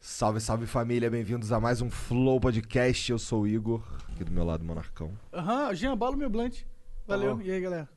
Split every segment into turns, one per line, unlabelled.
Salve, salve família, bem-vindos a mais um Flow Podcast. Eu sou o Igor, aqui do meu lado, Monarcão.
Aham, Jean Balo meu blunt. Valeu,
Tá bom. Tá
e aí galera?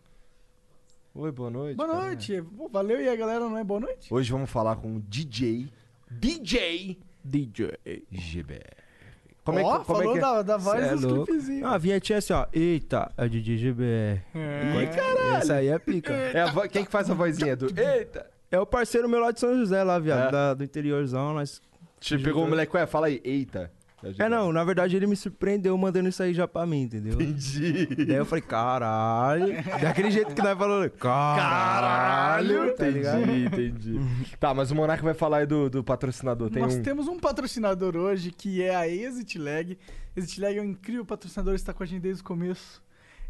Oi, boa noite.
Boa
cara.
noite. Pô, valeu, e aí galera, não é boa noite?
Hoje vamos falar com o DJ. DJ
DJ.
GB. é
Ó, falou da, da voz
Cê é
dos
louco.
clipezinhos.
Ah, vinha tia assim, ó. Eita, é DJ GBR.
É.
caralho. Essa aí é pica.
É a vo- Quem que faz a vozinha do. Eita!
É o parceiro meu lá de São José, lá, viado.
É.
da- do interiorzão. Nós...
Te pegou o moleque, ué, fala aí, eita.
É, não, na verdade ele me surpreendeu mandando isso aí já pra mim, entendeu?
Entendi.
Daí eu falei, caralho. Daquele jeito que nós falamos, caralho. Tá ligado?
entendi, entendi. Tá, mas o Monarca vai falar aí do, do patrocinador. Tem
Nós
um.
temos um patrocinador hoje que é a Exit Lag. Exit Lag é um incrível patrocinador, está com a gente desde o começo.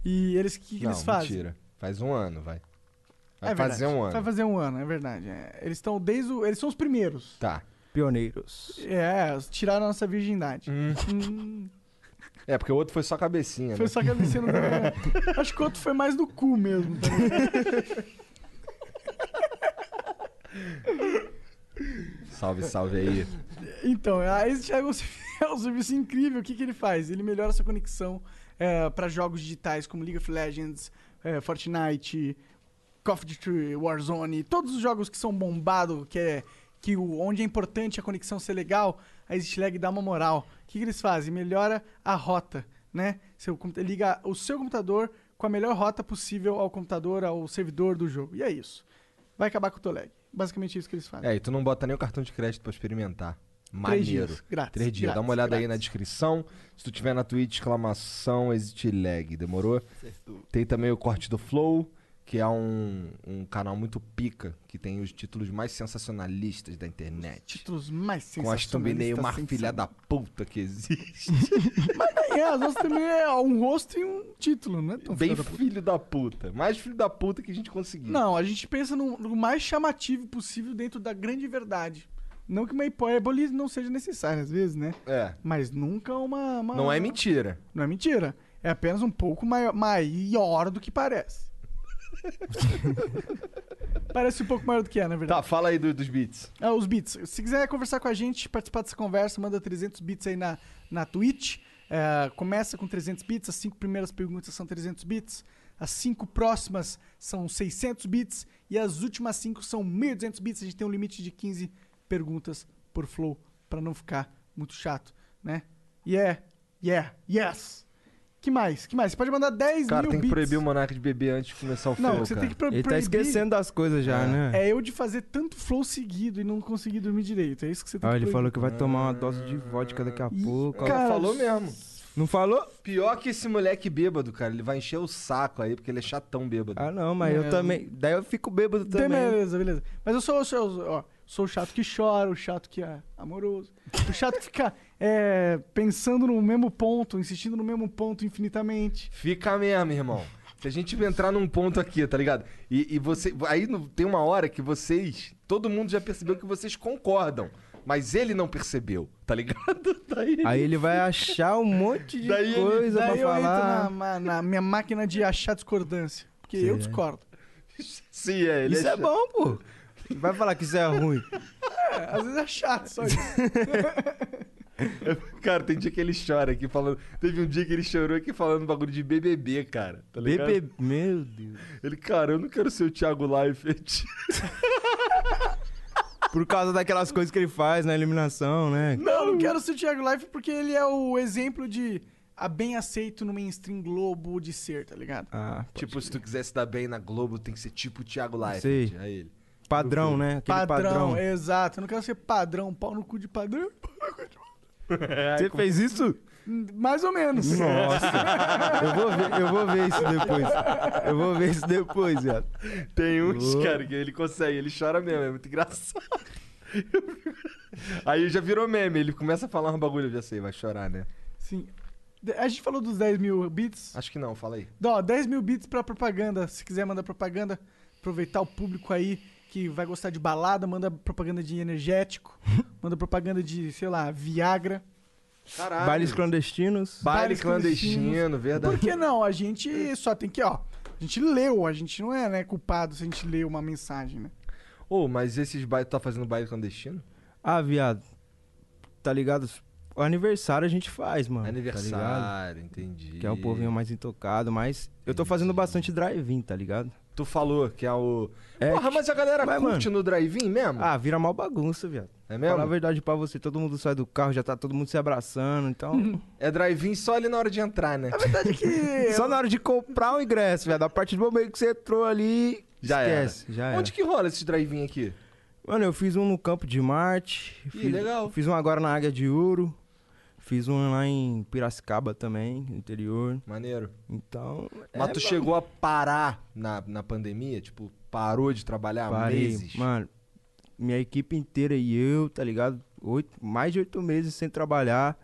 E eles, o que, que
não,
eles fazem?
mentira. Faz um ano, vai. Vai
É verdade.
fazer um ano.
Vai fazer um ano, é verdade. é. Eles estão desde o... Eles são os primeiros.
Tá.
Pioneiros.
É, tiraram a nossa virgindade. Hum,
É, porque o outro foi só cabecinha,
foi
né?
só cabeceando. Acho que o outro foi mais no cu mesmo. tá ligado?
Salve, salve aí.
Então, a Exit é um serviço- é um serviço incrível. O que, que ele faz? Ele melhora sua conexão para jogos digitais como League of Legends, eh, Fortnite, Call of Duty, Warzone, todos os jogos que são bombados, que é que o, onde é importante a conexão ser legal, a Exit Lag dá uma moral. O que, que eles fazem? Melhora a rota, né? Seu compu- liga o seu computador com a melhor rota possível ao computador, ao servidor do jogo. E é isso. Vai acabar com o Toleg. Basicamente isso que eles fazem.
É, e tu não bota nem o cartão de crédito pra experimentar. Maneiro.
Três dias. Grátis.
Três dias.
grátis,
Dá uma olhada aí
grátis.
na descrição. Se tu tiver na Twitch, exclamação, exit lag, demorou? Tem também o corte do Flow, que é um, um canal muito pica, que tem os títulos mais sensacionalistas da internet.
títulos mais sensacionais.
Com as thumbnails mais filha da puta que existe.
É, as nossas também é um rosto e um título, né? Tão
Bem
filha da puta.
filho da puta. Mais filho da puta que a gente conseguiu.
Não, a gente pensa no, no mais chamativo possível dentro da grande verdade. Não que uma hipérbole não seja necessária às vezes, né?
É.
Mas nunca uma, uma-
Não é mentira.
Não é mentira. É apenas um pouco maior, maior do que parece. parece um pouco maior do que é, na verdade.
Tá, fala aí do- dos beats.
Ah, os bits. Se quiser conversar com a gente, participar dessa conversa, manda 300 bits aí na, na Twitch. É, começa com 300 bits, as cinco primeiras perguntas são 300 bits, as cinco próximas são 600 bits e as últimas cinco são 1.200 bits. A gente tem um limite de 15 perguntas por flow pra não ficar muito chato, né? Yeah, yeah, é, yes. Que mais? Que mais? Você pode mandar 10
Cara,
mil
tem que
bits.
proibir o monarca de beber antes de começar o flow,
Não, você
cara.
tem que pro-
Ele
proibir.
tá esquecendo das coisas já, né?
É eu de fazer tanto flow seguido e não conseguir dormir direito. É isso que você tem
Ah,
que
ele
proibir.
falou que vai tomar uma dose de vodka daqui a pouco.
cara-
Ela falou mesmo.
Não falou?
Pior que esse moleque bêbado, cara. Ele vai encher o saco aí, porque ele é chatão bêbado.
Ah, não, mas
É.
eu também. Daí eu fico bêbado
Tem-
também.
Beleza, beleza. Mas eu sou, eu sou, eu sou- ó, sou o chato que chora, o chato que é amoroso, o chato que fica é, pensando no mesmo ponto, insistindo no mesmo ponto infinitamente.
Fica mesmo, irmão. Se a gente entrar num ponto aqui, tá ligado? E, e você. Aí no- tem uma hora que vocês. Todo mundo já percebeu que vocês concordam. Mas ele não percebeu, tá ligado? Daí.
Aí ele vai achar um monte de
Daí ele-
coisa
Daí
pra
eu
falar.
entro na, ma- na minha máquina de achar discordância. Porque eu
Sim.
discordo.
Sim, é, ele
Isso é
chato.
bom, pô. Vai falar que isso é ruim.
É, às vezes é chato, só isso.
Cara, tem dia que ele chora aqui falando. Teve um dia que ele chorou aqui falando bagulho de BBB, cara. Tá ligado?
Bebê, meu Deus.
Ele, cara, eu não quero ser o Thiago Leifert.
Por causa daquelas coisas que ele faz na eliminação, né?
Não, eu não quero ser o Thiago Life porque ele é o exemplo de a bem aceito no mainstream globo de ser, tá ligado?
Ah,
Tipo, se tu quiser se dar bem na Globo, tem que ser tipo o Thiago Leifert.
Sei.
Aí ele.
padrão, né? Aquele padrão.
exato. Eu não quero ser padrão, pau no cu de padrão.
Você fez isso?
Mais ou menos.
Nossa. eu, vou ver, eu vou ver isso depois. Eu vou ver isso depois, viado.
Tem uns,
Boa.
cara, que ele consegue, ele chora mesmo, é muito engraçado. Aí já virou meme, ele começa a falar um bagulho, eu já sei, vai chorar, né?
Sim. De- A gente falou dos 10 mil bits.
Acho que não, fala aí.
Ó, 10 mil bits pra propaganda. Se quiser mandar propaganda, aproveitar o público aí que vai gostar de balada, manda propaganda de energético, manda propaganda de, sei lá, Viagra.
Caralho.
Bailes clandestinos.
Baile
Bailes
clandestino, verdade.
Por que não? A gente só tem que, ó. A gente leu, a gente não é né, culpado se a gente lê uma mensagem, né?
Ô, mas esses bailes, tá fazendo baile clandestino?
Ah, viado. Tá ligado? O aniversário a gente faz, mano. tá ligado?
Aniversário, entendi.
que é o povinho mais intocado, mas eu tô fazendo bastante drive-in, tá ligado?
Tu falou que é o.
É,
Porra, mas a galera
Mas,
curte no drive-in mesmo?
Ah, vira mal bagunça, viado.
é Hum. mesmo?
Falar a verdade pra você, todo mundo sai do carro, já tá todo mundo se abraçando, então.
É drive-in só ali na hora de entrar,
É
né?
Só na hora de comprar o ingresso, viado. A partir do momento que você entrou ali.
Já
esquece,
era.
já era.
Onde que rola esses drive-in aqui?
Mano, eu fiz um no Campo de Marte.
Ih,
fiz,
legal.
Fiz um agora na Águia de Ouro. Fiz um lá em Piracicaba também, no interior.
Maneiro.
Então.
Mas
é,
tu chegou a parar na, na pandemia? Tipo, parou de trabalhar há
Parei,
meses?
Mano, minha equipe inteira e eu, tá ligado? Oito, mais de oito meses sem trabalhar.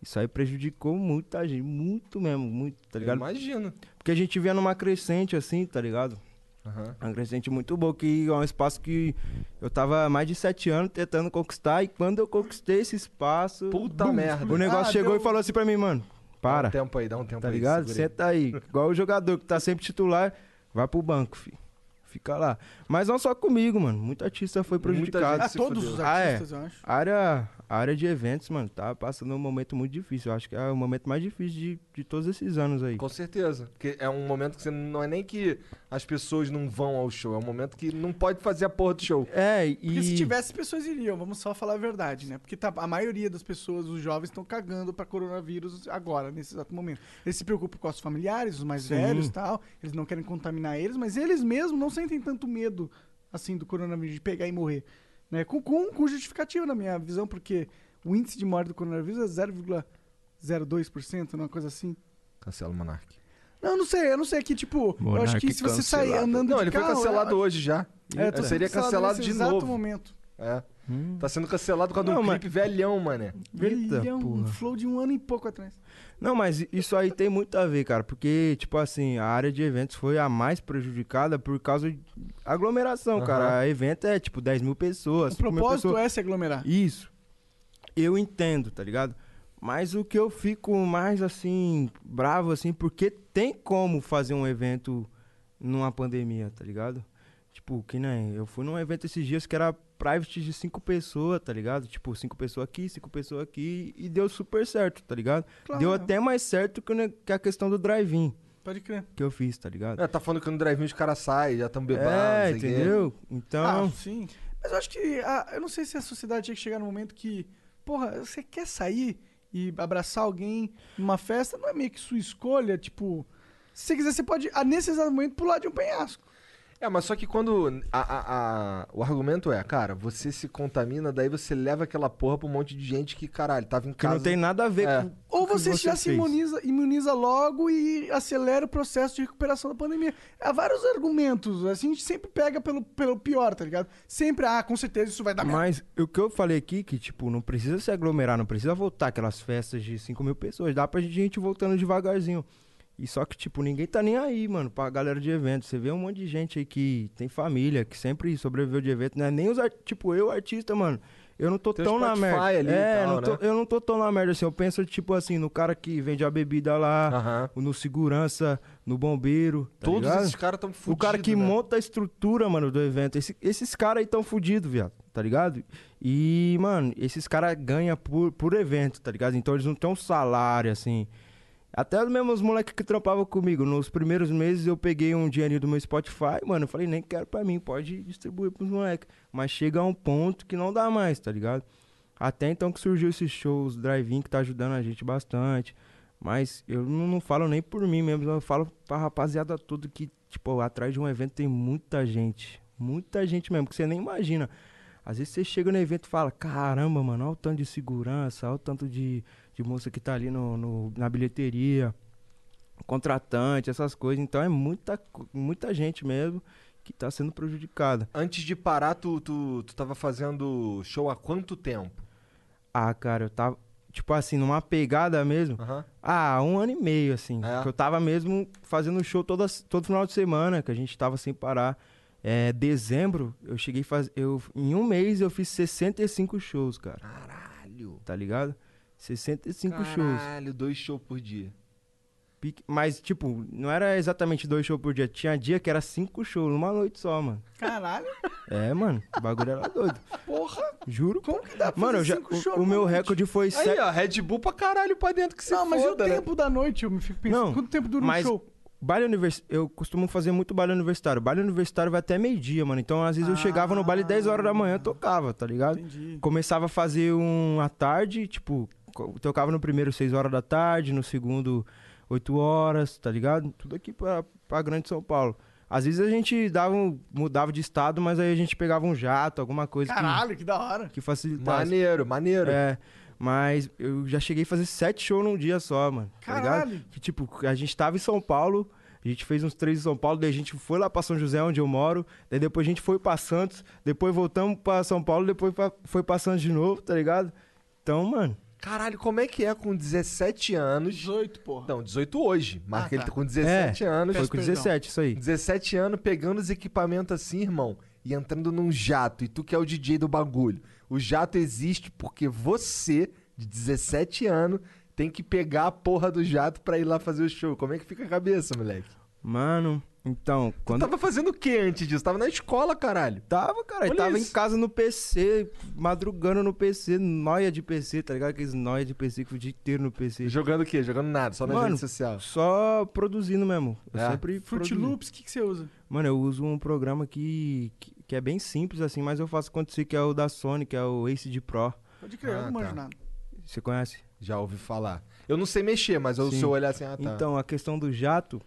Isso aí prejudicou muito, tá, gente? Muito mesmo, muito, tá
Eu
ligado?
imagino.
Porque a gente vinha numa crescente assim, tá ligado?
Aham.
Uma crescente muito boa, que é um espaço que eu tava há mais de sete anos tentando conquistar. E quando eu conquistei esse espaço.
Puta merda.
O negócio
Ah,
chegou
deu-
e falou assim pra mim, mano,
Dá um
para,
tempo aí, dá um tempo
tá
aí.
ligado?
segura aí.
Senta aí. Igual o jogador que tá sempre titular, vai pro banco, filho. Fica lá. Mas não só comigo, mano. Muito artista foi
Muita gente
prejudicado.
Ah,
se
todos
fudeu.
os
Ah, é.
artistas, eu acho.
A área, a área de eventos, mano, tá passando um momento muito difícil. Eu acho que é o momento mais difícil de, de todos esses anos aí.
Com certeza. Porque é um momento que você não é nem que as pessoas não vão ao show, é um momento que não pode fazer a porra do show.
É, e.
Porque se tivesse, pessoas iriam, vamos só falar a verdade, né? Porque tá, a maioria das pessoas, os jovens, estão cagando pra coronavírus agora, nesse exato momento. Eles se preocupam com os familiares, os mais
Sim.
velhos e tal, eles não querem contaminar eles, mas eles mesmos não sentem tanto medo, assim, do coronavírus, de pegar e morrer. Né? Com, com, com justificativa, na minha visão, porque o índice de morte do coronavírus é 0,02%, uma coisa assim.
Cancela o Monark.
Não, eu não sei, eu não sei que, tipo, eu acho
Monark
que se você sair
cancelado.
andando
Não,
de
ele foi
carro,
cancelado
eu-
hoje já.
É, tô
É, seria cancelado
nesse
de
exato
novo.
momento.
É.
Hum.
Tá sendo cancelado por causa de
Não,
um
mas-
clipe velhão, mané.
Eita,
Ele é um
porra.
flow de um ano e pouco atrás.
Não, mas isso aí tem muito a ver, cara, porque, tipo assim, a área de eventos foi a mais prejudicada por causa de aglomeração,
Aham.
cara. A evento é, tipo, 10 mil pessoas.
O propósito é se aglomerar.
Isso. Eu entendo, tá ligado? Mas o que eu fico mais, assim, bravo, assim, porque tem como fazer um evento numa pandemia, tá ligado? Tipo, que nem eu fui num evento esses dias que era private de cinco pessoas, tá ligado? Tipo, cinco pessoas aqui, cinco pessoas aqui, e deu super certo, tá ligado?
Claro,
Deu
é.
até mais certo que, o ne- que a questão do drive-in
Pode crer.
que eu fiz, tá ligado?
É, tá falando que no drive-in os caras saem, já estão bebendo.
É,
não sei o quê.
entendeu?
Ah,
Então,
sim. Mas eu acho que. ah, eu não sei se a sociedade tinha que chegar no momento que. Porra, você quer sair e abraçar alguém numa festa? Não é meio que sua escolha, tipo. Se você quiser, você pode, ah, nesse exato momento, pular de um penhasco.
É, mas só que quando. a- a- a- o argumento é, cara, você se contamina, daí você leva aquela porra pra um monte de gente que, caralho, tava em
que
casa.
não tem nada a ver
É.
com o
Ou
que
você, já se
fez.
imuniza, imuniza logo e acelera o processo de recuperação da pandemia. Há vários argumentos. Assim, a gente sempre pega pelo, pelo pior, tá ligado? Sempre, ah, com certeza isso vai dar merda.
Mas o que eu falei aqui, que, tipo, não precisa se aglomerar, não precisa voltar aquelas festas de 5 mil pessoas. Dá pra gente, gente voltando devagarzinho. E só que, tipo, ninguém tá nem aí, mano, pra galera de evento. Você vê um monte de gente aí que tem família, que sempre sobreviveu de evento, né? Nem os ar- Tipo, eu, artista, mano, eu não tô
Tem o
tão na
Spotify
merda.
ali e
é,
tal,
não tô-
né?
eu não tô tão na merda assim. Eu penso, tipo assim, no cara que vende a bebida lá,
Aham.
no segurança, no bombeiro. tá
Ah. Todos
ligado?
esses caras tão fudidos.
o cara que
né?
monta a estrutura, mano, do evento. Esse- esses caras aí tão fudidos, viado, tá ligado? E, mano, esses caras ganham por, por evento, tá ligado? Então eles não têm um salário, assim. Até os mesmos moleques que trampavam comigo. Nos primeiros meses eu peguei um dinheirinho do meu Spotify, mano. Eu falei, nem quero pra mim, pode distribuir pros moleques. Mas chega a um ponto que não dá mais, tá ligado? Até então que surgiu esses shows drive-in que tá ajudando a gente bastante. Mas eu não, não falo nem por mim mesmo, eu falo pra rapaziada toda que, tipo, atrás de um evento tem muita gente. Muita gente mesmo, que você nem imagina. Às vezes você chega no evento e fala, caramba, mano, olha o tanto de segurança, olha o tanto de, de moça que tá ali no, no- na bilheteria, contratante, essas coisas. Então é muita, co- muita gente mesmo. que tá sendo prejudicada.
Antes de parar, tu, tu, tu tava fazendo show há quanto tempo?
Ah, cara, eu tava, tipo assim, numa pegada mesmo.
Aham.
Ah, um ano e meio, assim.
É?
Que eu tava mesmo fazendo show todas, todo final de semana, que a gente tava sem parar. É, dezembro, eu cheguei a fazer. Eu, em um mês eu fiz 65 shows, cara.
Caralho.
Tá ligado? 65 shows.
Caralho, dois shows por dia.
Pique- Mas, tipo, não era exatamente dois shows por dia. Tinha dia que era cinco shows numa noite só, mano.
Caralho,
É, mano. O bagulho era doido.
porra.
Juro.
Como que dá pra
Mano, eu
fazer
já,
cinco
o-
shows
o,
numa
meu
noite?
recorde foi
Aí,
sete.
ó, Red Bull pra caralho pra dentro que se
Não, mas e o
foda, né?
tempo da noite? Eu me fico pensando.
Não,
quanto tempo dura um
mas-
show?
Baile univers... Eu costumo fazer muito baile universitário. Baile universitário vai até meio-dia, mano. Então, às vezes, eu chegava no baile 10 horas da manhã, tocava, tá ligado?
Entendi.
Começava a fazer um à tarde, tipo, co- tocava no primeiro 6 horas da tarde, no segundo 8 horas, tá ligado? Tudo aqui pra, pra Grande São Paulo. Às vezes a gente dava um- mudava de estado, mas aí a gente pegava um jato, alguma coisa que,
Caralho, que da hora.
que facilitasse.
Maneiro, maneiro.
É, mas eu já cheguei a fazer sete shows num dia só, mano. Tá
Caralho.
ligado? Que tipo, a gente tava em São Paulo, a gente fez uns três em São Paulo, daí a gente foi lá pra São José, onde eu moro, daí depois a gente foi pra Santos, depois voltamos pra São Paulo, depois pra- foi pra Santos de novo, tá ligado? Então, mano,
Caralho, como é que é com 17 anos?
18, porra.
Não, 18 hoje. Marca
Ah, tá.
ele tá com 17 anos.
É. foi com
perdão.
17 isso aí.
17 anos pegando os equipamentos assim, irmão, e entrando num jato. E tu que é o DJ do bagulho. O jato existe porque você, de 17 anos, tem que pegar a porra do jato pra ir lá fazer o show. Como é que fica a cabeça, moleque?
Mano, então, quando
Tu tava fazendo o que antes disso? Tava na escola, caralho.
Tava, cara.
Olha
eu tava
isso.
em casa no PC, madrugando no PC, noia de PC, tá ligado? Aqueles noia de PC que o dia inteiro no PC.
Jogando o quê? Jogando nada, só nas
Mano,
redes sociais.
Só produzindo mesmo. Eu
É.
sempre
Fruit
produzi.
Loops, o que, que você usa?
Mano, eu uso um programa que, que, que é bem simples, assim, mas eu faço acontecer, que é o da Sony, que é o Ace de Pro.
Pode crer, eu
Ah,
não manjo
tá.
nada.
Você conhece?
Já ouvi falar. Eu não sei mexer, mas eu,
Sim.
se eu olhar assim, ah, tá.
Então, a questão do jato,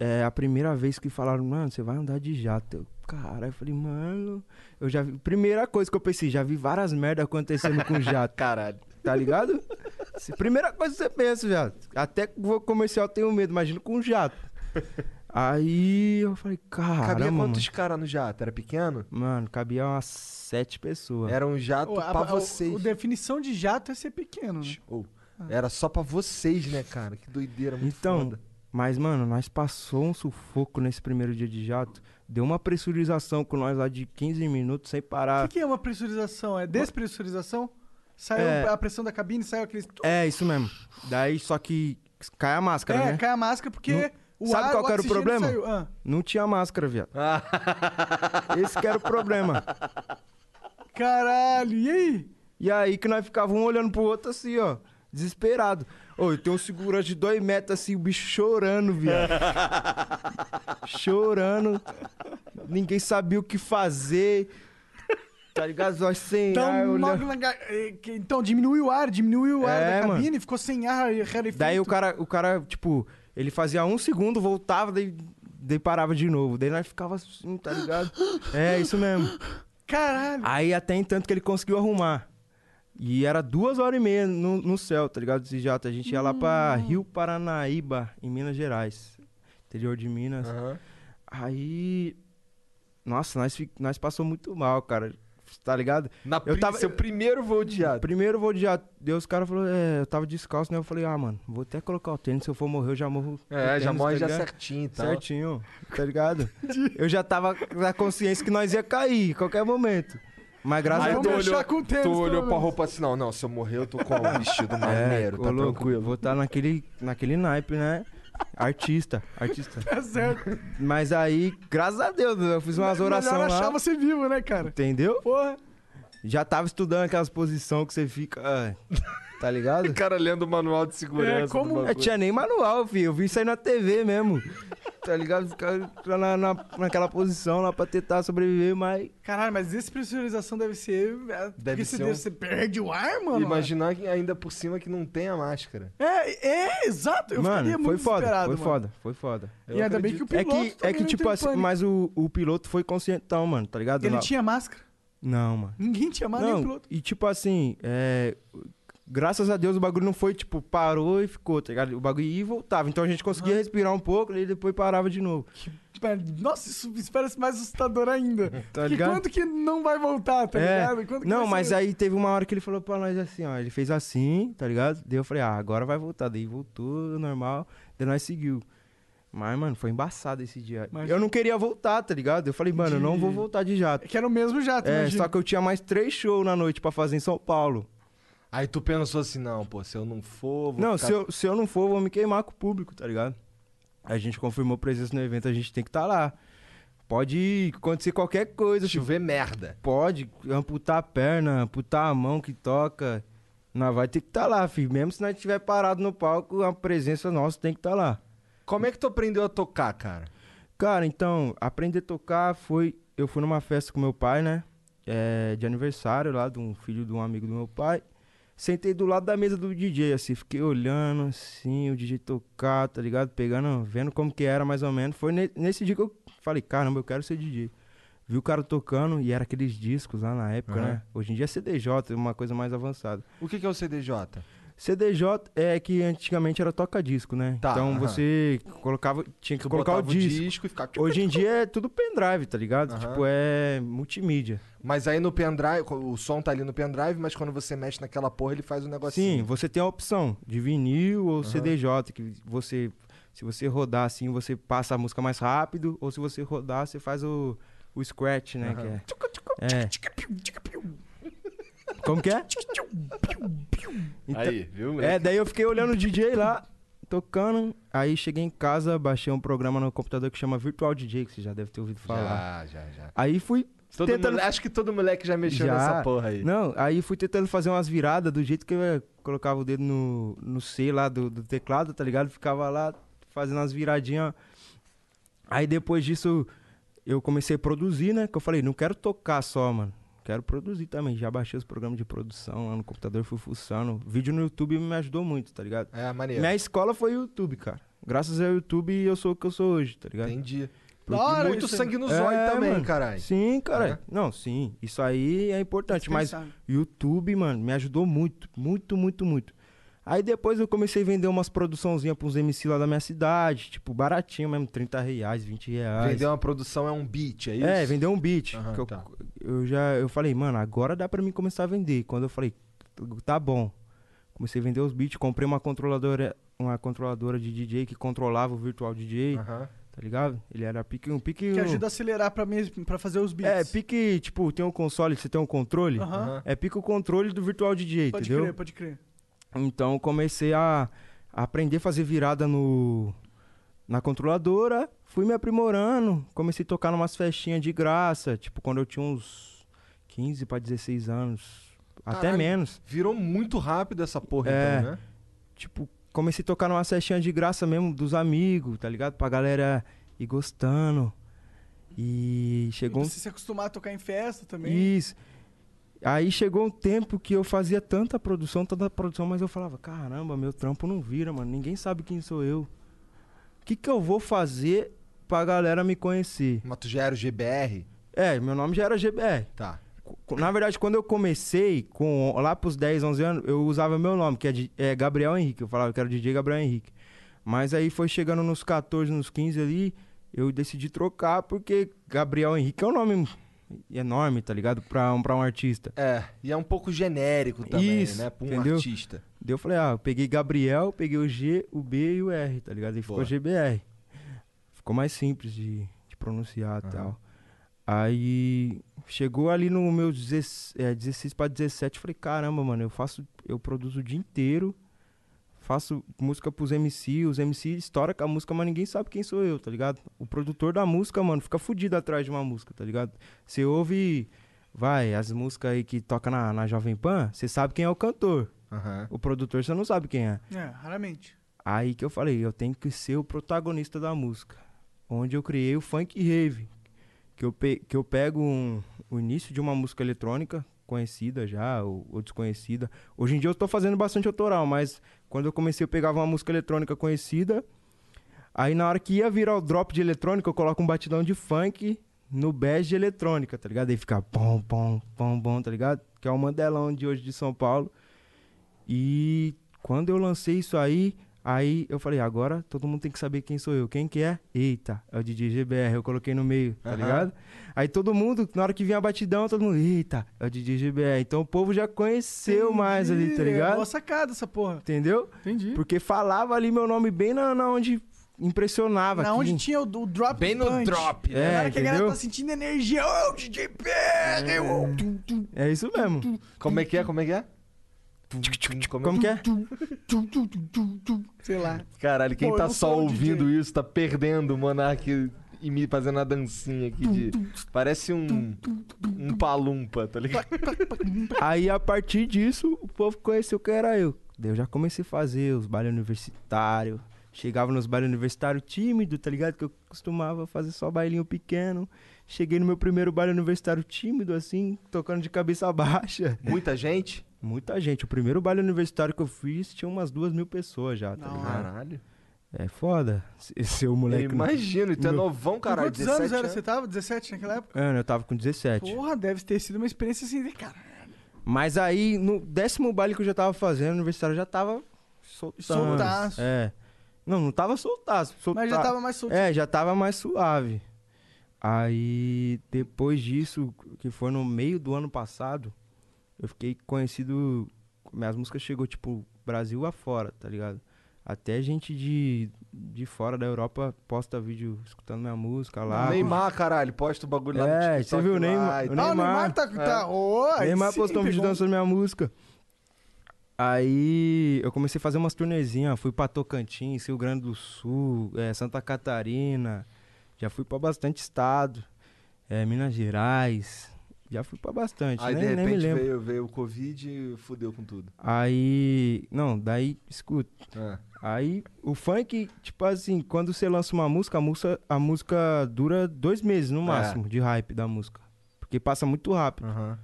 é a primeira vez que falaram, mano, você vai andar de jato. Eu, cara, eu falei, mano, eu já vi. Primeira coisa que eu pensei, já vi várias merdas acontecendo com jato,
Caralho.
tá ligado? Se- Primeira coisa que você pensa, jato. Até que vou comercial eu tenho medo, imagina com jato. Aí eu falei,
Cabia
caramba. Mano,
quantos caras no jato? Era pequeno?
mano, cabia umas sete pessoas.
Era um jato
Ô, a-
pra
a- o-
vocês.
o definição de jato é ser pequeno, né?
Ou, Era só pra vocês, né, cara? Que doideira, muito
Então,
foda.
mas, mano, nós passou um sufoco nesse primeiro dia de jato. Deu uma pressurização com nós lá de 15 minutos sem
O
parar.
que, que é uma pressurização? É despressurização? Saiu
É.
a pressão da cabine, saiu aqueles...
É, isso mesmo. Daí, só que cai a máscara,
é,
né?
cai a máscara porque o
Sabe
ar,
qual
o
que era o
oxigênio
problema?
Saiu. Ah,
Não tinha máscara, viado. Esse que era o problema.
caralho, e aí?
E aí que nós ficava um olhando pro outro assim, ó. Desesperado. Ô, eu tenho um segurança de dois metros assim, o bicho chorando, viado. chorando. Ninguém sabia o que fazer. Tá ligado? Nós sem
Então,
ar, olhando.
logo na ga- eh, que- então diminuiu o ar, diminuiu o ar
É,
da
mano.
cabine, ficou sem ar, rarefeito.
Daí o cara, o cara, tipo, ele fazia um segundo, voltava, daí, daí parava de novo. Daí nós ficava assim, tá ligado? É, isso mesmo.
Caralho.
Aí até em tanto que ele conseguiu arrumar. E era duas horas e meia no, no céu, tá ligado? Esse jato. A gente ia lá pra Rio Paranaíba, em Minas Gerais. Interior de Minas.
Aham.
Aí. Nossa, nós, fi- nós passou muito mal, cara. Tá ligado?
Na
Eu
pri-
tava-
Seu primeiro voo de jato.
Primeiro vou de jato. Daí os caras falaram, é, eu tava descalço, né? Eu falei, ah, mano, vou até colocar o tênis. Se eu for morrer, eu já morro. com o
É, já
tênis,
morre
tá
já
ligado?
certinho e tal.
Certinho, tá ligado? eu já tava na consciência que nós ia cair, qualquer momento. Mas graças
Aí
a
tu
Vamos
Deus.
deixar
olhou-
com o tênis,
Tu
pelo
olhou pra
menos.
roupa assim, não, não, se eu morrer eu tô com um vestido maneiro,
É, ô,
tá
louco,
tranquilo.
Vou estar naquele, naquele naipe, né? Artista, artista.
Tá certo. É
Mas aí, graças a Deus, eu fiz umas
Melhor
orações
achar
lá.
você vivo, né, cara?
Entendeu?
Porra.
Já tava estudando aquelas posições que você fica. ah, Tá ligado?
O cara lendo o manual de segurança.
É, como-
do bagulho.
Não tinha nem manual, filho. Eu vi isso aí na TV mesmo. Tá ligado? Ficar na, na, naquela posição lá pra tentar sobreviver, mas.
Caralho, mas despressurização deve ser. é, porque
ser
você,
um-
você perde o ar, mano.
Imaginar que ainda por cima que não tem a máscara.
É, é, exato. Eu
mano,
ficaria
foi
muito
foda,
desesperado.
foi
mano.
foda, foi foda.
Eu
e ainda bem
acredito.
que o
É
piloto.
que, é
também
que
não
tipo
teve
assim,
pânico.
mas o, o piloto foi conscientão, mano, tá ligado?
Ele
Lá-
tinha máscara?
Não, mano.
Ninguém tinha máscara, nem o
Não,
piloto.
e tipo assim, é, Graças a Deus o bagulho não foi, tipo, parou e ficou, tá ligado? O bagulho ia e voltava. Então a gente conseguia respirar um pouco e depois parava de novo.
Tipo, é, Nossa, isso isso parece mais assustador ainda.
Tá
Porque
ligado?
quanto que não vai voltar, tá
É.
ligado? Quando que
Não,
vai
mas
ser?
aí teve uma hora que ele falou pra nós assim, ó. Ele fez assim, tá ligado? Daí eu falei, ah, agora vai voltar. Daí voltou, normal. Daí nós seguiu. Mas, mano, foi embaçado esse dia.
Mas-
Eu não queria voltar, tá ligado? Eu falei, mano, eu não
De-
vou voltar de jato.
É Que era o mesmo jato,
É,
imagina.
só que eu tinha mais três shows na noite pra fazer em São Paulo.
Aí tu pensou assim, não, pô, se eu não for, vou
não,
ficar-
se, eu, se eu não for, eu vou me queimar com o público, tá ligado? A gente confirmou presença no evento, a gente tem que estar lá. Pode acontecer qualquer coisa, tipo,
chover merda.
pode amputar a perna, amputar a mão que toca. Nós vai ter que estar lá, filho. Mesmo se nós estiver parado no palco, a presença nossa tem que estar lá.
Como é que tu aprendeu a tocar, cara?
Cara, então, aprender a tocar foi. Eu fui numa festa com meu pai, né? É, de aniversário lá de um filho de um amigo do meu pai. Sentei do lado da mesa do DJ, assim, fiquei olhando, assim, o DJ tocar, tá ligado? Pegando, vendo como que era mais ou menos. Foi ne- nesse dia que eu falei, caramba, eu quero ser DJ. Vi o cara tocando e era aqueles discos lá na época,
Aham.
né? Hoje em dia é CDJ, uma coisa mais avançada.
O que, que é o CDJ?
CDJ é que antigamente era toca-disco, né?
Tá,
então
aham.
você colocava, tinha que
Tu
colocar o
botava
disco.
e ficava...
Hoje em dia é tudo pendrive, tá ligado?
Aham.
Tipo, é multimídia.
Mas aí no pendrive, o som tá ali no pendrive, mas quando você mexe naquela porra, ele faz um negocinho.
Sim, você tem a opção de vinil ou CDJ, que você. Se você rodar assim, você passa a música mais rápido, ou se você rodar, você faz o, o scratch, né? Que é. é. Como que é? Então-
Aí, viu,
É, daí eu fiquei olhando o DJ lá, tocando. Aí cheguei em casa, baixei um programa no computador que chama Virtual DJ, que você já deve ter ouvido falar.
Já, já, já.
Aí fui
Todo
Tentando-
mole- Acho que todo moleque já mexeu
Já.
nessa porra aí.
Não, aí fui tentando fazer umas viradas do jeito que eu é, colocava o dedo no, no C lá do, do teclado, tá ligado? Ficava lá fazendo umas viradinhas. Aí depois disso eu comecei a produzir, né? Que eu falei, não quero tocar só, mano. Quero produzir também. Já baixei os programas de produção lá no computador, fui fuçando. Vídeo no YouTube me ajudou muito, tá ligado?
É, maneiro.
Minha escola foi YouTube, cara. Graças ao YouTube eu sou o que eu sou hoje, tá ligado?
Entendi.
Da
E
hora
muito
isso aí.
sangue no
É,
zóio também,
mano.
caralho.
Sim, cara.
É.
Não, sim. Isso aí é importante, mas
Dispensável.
YouTube, mano, me ajudou muito, muito, muito, muito. Aí depois eu comecei a vender umas produçãozinhas pros MC lá da minha cidade, tipo, baratinho mesmo, 30 reais, 20 reais.
Vender uma produção é um beat, é isso?
É, vender um beat.
Aham,
que eu,
tá.
eu já eu falei, mano, agora dá pra mim começar a vender. Quando eu falei, tá bom. Comecei a vender os beats, comprei uma controladora, uma controladora de DJ que controlava o virtual DJ,
Aham.
tá ligado? Ele era pique um pique
Que
um-
ajuda a acelerar pra, mes... pra fazer os beats.
é, pique, tipo, tem um console, você tem um controle.
Aham.
Aham.
É pique o controle do Virtual DJ,
Pode
entendeu?
crer, pode crer.
Então comecei a a aprender a fazer virada no na controladora, fui me aprimorando, comecei a tocar numas festinhas de graça, tipo quando eu tinha uns 15 pra 16 anos, até
Caralho.
menos.
Virou muito rápido essa porra,
É.
então, né?
tipo, comecei a tocar numa festinha de graça mesmo dos amigos, tá ligado? Pra galera ir gostando. E chegou
Pra
um
você se acostumar a tocar em festa também.
Isso. Aí chegou um tempo que eu fazia tanta produção, tanta produção, mas eu falava, caramba, meu trampo não vira, mano. Ninguém sabe quem sou eu. O que, que eu vou fazer pra galera me conhecer?
Mas tu já era o GBR?
É, meu nome já era GBR.
Tá.
Co- Na verdade, quando eu comecei, com, lá pros 10, 11 anos, eu usava meu nome, que é, Di- é Gabriel Henrique. Eu falava que era DJ Gabriel Henrique. Mas aí foi chegando nos 14, nos 15 ali, eu decidi trocar, porque Gabriel Henrique é um nome enorme, tá ligado? Pra, um- pra um artista.
É, e é um pouco genérico também,
Isso,
né? Pra um
entendeu?
artista.
Daí eu falei, ah, eu peguei Gabriel, peguei o G, o B e o R, tá ligado? E ficou
Boa.
GBR. Ficou mais simples de, de pronunciar e
Aham.
tal. Aí chegou ali no meu 16, é, 16 pra 17, eu falei, caramba, mano, eu faço, eu produzo o dia inteiro, faço música pros MC, os MC estoura com a música, mas ninguém sabe quem sou eu, tá ligado? O produtor da música, mano, fica fudido atrás de uma música, tá ligado? Você ouve, vai, as músicas aí que toca na, na Jovem Pan, você sabe quem é o cantor.
Aham.
O produtor você não sabe quem é.
É, raramente.
Aí que eu falei, eu tenho que ser o protagonista da música. Onde eu criei o funk rave. Que eu, pe- que eu pego um- o início de uma música eletrônica, conhecida já, ou, ou desconhecida. Hoje em dia eu tô fazendo bastante autoral, mas quando eu comecei eu pegava uma música eletrônica conhecida. Aí na hora que ia virar o drop de eletrônica, eu coloco um batidão de funk no bass de eletrônica, tá ligado? Aí fica pom, pom, pom, pom, tá ligado? Que é o Mandelão de hoje de São Paulo. E quando eu lancei isso aí, aí eu falei, agora todo mundo tem que saber quem sou eu. Quem que é? Eita, é o DJ GBR. Eu coloquei no meio, tá
Aham.
ligado? Aí todo mundo, na hora que vinha a batidão, todo mundo, eita, é o DJ GBR. Então o povo já conheceu mais ali, tá
Entendi, É
ligado?
boa sacada essa porra.
Entendeu?
Entendi.
Porque falava ali meu nome bem na, na onde impressionava.
Na
que-
onde tinha o, o drop
Bem
do
no
punch.
drop,
Na
né?
hora
É,
que a galera
entendeu?
tá sentindo energia. Oh, DJ PR! eu- tum, tum,
É isso mesmo.
Como é que é? Como é que é?
Como que é?
tum, tum, tum, tum, tum, tum. Sei lá.
Caralho, quem
Pô, eu
tá
não
só
sou um DJ.
ouvindo isso tá perdendo o Monark e me fazendo a dancinha aqui de. Parece um. Um palumpa, tá ligado?
Aí a partir disso, o povo conheceu quem era eu. Daí eu já comecei a fazer os bailes universitários. Chegava nos bailes universitários tímido, tá ligado? Que eu costumava fazer só bailinho pequeno. Cheguei no meu primeiro baile universitário tímido, assim, tocando de cabeça baixa.
Muita gente?
Muita gente. O primeiro baile universitário que eu fiz tinha umas duas mil pessoas já, tá
Não.
ligado?
Caralho.
É foda ser- ser o
Eu
moleque. não-
imagino, e tu é
Meu-
novão,
Com
caralho.
Quantos anos
17
era? Você tava? 17 naquela época?
Mano, eu tava com 17.
Porra, deve ter sido uma experiência assim de cara.
Mas aí, no décimo baile que eu já tava fazendo, o universitário já tava soltando.
Soltaço.
É. Não, não tava soltaço.
Mas já
solta-
tava mais solto.
É, já tava mais suave. Aí, depois disso, que foi no meio do ano passado, eu fiquei conhecido. Minhas músicas chegou, tipo, Brasil afora, tá ligado? Até gente de, de fora da Europa posta vídeo escutando minha música lá.
Neymar, caralho, posta o bagulho lá
tá É,
no
você
TikTok.
viu o
lá
Neymar?
e tal.
Ah,
O
o Neymar
Neymar. É.
tá. tá oh, aí
Neymar
sim,
postou um vídeo
pegou.
dançando minha música. Aí eu comecei a fazer umas turnezinhas. Fui pra Tocantins, Rio Grande do Sul, eh, Santa Catarina. Já fui pra bastante estado. eh, Minas Gerais. Já fui pra bastante,
Aí,
nem,
de
nem me
repente,
lembro.
veio, veio o Covid e fudeu com tudo.
Aí. Não, daí, escuta.
Ah,
Aí o funk, tipo assim, quando você lança uma música, a música, a música dura dois meses
É.
no máximo de hype da música. Porque passa muito rápido.
aham.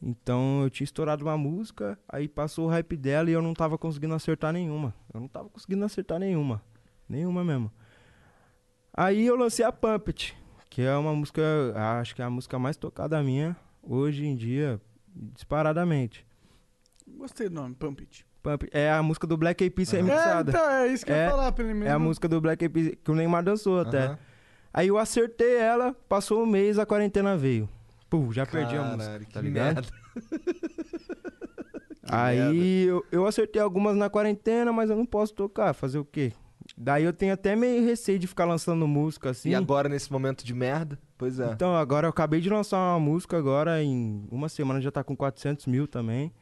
Então eu tinha estourado uma música, aí passou o hype dela e eu não tava conseguindo acertar nenhuma. Eu não tava conseguindo acertar nenhuma. Nenhuma mesmo. Aí eu lancei a Puppet, que é uma música, acho que é a música mais tocada minha hoje em dia, disparadamente.
um- Gostei do nome, Pump It.
Puppet é a múca do Black Eyed Peas
Aham.
É,
remixada.
então, é isso que eu ia
É-
falar pelo menos.
É a música do Black Eyed Peas que o Neymar dançou até.
aham.
Aí eu acertei ela, passou um mês, a quarentena veio. Pô, já perdi a
Caralho,
música,
que
tá ligado?
merda.
Aí eu, eu acertei algumas na quarentena, mas eu não posso tocar. Fazer o quê? Daí eu tenho até meio receio de ficar lançando música assim.
E agora, nesse momento de merda? Pois é.
Então, agora eu acabei de lançar uma música agora, em uma semana já tá com 400 mil também.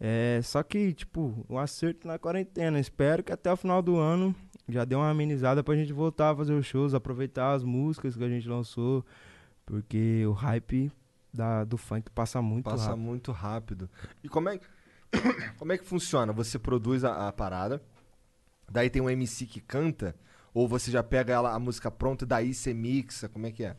É, só que, tipo, um acerto na quarentena. Espero que até o final do ano já dê uma amenizada pra gente voltar a fazer os shows, aproveitar as músicas que a gente lançou. Porque o hype da, do funk passa muito
Passa
rápido.
muito rápido. E como é, como é que funciona? Você produz a, a parada, daí tem um MC que canta, ou você já pega ela, a música pronta e daí você mixa? Como é que é?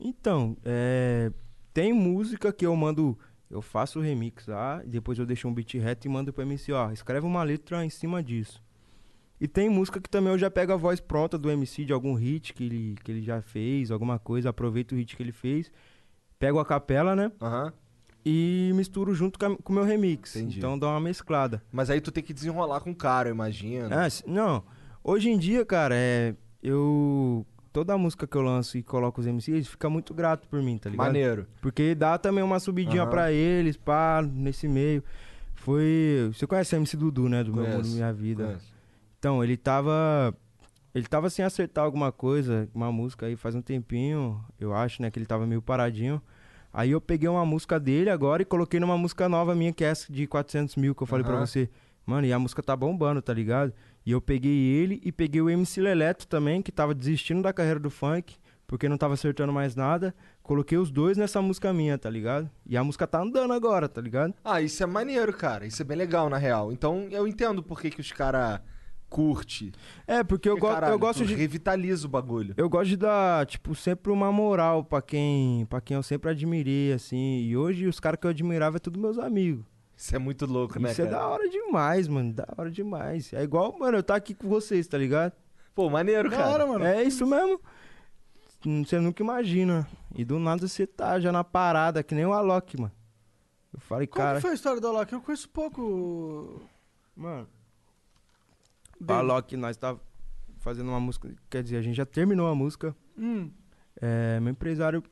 Então, é, tem música que eu mando, eu faço o remix lá, e depois eu deixo um beat reto e mando pro MC, ó, escreve uma letra em cima disso. E tem música que também eu já pego a voz pronta do MC de algum hit que ele, que ele já fez, alguma coisa, aproveito o hit que ele fez, pego a capela, né,
Aham.
e misturo junto com a- com o meu remix.
Entendi.
Então dá uma mesclada.
Mas aí tu tem que desenrolar com o cara, eu imagino.
Ah, s- não. Hoje em dia, cara, é, eu... Toda música que eu lanço e coloco os MCs, eles ficam muito grato por mim, tá ligado?
Maneiro.
Porque dá também uma subidinha
Aham.
pra eles, pá, nesse meio. Foi. Você conhece o MC Dudu, né? Do meu
Conheço,
mundo, minha vida.
Conheço.
Então, ele tava. Ele tava sem acertar alguma coisa, uma música aí faz um tempinho, eu acho, né? Que ele tava meio paradinho. Aí eu peguei uma música dele agora e coloquei numa música nova minha, que é essa de 400 mil que eu falei pra
Aham.
você. Mano, e a música tá bombando, tá ligado? E eu peguei ele e peguei o MC Leleto também, que tava desistindo da carreira do funk, porque não tava acertando mais nada. Coloquei os dois nessa música minha, tá ligado? E a música tá andando agora, tá ligado?
Ah, isso é maneiro, cara. Isso é bem legal, na real. Então eu entendo por que, que os caras curte.
É, porque eu,
Porque,
go
caralho,
eu gosto
tu
de.
Revitaliza o bagulho.
Eu gosto de dar, tipo, sempre uma moral pra quem, pra quem eu sempre admirei, assim. E hoje os caras que eu admirava é tudo meus amigos.
Isso é muito louco, né,
Isso é
cara?
da hora demais, mano. Da hora demais. É igual, mano, eu tá aqui com vocês, tá ligado?
Pô, maneiro,
Da
cara.
hora, mano.
É isso mesmo. Hum, Você nunca imagina. E do nada você tá já na parada, que nem o Alok, mano. Eu falei,
Como
cara.
que foi a história do Alok? Eu conheço pouco.
Mano.
dele.
Falou que nós tava fazendo uma música. Quer dizer, a gente já terminou a música.
Hum.
É, meu empresário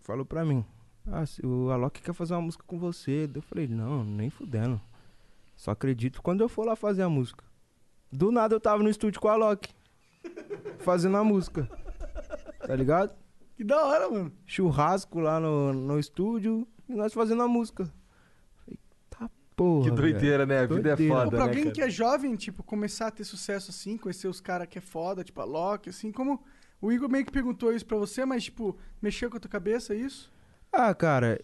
falou pra mim: Ah, se o Alok quer fazer uma música com você. Daí Eu falei: Não, nem fudendo. Só acredito quando eu for lá fazer a música. Do nada eu tava no estúdio com o Alok, fazendo a música. Tá ligado?
Que da hora, mano.
Churrasco lá no, no estúdio e nós fazendo a música. Falei, tá porra.
Que
velho."
doideira, né? A vida
Doideira.
é
Ou
foda,
pra alguém
né,
que é jovem, tipo, começar a ter sucesso assim, conhecer os caras que é foda, tipo, a Loki, assim, como. O Igor meio que perguntou isso pra você, mas, tipo, mexeu com a tua cabeça é isso?
Ah, cara,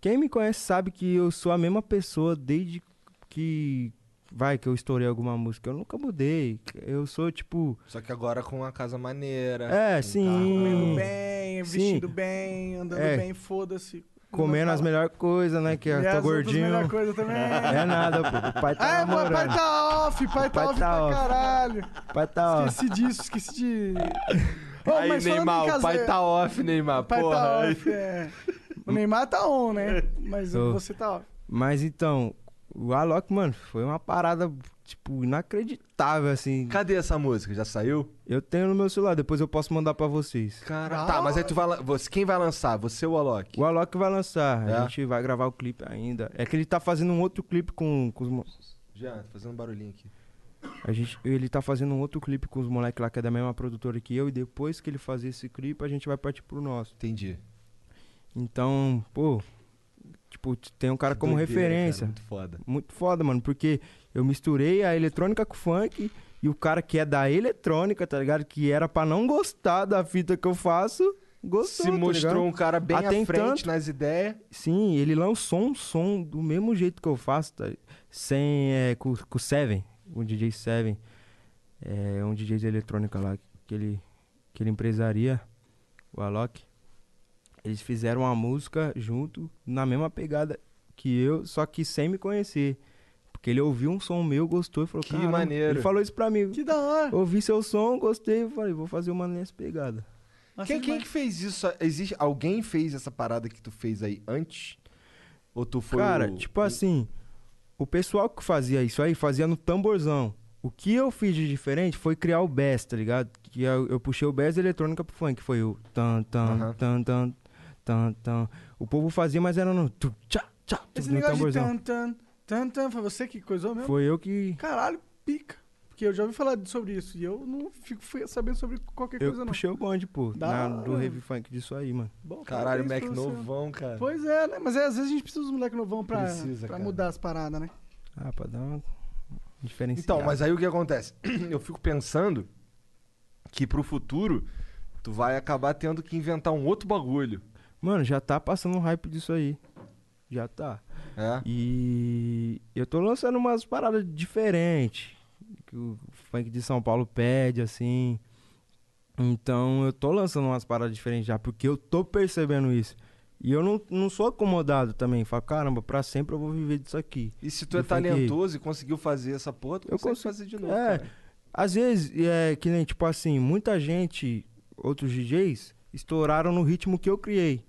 quem me conhece sabe que eu sou a mesma pessoa desde que. Vai, que eu estourei alguma música. Eu nunca mudei. Eu sou tipo.
Só que agora com uma casa maneira.
É,
um
sim.
carro.
Bem,
Sim.
vestindo bem, andando
É.
bem, foda-se.
Comendo as melhores coisas, né? Que eu tô
melhor
gordinho.
coisa também.
É nada, pô. O pai tá
Ah, meu pai
namorando.
tá off, pai tá
Pai
off
tá
pra
off.
caralho.
Pai tá, ó.
Esqueci disso, esqueci de. Ô,
Aí,
mas falando em
Neymar, o
casa-
pai tá off, Neymar,
O pai
porra.
tá off, é. O Neymar tá on, né? Mas
Tô.
você tá off.
Mas então, o Alok, mano, foi uma parada, tipo, inacreditável, assim.
Cadê essa música? Já saiu?
Eu tenho no meu celular, depois eu posso mandar pra vocês.
Cara, tá, mas aí tu vai. lan- Você, quem vai lançar? Você ou o Alok?
O Alok vai lançar,
É?
a gente vai gravar o clipe ainda. É que ele tá fazendo um outro clipe com, com os. mo-
Já, tô fazendo um barulhinho aqui.
A gente, ele tá fazendo um outro clipe com os moleques lá que é da mesma produtora que eu, e depois que ele fazer esse clipe, a gente vai partir pro nosso.
Entendi.
Então, pô, tipo, t- tem um cara
Que
como
doideira, cara,
referência.
muito foda.
Muito foda, mano, porque eu misturei a eletrônica com o funk e o cara que é da eletrônica, tá ligado? Que era pra não gostar da fita que eu faço, gostou.
Se
tá
mostrou
ligado?
um cara bem
Ah, tem
à frente
tanto.
nas ideias.
Sim, ele lançou um som do mesmo jeito que eu faço, tá? sem, é, com, com o Seven, o DJ Seven, é um DJ de eletrônica lá, que ele, que ele empresaria, o Alok. Eles fizeram uma música junto, na mesma pegada que eu, só que sem me conhecer. Porque ele ouviu um som meu, gostou e falou,
Que
"Caramba."
maneiro.
Ele falou isso pra mim.
Que da hora.
Ouvi seu som, gostei, falei, vou fazer uma nessa pegada.
Nossa,
Quem, quem
demais.
que fez isso? Existe, alguém fez essa parada que tu fez aí antes? Ou tu foi
Cara,
o-
tipo assim, o pessoal que fazia isso aí fazia no tamborzão. O que eu fiz de diferente foi criar o bass, tá ligado? Que eu, eu puxei o bass eletrônica pro funk, foi o tan tan
Aham.
tan tan tan tan. O povo fazia, mas era no tu tchá tchá tu,
Esse
no
negócio de
tamborzão.
tan né? tan, tan tan, foi você que coisou mesmo?
Foi eu que
Caralho, pica. Porque eu já ouvi falar de- sobre isso e eu não fico fui sabendo sobre qualquer
eu
coisa, não.
puxei o bonde, pô,
Da
na-
hora,
do rave
mano.
funk disso aí, mano.
Bom,
Caralho, Mac
parabéns pra você.
novão, cara.
Pois é, né? Mas é, às vezes a gente precisa dos moleques novão pra,
Precisa,
pra
cara.
mudar as paradas, né?
Ah, pra dar uma diferença.
Então, mas aí o que acontece? Eu fico pensando que pro futuro tu vai acabar tendo que inventar um outro bagulho.
mano, já tá passando um hype disso aí. Já tá.
É?
E eu tô lançando umas paradas diferentes que o funk de São Paulo pede, assim. Então eu tô lançando umas paradas diferentes já, porque eu tô percebendo isso. E eu não, não sou acomodado também. Falo, caramba, pra sempre eu vou viver disso aqui.
E se tu é
Eu falei que-
talentoso e conseguiu fazer essa porra, tu
Eu
consegue
consigo-
fazer de novo.
É.
cara.
Às vezes, é que nem, tipo assim, muita gente, outros DJs, estouraram no ritmo que eu criei.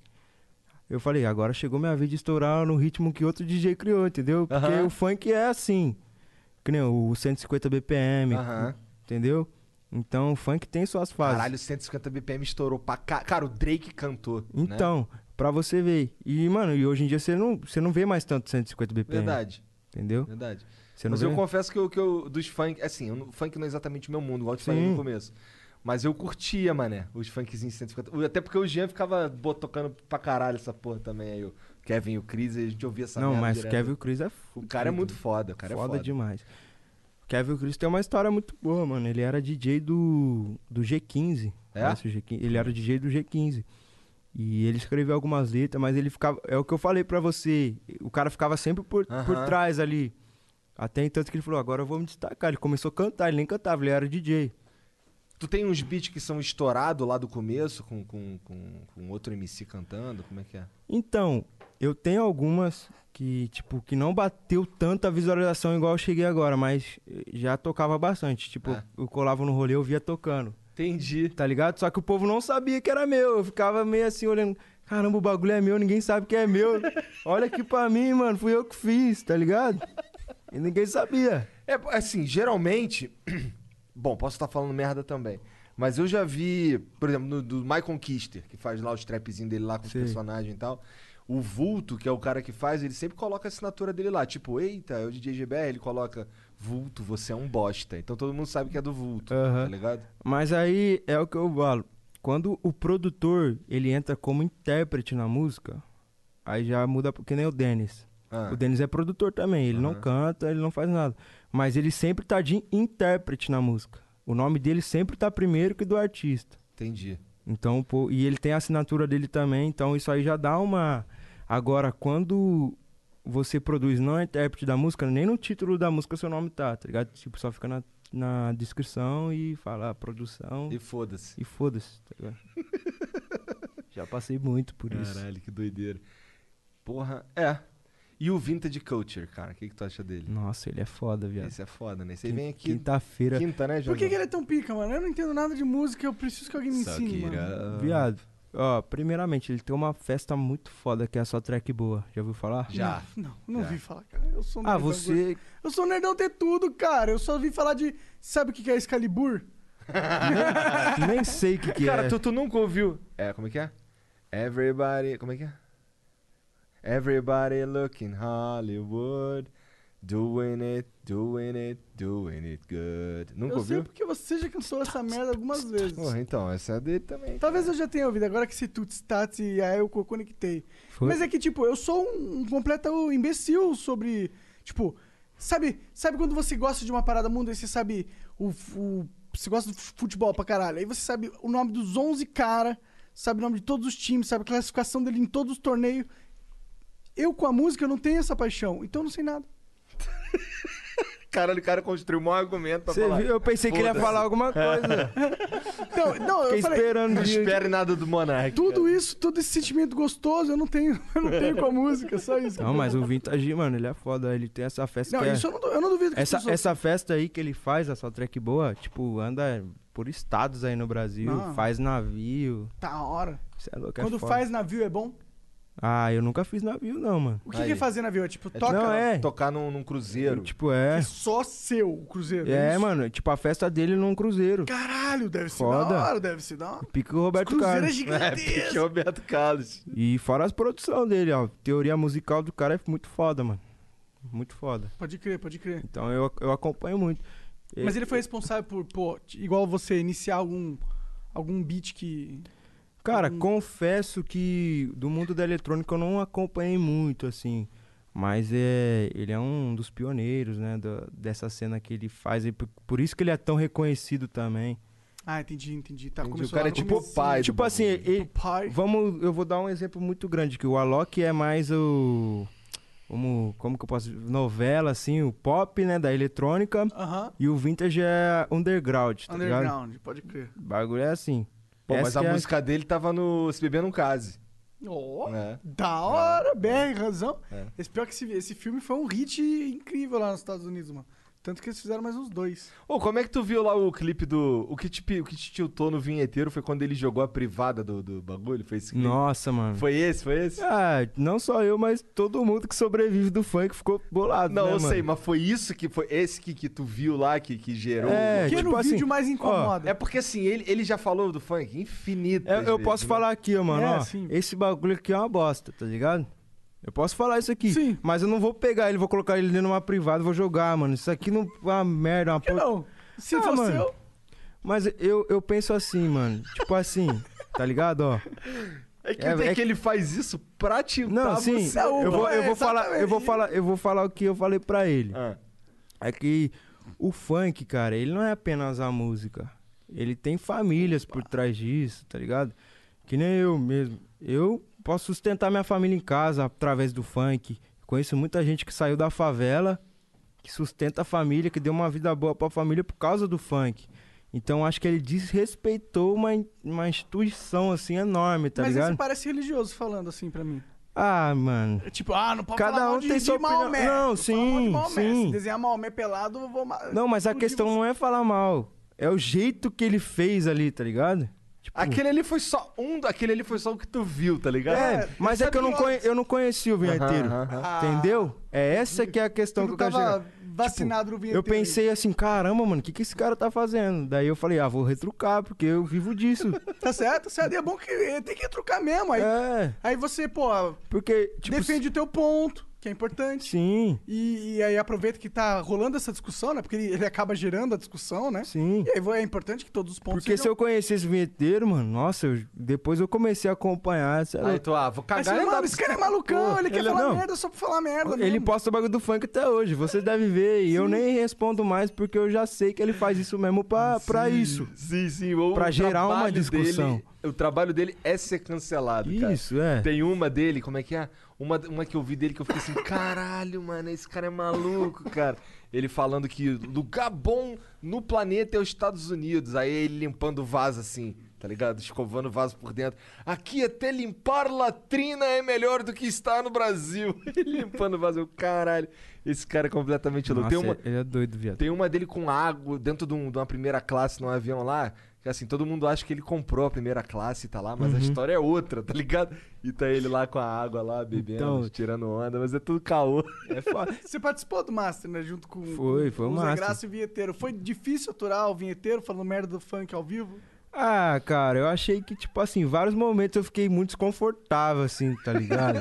Eu falei, agora chegou minha vez de estourar no ritmo que outro DJ criou, entendeu? Porque
Aham.
o funk é assim. Que nem o 150 BPM,
Aham.
entendeu? Então o funk tem suas fases.
Caralho, né? 150 BPM estourou pra cá. Cara, o Drake cantou. Né?
então, pra você ver. E, mano, e hoje em dia você não, você não vê mais tanto 150 BPM.
Verdade,
Entendeu?
verdade.
Você não
Mas
vê.
eu confesso que eu, que eu dos funk, assim, eu não- funk não é exatamente o meu mundo, igual eu te falei
Sim.
no começo. Mas eu curtia, mané, os funkzinhos 150. Até porque o Jean ficava bo- tocando pra caralho essa porra também. Aí o Kevin e o Chris, a gente ouvia essa
não,
merda
mas
né, direto.
Kevin e o Chris é
O cara é
fudido.
muito foda, o cara
foda,
é foda.
demais. Kevin Chris tem uma história muito boa, mano. Ele era DJ do, do G15.
É?
Conhece o G15? Ele era DJ do G15. E ele escreveu algumas letras, mas ele ficava. É o que eu falei pra você. O cara ficava sempre por, por
Aham.
trás ali. Até tanto que ele falou: agora eu vou me destacar. Ele começou a cantar, ele nem cantava, ele era DJ.
Tu tem uns beats que são estourados lá do começo, com, com, com, com outro MC cantando, como é que é?
Então, eu tenho algumas que, tipo, que não bateu tanta visualização igual eu cheguei agora, mas eh, já tocava bastante. Tipo,
É.
eu colava no rolê, eu via tocando.
Entendi.
tá ligado? Só que o povo não sabia que era meu. Eu ficava meio assim olhando, caramba, o bagulho é meu, ninguém sabe que é meu. Olha aqui pra mim, mano, fui eu que fiz, tá ligado? E ninguém sabia.
É, assim, geralmente. Bom, posso estar falando merda também. Mas eu já vi, por exemplo, no, do My Conquister, que faz lá os trapzinhos dele lá com
Sim.
os personagens e tal. O Vulto, que é o cara que faz, ele sempre coloca a assinatura dele lá. Tipo, eita, é o DJ GBR, ele coloca Vulto, você é um bosta. Então todo mundo sabe que é do Vulto,
Aham.
tá ligado?
Mas aí é o que eu falo. Quando o produtor, ele entra como intérprete na música, aí já muda, porque nem o Denis.
Ah,
O Denis é produtor também, ele não
Aham.
canta, ele não faz nada. Mas ele sempre tá de intérprete na música. O nome dele sempre tá primeiro que do artista.
entendi.
Então, pô, e ele tem a assinatura dele também, então isso aí já dá uma. Agora, quando você produz não é intérprete da música, nem no título da música seu nome tá, tá ligado? Tipo, só fica na, na descrição e fala ah, produção
E
e,
foda-se.
foda-se, tá ligado? já passei muito por isso.
Caralho, que doideira. Porra, é. E o Vintage Culture, cara, o que, que tu acha dele?
Nossa, ele é foda, viado.
Esse é foda, né? Esse aí vem aqui
Quinta-feira.
quinta, né,
Por que,
Jornal?
que ele é tão pica, mano? Eu não entendo nada de música, eu preciso que alguém me ensine, mano.
Sakira.
Ah. Viado. Ó, primeiramente, ele tem uma festa muito foda que é a sua track boa. Já ouviu falar?
Já.
Não, não
Já.
vi falar, cara. Eu sou um
Ah,
nerdão gordo.
você.
Eu sou um nerdão ter tudo, cara. Eu só vi falar de. Sabe o que que é Excalibur?
Nem sei o que, que
Cara,
é.
tu, tu nunca ouviu. É, como é que é? Everybody. Como é que é? Everybody looking Hollywood. Doing it, doing it, doing it good. Nunca
eu sei
ouviu?
porque você já cantou essa merda algumas vezes.
Porra, então, essa é dele também.
Talvez eu já tenha ouvido, agora que esse tuts tats e aí eu co- conectei.
Foi?
Mas é que, tipo, eu sou um, um completo imbecil sobre. Tipo, sabe, sabe quando você gosta de uma parada mundo e você sabe. O, o- você gosta de futebol pra caralho. Aí você sabe o nome dos 11 caras, sabe o nome de todos os times, sabe a classificação dele em todos os torneios. Eu com a música eu não tenho essa paixão, então eu não sei nada.
Caralho, o cara construiu um argumento pra
Você
falar.
viu? Eu pensei que ele ia
Foda-se.
falar alguma coisa.
Então, não, eu
Fiquei
É. falei.
esperando.
Não
de-
espere nada do Monark.
Tudo isso, todo esse sentimento gostoso, eu não tenho, eu não tenho com a música, só isso.
Não, mas o Vintage, mano, ele é foda. Ele tem essa festa
Não,
que é-
isso eu não, du- eu não duvido que as
Essa,
pessoas-
essa festa aí que ele faz, essa track boa, tipo, anda por estados aí no Brasil,
Não.
faz navio.
Tá na hora.
Você é louco, é
Quando
foda.
faz navio é bom?
Ah, eu nunca fiz navio, não, mano.
O que, que
Aí.
é fazer navio? É tipo,
tipo-
toca.
Não, é.
Tocar num, num cruzeiro.
Tipo, é.
É só seu o cruzeiro.
É,
isso?
mano, tipo, a festa dele num cruzeiro.
Caralho, deve ser
Foda.
da hora, deve ser da hora.
Pica o
Os
Roberto
cruzeiros é
Carlos.
é, porque é
gigantesco.
o Roberto Carlos.
E fora as produções dele, ó. Teoria musical do cara é muito foda, mano. Muito foda.
Pode crer, pode crer.
Então eu, eu acompanho muito. E-
Mas ele foi responsável por, pô, t- igual você, iniciar algum, algum beat que...
Cara,
Hum.
confesso que do mundo da eletrônica eu não acompanhei muito, assim. Mas é, ele é um dos pioneiros, né, da- dessa cena que ele faz. E por, por isso que ele é tão reconhecido também.
Ah, entendi, entendi. Tá,
Entendi, o
começou
cara
lá
é
no
tipo
comecinho.
pai. do
tipo assim,
bagulho.
ele-
Pai.
vamos, eu vou dar um exemplo muito grande, que o Alok é mais o... Como, como que eu posso... Novela, assim, o pop, né, da eletrônica.
Aham.
E o vintage é underground, tá ligado?
Underground, pode crer.
O bagulho é assim.
Pô, mas
Essa
a
que é
música dele tava no Se Beber Num Case.
Ó,
né?
da hora, BR, razão.
É.
Esse pior que esse, esse filme foi um hit incrível lá nos Estados Unidos, mano. Tanto que eles fizeram mais uns dois.
Ô, como é que tu viu lá o clipe do. O que te, pi- o que te tiltou no vinheteiro foi quando ele jogou a privada do, do bagulho? Foi esse clipe?
Nossa, mano.
Foi esse, foi esse?
Ah, não só eu, mas todo mundo que sobrevive do funk ficou bolado,
Não,
né,
eu
mano?
sei, mas foi isso que foi esse que, que tu viu lá que, que gerou.
É,
O que
tipo
no vídeo
assim,
mais incomoda?
É porque assim, ele, ele já falou do funk infinito.
É, Eu, eu
né?
posso falar aqui, ó, mano,
É,
ó,
sim.
esse bagulho aqui é uma bosta, tá ligado? Eu posso falar isso aqui,
Sim.
mas eu não vou pegar ele, vou colocar ele numa privada, e vou jogar, mano. Isso aqui não é uma merda, uma
Por que
por-
não? Se
Ah,
fosse
mano.
eu.
Mas eu, eu penso assim, mano, tipo assim, tá ligado, ó?
É que,
É,
é
é
que ele faz isso pra tiltar
Não, sim,
você.
eu vou, eu vou
É,
falar, eu vou falar, eu vou falar o que eu falei pra ele.
Ah,
É que o funk, cara, ele não é apenas a música. Ele tem famílias por trás disso, tá ligado? Que nem eu mesmo. Eu posso sustentar minha família em casa através do funk. Conheço muita gente que saiu da favela, que sustenta a família, que deu uma vida boa pra família por causa do funk. Então acho que ele desrespeitou uma, in- uma instituição assim enorme, tá
Mas
ligado?
esse parece religioso falando assim pra mim.
Ah, mano.
É tipo, ah, não pode
Cada
falar mal
um
de,
tem
de
sua opinião.
Maomé.
Não,
pode falar mal de
sim,
Maomé. Se
sim.
desenhar Maomé pelado, eu vou... ma-
Não, mas a
explodir
questão
você.
não é falar mal. É o jeito que ele fez ali, tá ligado? Tipo,
Aquele ali foi só um. do- Aquele ali foi só o que tu viu, tá ligado?
É, mas é
sabe
que eu não,
que
conhe- eu não conheci o vinheteiro.
Aham, aham, Ah,
aham.
Entendeu? É essa que é a questão que
Então,
eu quero
tava
chegar. Tipo,
vacinado o vinheteiro.
Eu pensei assim, caramba, mano, o que, que esse cara tá fazendo? Daí eu falei, ah, vou retrucar, porque eu vivo disso.
Tá certo, tá certo. E é bom que eh, tem que trocar mesmo. Aí,
é,
aí você, pô,
porque, tipo...
defende o teu ponto, que é importante.
Sim,
E, e aí aproveita que tá rolando essa discussão, né? Porque ele, ele acaba gerando a discussão, né?
sim.
E aí é importante que todos os pontos
Porque se eu conhecesse o vinheteiro, mano, nossa, eu- depois eu comecei a acompanhar. é sei lá.
Aí tu, ah, vou
Aí você,
cagar e andar
mano, esse cara é malucão,
Pô,
ele quer
ele-
falar
não.
merda só pra falar
tá
merda
ele
né?
mesmo.
posta o bagulho do funk até hoje,
É.
vocês devem ver. E eu nem respondo mais, porque eu já sei que ele faz isso mesmo pra, pra isso.
Sim, sim. Ou
Pra
o
gerar uma
trabalho
discussão.
dele- o trabalho dele é ser cancelado, cara.
Isso, é.
Tem uma dele, como é que é? Uma, uma que eu vi dele que eu fiquei assim, caralho, mano, esse cara é maluco, cara. Ele falando que lugar bom no planeta é os Estados Unidos. Aí ele limpando o vaso assim, tá ligado? Escovando o vaso por dentro. Aqui até limpar latrina é melhor do que estar no Brasil. Ele limpando o vaso, eu, caralho. Esse cara é completamente louco. Tem
Nossa,
uma,
Ele é doido, viado.
tem uma dele com água dentro de, um- de uma primeira classe num avião lá. Que assim, todo mundo acha que ele comprou a primeira classe e tá lá, mas
Uhum.
a história é outra, tá ligado? E tá ele lá com a água lá, bebendo,
Então-
tirando onda, mas é tudo caô.
É foda.
Você participou do Master, né? Junto com,
Foi,
com
foi o
Zé
Master.
Graça e o Vinheteiro. Foi difícil aturar o Vinheteiro falando merda do funk ao vivo?
Ah, cara, eu achei que, tipo assim, em vários momentos eu fiquei muito desconfortável, assim, tá ligado?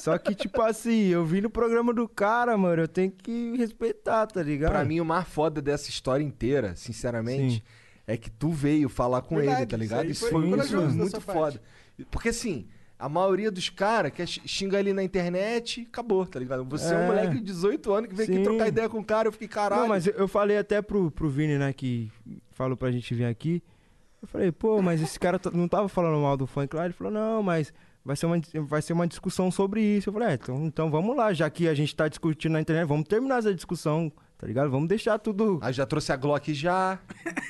Só que, tipo assim, eu vi no programa do cara, mano, eu tenho que respeitar, tá ligado?
Pra mim, o mais foda dessa história inteira, sinceramente,
Sim.
é que tu veio falar com
Verdade,
ele, tá
isso
ligado?
aí
Isso,
foi
foi, isso
corajoso
foi
da
muito
sua parte.
foda. Porque assim, a maioria dos caras quer x- xinga ali na internet, acabou, tá ligado? Você é, um
É.
moleque de 18 anos que veio aqui
Sim.
trocar ideia com o cara, eu fiquei caralho.
Não, mas eu, eu falei até pro, pro Vini, né, que falou pra gente vir aqui. Eu falei, pô, mas esse cara tá- não tava falando mal do funk lá. Ele falou, não, mas vai ser uma, dis- vai ser uma discussão sobre isso. Eu falei, é, então, então vamos lá, já que a gente tá discutindo na internet, vamos terminar essa discussão, tá ligado? Vamos deixar tudo.
Aí já trouxe a Glock já.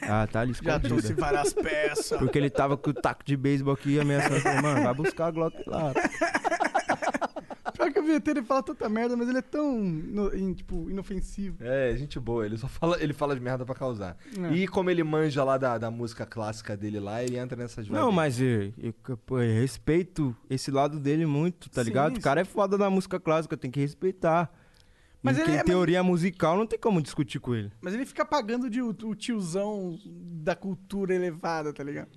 Ah, tá ali
Já trouxe
escondida.
várias peças.
Porque ele tava com o taco de beisebol aqui e ameaçando. Eu falei, Mano, vai buscar a Glock lá.
Pior que o Vinheteiro ele fala tanta merda, mas ele é tão, ino- in- tipo, inofensivo.
É, gente boa, ele só fala, ele fala de merda pra causar.
É.
E como ele manja lá da, da música clássica dele lá, ele entra nessas
Não,
vibes.
mas eu, eu- pô, eu respeito esse lado dele muito, tá
Sim,
ligado? O cara é foda da música clássica, tem que respeitar.
Mas
Mas
ele
ele
é-
em teoria musical não tem como discutir com ele.
Mas ele fica pagando de o, o tiozão da cultura elevada, tá ligado?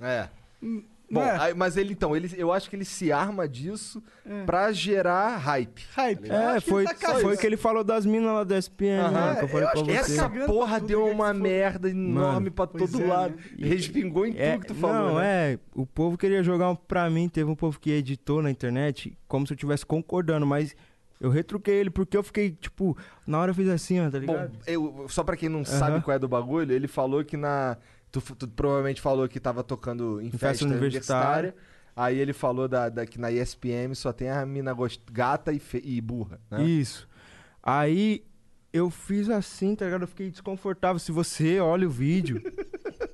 É.
Não
Bom,
é?
aí- mas ele então, ele, eu acho que ele se arma disso
É.
pra gerar hype.
Hype. Eu
É,
acho que
foi,
ele tá
foi
cagando.
o que ele falou das minas lá da SPN,
Aham.
né, que
É,
eu falei
eu
pra
acho que
você.
Essa
Cagando
porra
tudo,
deu
ninguém
uma
se fode.
merda enorme pra
Pois
todo
é,
lado.
né?
Respingou em tudo
É,
que tu falou.
não,
né?
é, o povo queria jogar um- pra mim, teve um povo que editou na internet, como se eu estivesse concordando, mas eu retruquei ele, porque eu fiquei, tipo, na hora eu fiz assim, ó, tá
Bom,
ligado?
eu- só pra quem não sabe
Aham.
qual é do bagulho, ele falou que na. Tu, tu provavelmente falou que tava tocando em, festa,
festa
universitária.
universitária.
Aí ele falou da, da- que na ESPM só tem a mina gost- gata e, fe- e burra. Né?
Isso. Aí eu fiz assim, tá ligado? Eu fiquei desconfortável. Se você olha o vídeo,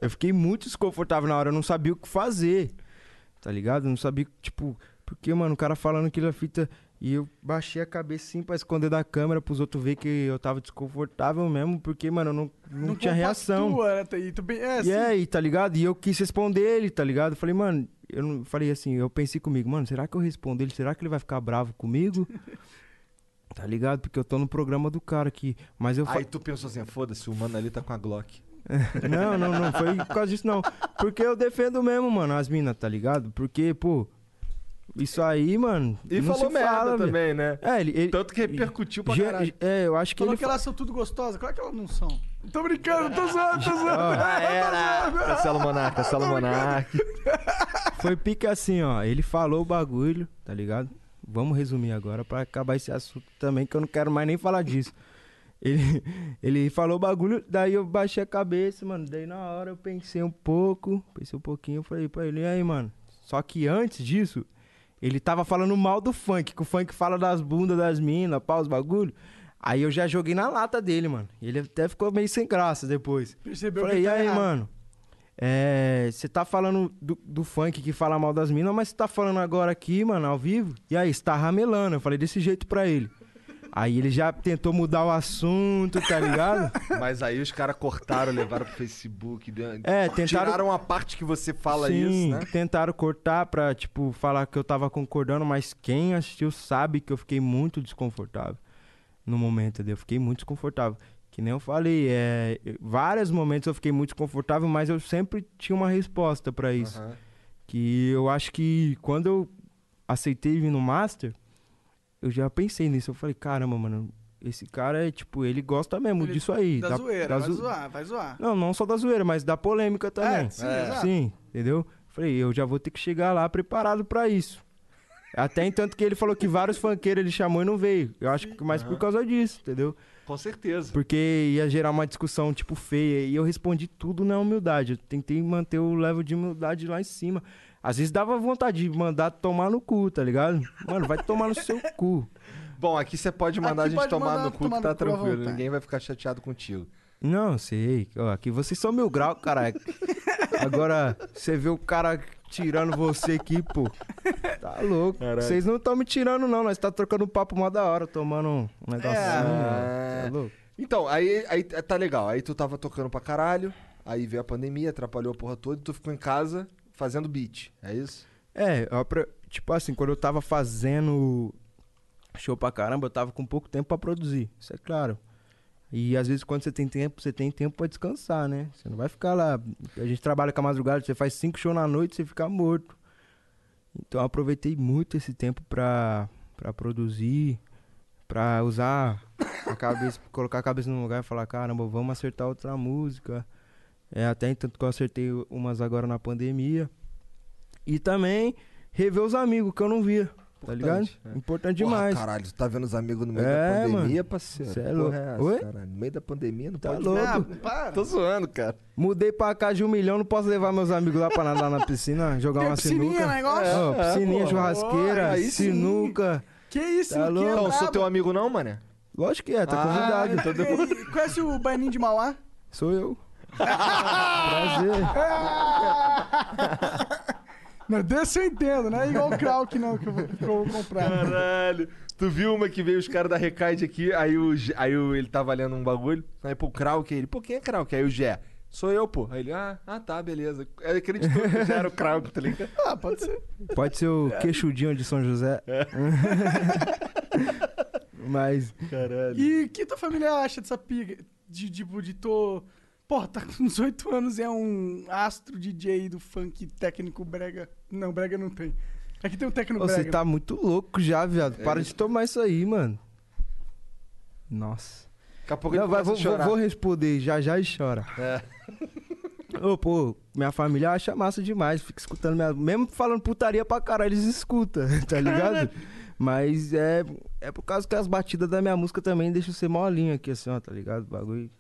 eu fiquei muito desconfortável na hora. Eu não sabia o que fazer, tá ligado? Eu não sabia, tipo, porque, mano, o cara falando aquilo a fita. E eu baixei a cabeça assim pra esconder da câmera pros outros ver que eu tava desconfortável mesmo, porque, mano, eu não, não, tinha reação.
compactua, né, Thaí? Tu bem- é,
E
sim.
assim.
aí, tá ligado? E eu quis responder ele, tá ligado? Eu Falei, mano, eu não falei assim, eu pensei comigo, mano, será que eu respondo ele? Será que ele vai ficar bravo comigo? tá ligado? Porque eu tô no programa do cara aqui. Mas eu
Aí
falei.
tu pensou assim, foda-se, o mano ali tá com a Glock.
não, não, não, foi por causa disso, não. Porque eu defendo mesmo, mano, as minas, tá ligado? Porque, pô, isso aí, mano.
E
não
falou
se
merda
fala, velho.
também, né?
É, ele. ele
Tanto que repercutiu pra
Ge-
caralho.
É, eu acho que
Falou
ele.
que elas são tudo gostosas. Claro que elas não são. Tô brincando, tô zoando, tô zoando.
ah,
Cancela o Monarca, cancela o Monarca.
Foi pique assim, ó. Ele falou o bagulho, tá ligado? Vamos resumir agora pra acabar esse assunto também, que eu não quero mais nem falar disso. Ele, ele falou o bagulho, daí eu baixei a cabeça, mano. Daí na hora eu pensei um pouco, pensei um pouquinho, eu falei pra ele, e aí, mano? Só que antes disso, ele tava falando mal do funk, que o funk fala das bundas das minas, pau, os bagulho. Aí eu já joguei na lata dele, mano. Ele até ficou meio sem graça depois.
Percebeu
Falei,
que
e
tá
aí,
errado."
mano? Você tá falando do, do funk que fala mal das minas, mas você tá falando agora aqui, mano, ao vivo. E aí, você tá ramelando. Eu falei desse jeito pra ele. Aí ele já tentou mudar o assunto, tá ligado?
Mas aí os caras cortaram, levaram pro Facebook. Deu...
É, tentaram-
Tiraram a parte que você fala
Sim,
isso, né?
tentaram cortar pra, tipo, falar que eu tava concordando, mas quem assistiu sabe que eu fiquei muito desconfortável no momento, entendeu? Eu fiquei muito desconfortável. Que nem eu falei, é, eu- vários momentos eu fiquei muito desconfortável, mas eu sempre tinha uma resposta pra isso.
Aham.
Que eu acho que quando eu aceitei vir no Master, eu já pensei nisso. Eu falei, caramba, mano, esse cara é tipo, ele gosta mesmo
Ele-
disso aí.
Da, zoeira,
da
vai
zo-
zoar, vai zoar.
Não, não só da zoeira, mas da polêmica também.
É, sim,
É.
exato.
Sim, entendeu? Falei, eu já vou ter que chegar lá preparado pra isso. Até entanto que ele falou que vários funkeiros ele chamou e não veio. Eu acho que mais por causa disso, entendeu?
Com certeza.
Porque ia gerar uma discussão, tipo, feia. E eu respondi tudo na humildade. Eu tentei manter o level de humildade lá em cima. Às vezes dava vontade de mandar tomar no cu, tá ligado? Mano, vai tomar no seu cu.
Bom, aqui você pode mandar
Aqui
a gente
pode
tomar
mandar
no cu
tomar
que tá
no cu à
tranquilo.
vontade.
Ninguém vai ficar chateado contigo.
Não, sei. Ó, Aqui vocês são mil grau, caralho. Agora, você vê o cara tirando você aqui, pô. Tá louco.
Caralho.
Vocês não estão me tirando, não. Nós tá trocando um papo mó da hora, tomando um negocinho.
É.
Tá louco.
Então, aí, aí tá legal. Aí tu tava tocando pra caralho, aí veio a pandemia, atrapalhou a porra toda e tu ficou em casa fazendo beat. É isso?
É, ó, pra- tipo assim, quando eu tava fazendo show pra caramba, eu tava com pouco tempo pra produzir. Isso é claro. E às vezes quando você tem tempo, você tem tempo pra descansar, né? Você não vai ficar lá. A gente trabalha com a madrugada, você faz cinco shows na noite, você fica morto. Então eu aproveitei muito esse tempo pra, pra produzir, pra usar a cabeça, colocar a cabeça no lugar e falar, caramba, vamos acertar outra música. É, até entanto que eu acertei umas agora na pandemia. E também rever os amigos que eu não via, tá ligado?
Importante, é.
Importante
Porra,
demais.
caralho, tu tá vendo os amigos no meio
É,
da pandemia,
mano.
parceiro?
Cê é
Porra
louco.
essa,
Oi?
caralho? No meio da pandemia não
Tá
pode...
louco.
Ah, para.
Tô zoando, cara.
Mudei pra casa de um milhão, não posso levar meus amigos lá pra nadar na piscina, jogar
Tem
uma
piscininha,
sinuca.
negócio?
Ó,
É,
piscininha,
pô.
churrasqueira,
Ó, aí sim.
sinuca.
Que isso,
Tá
que
louco.
Então,
brabo.
sou teu amigo não, mané?
Lógico que é, tá
Ah,
convidado.
todo mundo-
E aí, Conhece o Baininho de Mauá?
Sou eu. Prazer.
Não, desse eu entendo, né? Igual o Krauk, não, que eu vou, que eu vou comprar.
Caralho. Tu viu uma que veio os caras da Recaide aqui, aí, o, G- aí o- ele tava lendo um bagulho, aí pô, Krauk, aí ele, pô, quem é Krauk? Aí o Gé, sou eu, pô. Aí ele, ah, ah tá, beleza. Ele acreditou que já era o Krauk, tá ligado?
Ah, pode ser.
Pode ser
É.
o queixudinho de São José. Mas,
Caralho.
E o que tua família acha dessa piga? De, tipo, de tô... Porra, tá com 18 anos e é um astro DJ do funk técnico brega. Não, brega não tem. Aqui tem um técnico
ô, você
brega.
tá muito louco já, viado. Para
É.
de tomar isso aí, mano. Nossa.
Daqui a pouco
Não,
ele começa
vai, vou,
a
vou-
chorar.
vou responder já já e chora.
É.
Ô, pô, minha família acha massa demais, fica escutando minha... Mesmo falando putaria pra caralho, eles escutam, tá ligado? Mas é, é por causa que as batidas da minha música também deixam ser molinha aqui, assim, ó, tá ligado? Bagulho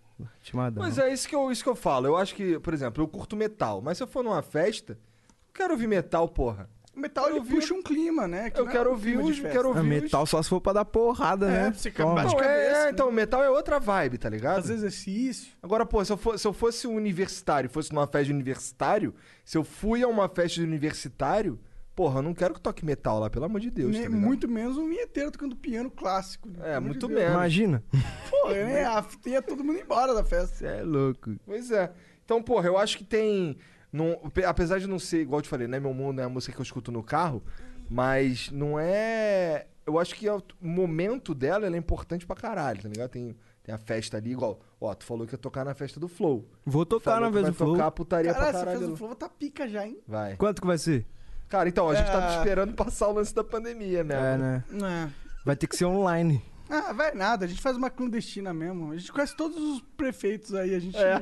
timadão.
Mas é isso que, eu, isso que eu falo. Eu acho que, por exemplo, eu curto metal, mas se eu for numa festa, eu quero ouvir metal, porra.
O metal,
Eu
ele
ouvi-
puxa um clima, né? Que
Eu
não é
quero
um
ouvir
clima de
os.
festa.
Quero
Ah,
ouvir os-
metal só se for pra dar porrada,
É,
né?
pra você
Toma.
bate-
Não, é,
cabeça,
é,
né?
então, metal é outra vibe, tá ligado?
Fazer exercício.
Agora, pô, se eu, for- se eu fosse um universitário, fosse numa festa de universitário, se eu fui a uma festa de universitário, porra, eu não quero que toque metal lá, pelo amor de Deus,
Nem-
tá ligado?
muito menos um vinheteiro tocando piano clássico. né? Pelo
É,
amor
muito
de Deus.
menos.
Imagina.
Pô, né? A- ia todo mundo embora da festa.
Você é louco.
Pois é. Então, porra, eu acho que tem. não- pe- apesar de não ser, igual eu te falei, né? Meu mundo é a música que eu escuto no carro, mas não é. Eu acho que é o t- o momento dela ela é importante pra caralho, tá ligado? Tem, tem a festa ali, igual. Ó, tu falou que ia tocar na festa do Flow.
Vou tocar
Falou
na
que
vez
vai
do Flow.
tocar putaria
Caralho,
pra
essa
caralho.
festa do Flow tá pica já, hein?
Vai.
Quanto que vai ser?
Cara, então, a gente
É.
tava esperando passar o lance da pandemia, né?
É, né?
É.
Vai ter que ser online.
Ah, vai nada, a gente faz uma clandestina mesmo. A gente conhece todos os prefeitos aí, a gente
É.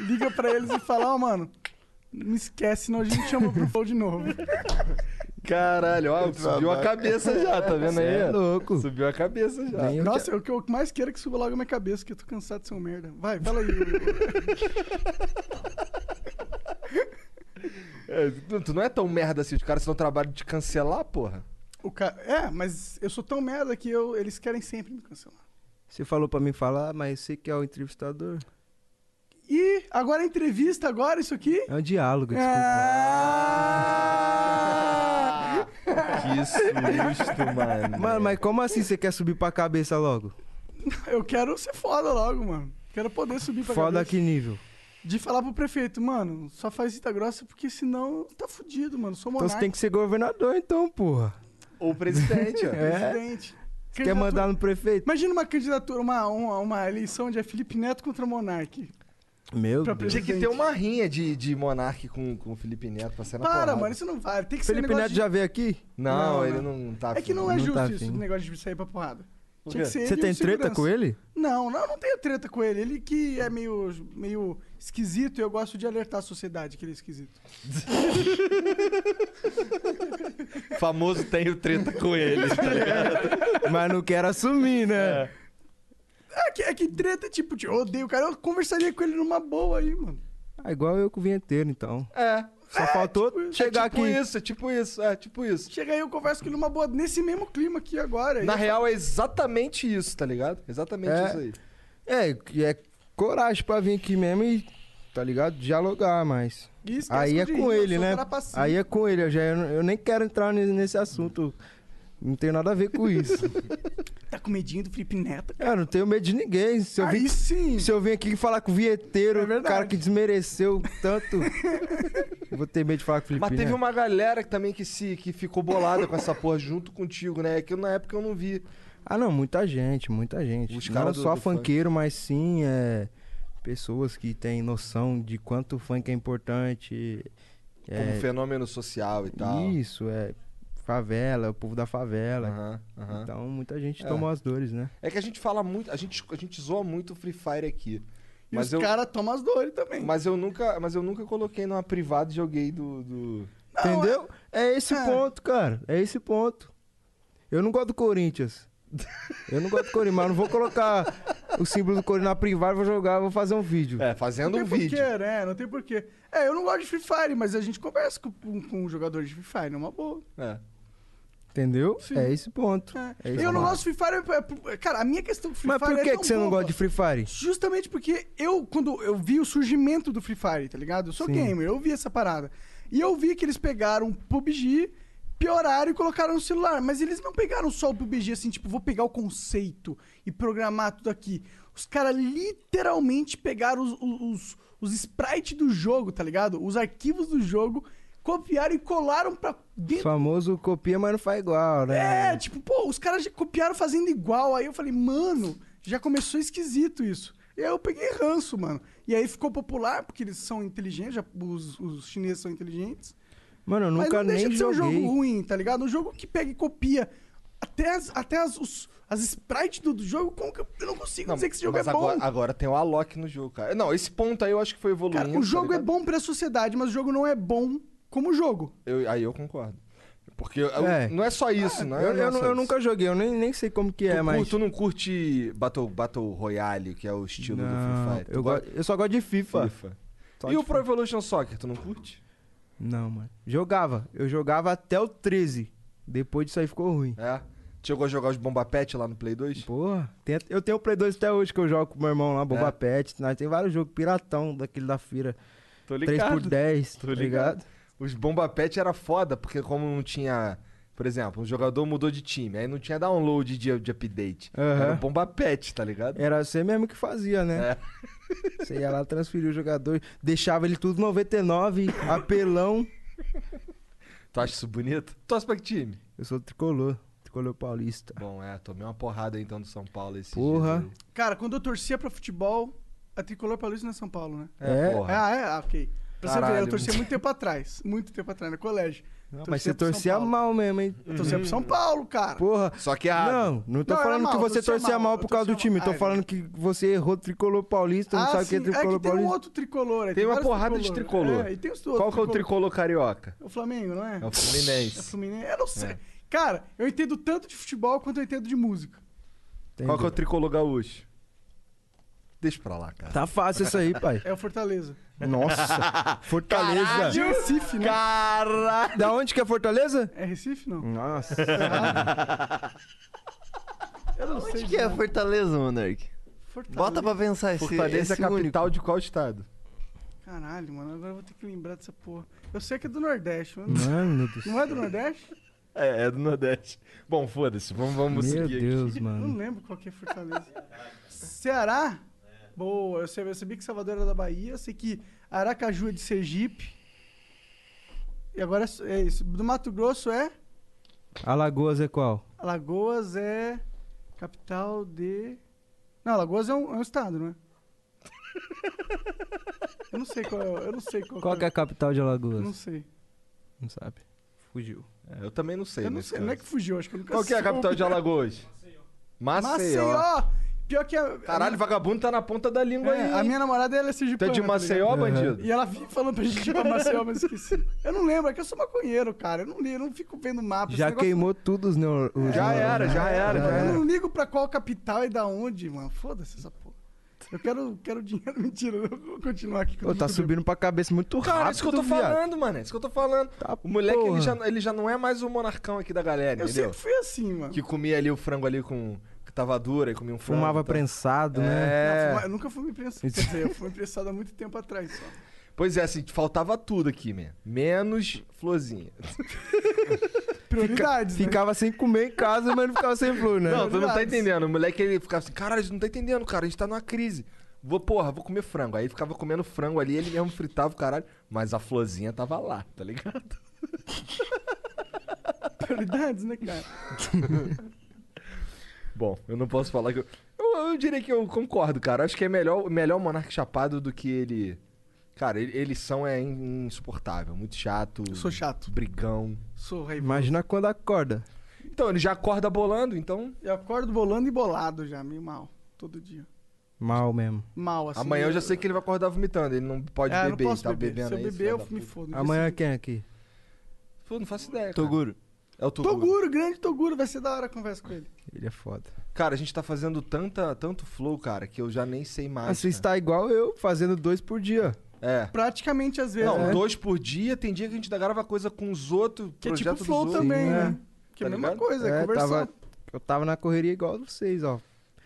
liga pra eles e fala, ó, mano, não esquece, senão a gente chama pro flow de novo.
Caralho, ó, subiu a cabeça já, tá vendo
Você
aí? tá-
é louco.
Subiu a cabeça já.
Nem eu te-
Nossa, o que eu mais quero é que suba logo a minha cabeça, que eu tô cansado de ser um merda. Vai, fala aí.
É, tu- tu não é tão merda assim, os caras estão trabalho de cancelar, porra.
o ca... É, mas eu sou tão merda que eu... eles querem sempre me cancelar.
Você falou pra mim falar, mas você que é o entrevistador.
E agora a
um
Ah,
entrevista, agora isso aqui?
É um diálogo, desculpa.
Ah!
Que susto, mano.
Mano, mas como assim você quer subir pra cabeça logo?
Eu quero ser foda logo, mano. Quero poder subir pra
Foda
cabeça.
que nível.
De falar pro prefeito, mano, só faz cita grossa porque senão tá fudido, mano. Sou
Então
monarca.
você tem que ser governador, então, porra.
Ou presidente, ó.
presidente.
É. Você quer mandar no prefeito?
Imagina uma candidatura, uma, uma, uma eleição onde é Felipe Neto contra Monark.
Meu
Pra
Deus.
Tinha que ter uma rinha de, de Monark com, com o Felipe Neto pra ser na
Para,
porrada.
mano, isso não vale. Tem que ser um
Felipe
negócio
Neto
de...
já veio aqui?
Não,
Não,
ele
não.
não, tá
É que não
afim,
é
Não
justo
tá
isso,
afim.
esse negócio de sair pra porrada.
Por
Tinha
quê?
que ser
Você
ele e
tem
o
treta
segurança.
com ele?
Não, não, eu não tenho treta com ele. Ele que é meio, meio esquisito e eu gosto de alertar a sociedade que ele é esquisito.
Famoso tenho treta com ele, tá ligado?
Mas não quero assumir, né?
É que, é que treta, tipo, de odeio o cara. Eu conversaria com ele numa boa aí, mano.
Ah, igual eu com o vinheteiro, então.
É.
Só faltou chegar
é tipo
aqui.
isso, é tipo isso, é tipo isso.
Chega aí, eu converso com ele numa boa, nesse mesmo clima aqui agora.
Na
Aí-
real, é exatamente isso, tá ligado? Exatamente
É.
isso aí.
É, que é coragem pra vir aqui mesmo e, tá ligado? Dialogar, mas.
e esquece
Aí é
de
com
rir, eu
ele,
sou um
né?
cara passivo.
Aí é com ele, eu, já, eu, eu nem quero entrar ne- nesse assunto. Não tenho nada a ver com isso. É,
Tá com medinho do Felipe Neto?
eu não tenho medo de ninguém. é- Se eu,
Aí
vim,
sim.
se eu vim aqui falar com o vinheteiro,
É
o
verdade.
cara que desmereceu tanto. vou ter medo de falar com o Felipe. né?
Mas teve
né?
um-
Neto.
uma galera que também que, se, que ficou bolada com essa porra junto contigo, né? Que eu, na época eu não vi.
Ah, não, muita gente, muita gente.
Os
não
caras do-
só
do
funkeiro, mas sim é, pessoas que têm noção de quanto o funk é importante.
Como
É,
fenômeno social e tal.
isso, é favela, é o povo da favela.
Aham, aham.
Então muita gente
É.
tomou as dores, né?
É que a gente fala muito, a gente, a gente zoa muito o Free Fire aqui.
E
Mas
os
eu,
caras tomam as dores também.
mas, eu nunca, mas eu nunca coloquei numa privada e joguei do. do...
Não,
Entendeu? É esse
É.
ponto, cara. É esse ponto. Eu não gosto do Corinthians. Eu não gosto do Corinthians, mas eu não vou colocar o símbolo do Corinthians na privada, vou jogar, vou fazer um vídeo.
É,
Não
fazendo
tem
um vídeo.
porquê, né? Não tem porquê. É, eu não gosto de Free Fire, mas a gente conversa com, com, com um jogador de Free Fire, numa boa.
É.
Entendeu?
Sim.
É esse ponto.
É.
É isso,
eu não
mano.
gosto de Free Fire. é- é- Cara, a minha questão com Free
Mas
Fire.
por que,
é tão
que você não
boba.
gosta de Free Fire?
Justamente porque eu, quando eu vi o surgimento do Free Fire, tá ligado? Eu sou
Sim.
gamer, eu vi essa parada. E eu vi que eles pegaram PUBG, pioraram e colocaram no celular. Mas eles não pegaram só o PUBG assim, tipo, vou pegar o conceito e programar tudo aqui. Os caras literalmente pegaram os, os, os sprites do jogo, tá ligado? Os arquivos do jogo, copiaram e colaram pra
O
dentro
famoso copia, mas não faz igual, né?
é, tipo, pô, os caras já copiaram fazendo igual. Aí eu falei, mano, já começou esquisito isso. E aí eu peguei ranço, mano. E aí ficou popular, porque eles são inteligentes, já- os, os chineses são inteligentes.
Mano, eu
mas
nunca
não deixa
nem
de ser um
joguei.
jogo ruim, tá ligado? Um jogo que pega e copia. Até as, até as, os- as sprites do, do jogo, como que eu, eu não consigo dizer que esse jogo é
mas
bom?
agora, agora tem o Alok no jogo, cara. Não, esse ponto aí eu acho que foi evoluindo.
Cara, o jogo
tá
é
ligado?
bom pra sociedade, mas o jogo não é bom como jogo.
Eu- aí eu concordo. Porque eu-
É.
não é só isso, né?
Eu, eu
Não é
nu-
só
eu
isso.
nunca joguei, eu nem, nem sei como que
Tu,
é,
cur-
mas.
tu não curte Battle, Battle Royale, que é o estilo do Free
Não,
Fire? Tu
eu,
gosta
go- eu só gosto de FIFA.
de FIFA. E o
de
Pro Evolution Soccer, tu não curte?
Não, mano. Jogava. Eu jogava até o 13. Depois disso aí ficou ruim.
É. Chegou a jogar os Bomba Pet lá no Play 2?
Porra, tem- eu tenho o Play 2 até hoje que eu jogo com meu irmão lá, Boba
É.
Pet. Nós tem vários jogos piratão daquele da feira.
Tô
3x10,
Tô
tá ligado?
Os Bomba Pet era foda, porque como não tinha. Por exemplo, um jogador mudou de time, aí não tinha download de, de update.
Aham.
Era o Bomba Pet, tá ligado?
Era você mesmo que fazia,
É.
né? Você ia lá, transferia o jogador, deixava ele tudo 99, apelão.
Tu acha isso bonito? Torce pra que time?
Eu sou tricolor, tricolor paulista.
Bom, é, tomei uma porrada então do São Paulo esse
Porra.
Cara, quando eu torcia pra futebol, a tricolor paulista não é São Paulo, né?
É,
É?
porra.
Ah, é? Ah, ok. Pra você ver,
Caralho.
eu torcia muito tempo atrás. Muito tempo atrás, no colégio.
Mas
Torcia
você
pro São
torcia
Paulo.
mal mesmo, hein?
Eu torcia pro
Uhum.
São Paulo, cara.
Porra.
Só que errado.
Não, não tô
Não, era
falando
mal,
que você
torcia
torcia
mal,
mal
eu
por causa do
torcia
time.
mal.
Tô
Ah,
falando que você errou tricolor paulista, não
ah,
sabe o que
sim.
é tricolor
é que tem um
paulista.
outro tricolor. aí,
Tem uma
vários
porrada de tricolor.
É, e tem os outros
Qual que é o tricolor carioca?
É o Flamengo, não é?
É o
É o
Fluminense.
Fluminense. Eu não sei.
É.
Cara, eu entendo tanto de futebol quanto eu entendo de música.
Qual que é o
Entendeu?
tricolor gaúcho? Deixa pra lá, cara.
Tá fácil isso aí, pai.
É o Fortaleza.
Nossa, Fortaleza.
De Recife, né?
É. Cara!
Da onde que é Fortaleza?
É Recife, não?
Nossa.
Eu não sei.
Onde que é
não.
Fortaleza, Monark?
Fortaleza.
Bota pra pensar esse,
Fortaleza é
esse
capital
único.
de qual estado?
Caralho, mano. Agora eu vou ter que lembrar dessa porra. Eu sei que é do Nordeste, mano.
Mano do céu.
Não é do Nordeste?
É, é do Nordeste. Bom, foda-se, vamos, vamos
Meu
seguir
Deus,
Eu Não
mano.
lembro qual que é Fortaleza. Ceará?
É.
Boa, eu sabia, eu sabia que Salvador era da Bahia, eu sei que Aracaju é de Sergipe. E agora é- é isso. Do Mato Grosso é.
Alagoas é qual?
Alagoas é. Capital de. Não, Alagoas é um, é um estado, não é? Eu não sei qual é. o- Eu não sei qual,
Qual que é a capital de
Eu não
Alagoas?
sei.
Não sabe. Fugiu.
aqui. É, eu também não sei.
eu não
nesse
sei. Não é que
caso.
fugiu, acho que eu nunca
Qual que é a
soube.
capital de Alagoas? Maceió.
Maceió! Pior que a.
Caralho, vagabundo tá na ponta da língua
É,
aí.
a minha namorada ela é
Tu é
sergipana.
de
tá
Maceió,
ligado?
bandido?
E ela vinha falando pra gente ir pra Maceió, mas eu esqueci. Eu não lembro, é que eu sou maconheiro, cara. Eu não, li- eu não fico vendo mapa.
Já
esse negócio-
queimou tudo os neurônios.
Já era, já era, já
Eu
era.
não ligo pra qual capital e da onde, mano. Foda-se essa porra. Eu quero, quero dinheiro. Mentira, eu vou continuar aqui. que eu
Ô,
tô
tá
muito
subindo pra cabeça muito rápido,
Cara, é isso que eu tô
viado.
falando, mano. Isso que eu tô falando.
Tá,
O moleque, ele
porra.
já, ele já não é mais o monarcão aqui da galera,
bêbado. Eu
entendeu?
sempre fui assim, mano.
Que comia ali o frango ali com... Que tava dura e comia um frango.
Fumava
tá?
prensado, né?
Não,
É.
fuma- Eu nunca fui me imprensado. Quer dizer, eu fui imprensado há muito tempo atrás só.
Pois é, assim, faltava tudo aqui, man. Menos florzinha.
Prioridades, né?
Ficava sem comer em casa, mas não ficava sem flor,
É.
né?
Não, tu não tá
verdade.
entendendo. O moleque ele ficava assim, cara, a gente não tá entendendo, cara, a gente tá numa crise. Vou, porra, vou comer frango. Aí ficava comendo frango ali, ele mesmo fritava o caralho. Mas a florzinha tava lá, tá ligado?
Prioridades, né, cara?
Bom, eu não posso falar que eu. Eu, eu diria que eu concordo, cara. Acho que é melhor, melhor o Monarca Chapado do que ele. Cara, ele- eles são é in- insuportável, muito chato.
Eu sou chato.
Brigão.
Sou raivoso.
Imagina quando acorda.
Então, ele já acorda bolando, então.
Eu acordo bolando e bolado já, meio mal. Todo dia.
Mal mesmo.
Mal, assim.
amanhã eu já sei que ele vai acordar vomitando. Ele não pode
É, eu não
beber, ele
posso
tá
beber.
bebendo
Se eu
aí.
beber,
filha
eu
da
me
puta.
fodo.
Amanhã quem é aqui?
Pô, não faço ideia. cara.
Toguro.
É o Toguro.
Toguro, grande Toguro, vai ser da hora a conversa com ele.
Ele é foda.
Cara, a gente tá fazendo tanta, tanto flow, cara, que eu já nem sei mais.
Ah, você
cara.
Assim,
está igual eu, fazendo dois por dia.
É.
Praticamente às vezes.
Não,
né?
dois por dia, tem dia que a gente grava coisa com os outros,
Que é
projeto
tipo
dos
flow
outros.
também,
Sim,
né?
é.
Que é a
Tá
mesma
ligado?
coisa, é, conversar.
tava, eu tava na correria igual a vocês, ó.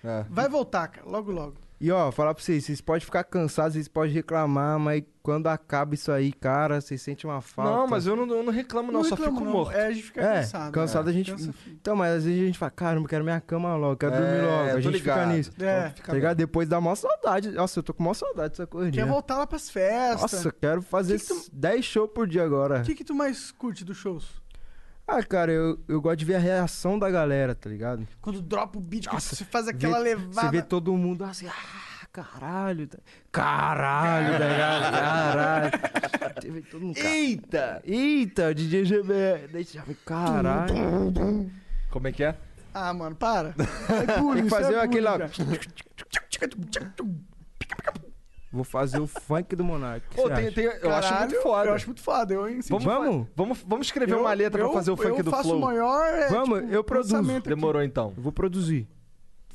É.
Vai voltar, cara, logo logo.
E ó, falar pra vocês, vocês podem ficar cansados, vocês podem reclamar, mas quando acaba isso aí, cara, vocês sentem uma falta.
Não, mas eu não, eu não reclamo, não, eu só
reclamo,
fico
não.
morto.
É, a gente fica
É,
cansado.
cansado
né?
a gente-
Cansa, filho.
Então, mas às vezes a gente fala, caramba, eu quero minha cama logo, quero dormir logo.
É, tô
A gente
ligado.
fica nisso.
Então,
É.
fica
Tá ligado? Depois dá maior saudade. Nossa, eu tô com maior saudade dessa correria.
Quer voltar lá pras festas.
Nossa, eu quero fazer
Que que
10 shows por dia agora.
O que, que tu mais curte dos shows?
Ah, cara, eu, eu gosto de ver a reação da galera, tá ligado?
Quando dropa o beat, quando
Nossa,
você faz aquela
Vê-
levada.
Você vê todo mundo assim, ah, caralho. tá- Caralho, tá ligado? caralho. Você vê todo mundo, ca-
Eita!
Eita, DJ GB. Daí você já vê, caralho.
Como é que é?
Ah, mano, para. É bullying,
Tem que fazer
isso é
aquele lá.
bullying,
Vou fazer o funk do Monark. o que
Pô,
você
tem,
acha?
tem- eu
cara.
acho
Caralho,
muito foda.
Eu acho muito foda. Eu, hein,
Vamos,
Vamos?
fa- vamos, vamos escrever
eu-
uma letra
eu-
pra fazer o funk do
Eu faço o
flow.
maior. é,
Vamos,
tipo,
eu produzo.
lançamento aqui.
Demorou então.
Eu vou produzir.
tipo,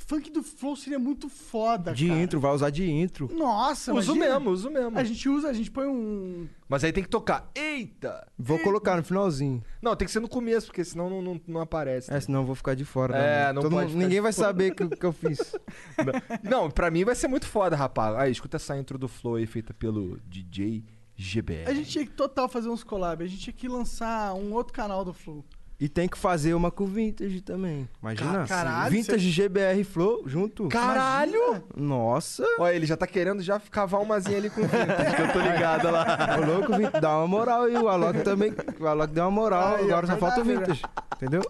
Funk do flow seria muito foda,
De
cara.
intro, vai usar de intro.
Nossa,
Uso
imagina.
mesmo, uso mesmo.
A gente usa, a gente põe um.
Mas aí tem que tocar. Eita!
Vou colocar no finalzinho.
Não, tem que ser no começo, porque senão não, não, não aparece.
É, senão eu vou ficar de fora. da
É,
música.
não
Todo
pode
mundo-
ficar
Ninguém
de
vai saber o que, que eu fiz.
Não, não, pra mim vai ser muito foda, rapaz. Aí, escuta essa intro do Flow aí feita pelo DJ GBR.
A gente tinha que total fazer uns collabs. A gente tinha que lançar um outro canal do Flow.
E tem que fazer uma com vintage também. Imagina.
Ca- caralho,
vintage GBR Flow junto.
Caralho!
Nossa!
Olha, ele já tá querendo já cavar umazinha ali com o Vintage, que eu tô ligado lá.
Ô louco, Vin- dá uma moral aí. O Alok também. O Alok deu uma moral.
Aí,
agora
é
só falta o
verdade.
vintage. Entendeu?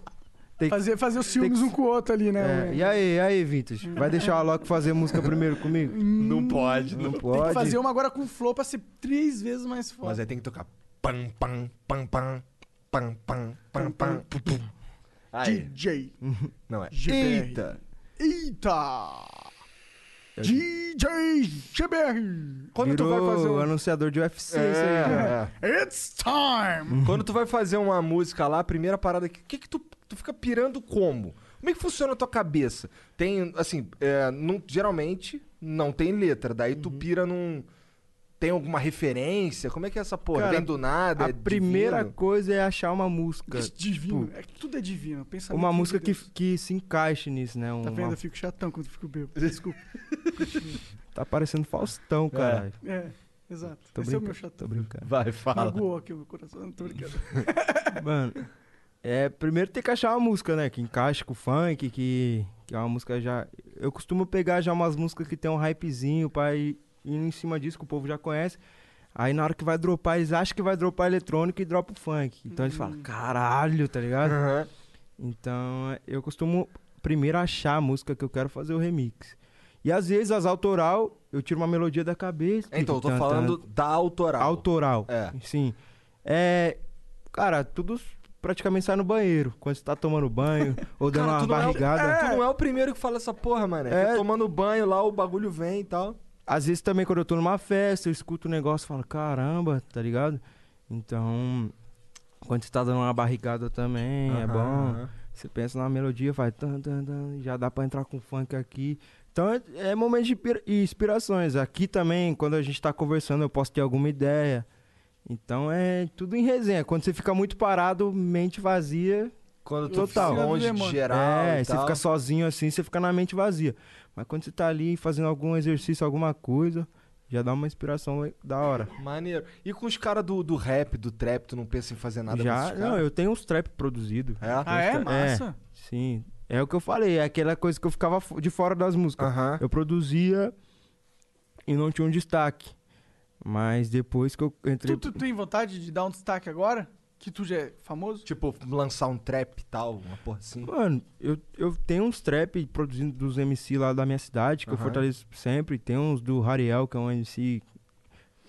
Tem que-
Fazer, fazer os ciúmes
que-
um com o outro ali, né?
É, e aí, e aí, vintage? Vai deixar o Alok fazer música primeiro comigo?
Não pode,
Não
Hum, Tem
pode. é
que fazer uma agora com o Flow pra ser três vezes mais
Mas
foda.
aí tem que tocar. Pam, pam, pam, pam. Pam, pam, pam, pam. pum, pum. Aí.
DJ.
Hum.
Não é.
GBR.
Eita!
Eita! DJ GBR!
Quando tu
Virou
vai fazer. um-
anunciador de UFC
É,
isso aí, cara.
é.
It's time!
Quando tu vai fazer uma música lá, a primeira parada que. que, que tu, tu fica pirando como? Como é que funciona a tua cabeça? Tem, assim, é, não- geralmente não tem letra, daí
Uhum.
tu pira num. Tem alguma referência? Como é que é essa porra?
Cara,
Vem do nada? é
A primeira
divino?
coisa é achar uma música.
Divino.
tipo,
É que tudo é divino. Pensamento
Uma
de
música que,
Deus.
que se encaixe nisso, né?
Tá
Uma-
vendo? Eu fico chatão quando eu fico bêbado. Desculpa.
tá parecendo Faustão, caralho.
É, exato.
Tô
Esse é o
brincando,
meu
Tô
chatão.
brincando.
Vai, fala.
Magoou aqui o meu coração. Não tô brincando.
Mano, É, primeiro tem que achar uma música, né? Que encaixe com o funk, que, que é uma música já. Eu costumo pegar já umas músicas que tem um hypezinho pra ir, ir em cima disso, que o povo já conhece. Aí na hora que vai dropar, eles acham que vai dropar eletrônico e dropa o funk. Então eles
Uhum.
falam, caralho, tá ligado?
Aham.
Então eu costumo primeiro achar a música que eu quero fazer o remix. E às vezes as autoral, eu tiro uma melodia da cabeça.
Então, eu tô
Tan, tan,
falando da autoral.
Autoral.
É.
Sim. É. Cara, tudo praticamente sai no banheiro. Quando você tá tomando banho ou dando
Cara,
uma
tu não é o-
barrigada. um
Tu não é o primeiro que fala essa porra, mano.
É.
É. Tomando banho lá, o bagulho vem e tal.
Às vezes também quando eu tô numa festa, eu escuto um negócio e falo, caramba, tá ligado? Então. Quando você tá dando uma barrigada também, é
Aham,
bom.
aham.
Você pensa numa melodia, faz tan, tan, tan, já dá pra entrar com funk aqui. Então é, é momento de inspira- e inspirações. Aqui também, quando a gente tá conversando, eu posso ter alguma ideia. Então é tudo em resenha. Quando você fica muito parado, mente vazia.
Quando tu
Total.
tá longe de
Demônio.
geral
é,
e
você
tal.
fica sozinho assim, você fica na mente vazia. Mas quando você tá ali fazendo algum exercício, alguma coisa, já dá uma inspiração le- da hora.
Maneiro. E com os caras do, do rap, do trap, tu não pensa em fazer nada com
já,
esses
não,
caras?
eu tenho uns trap produzido.
É?
Ah, é?
É.
Massa.
Sim. É o que eu falei, é aquela coisa que eu ficava fo- de fora das músicas.
Aham.
Eu produzia e não tinha um destaque. Mas depois que eu entrei.
Tu, tu tem vontade de dar um destaque agora? Que tu já é famoso?
Tipo, lançar um trap e tal, uma porra assim.
Mano, eu, eu tenho uns trap produzindo dos MC lá da minha cidade, que eu
Aham.
fortaleço sempre. Tem uns do Rariel, que é um MC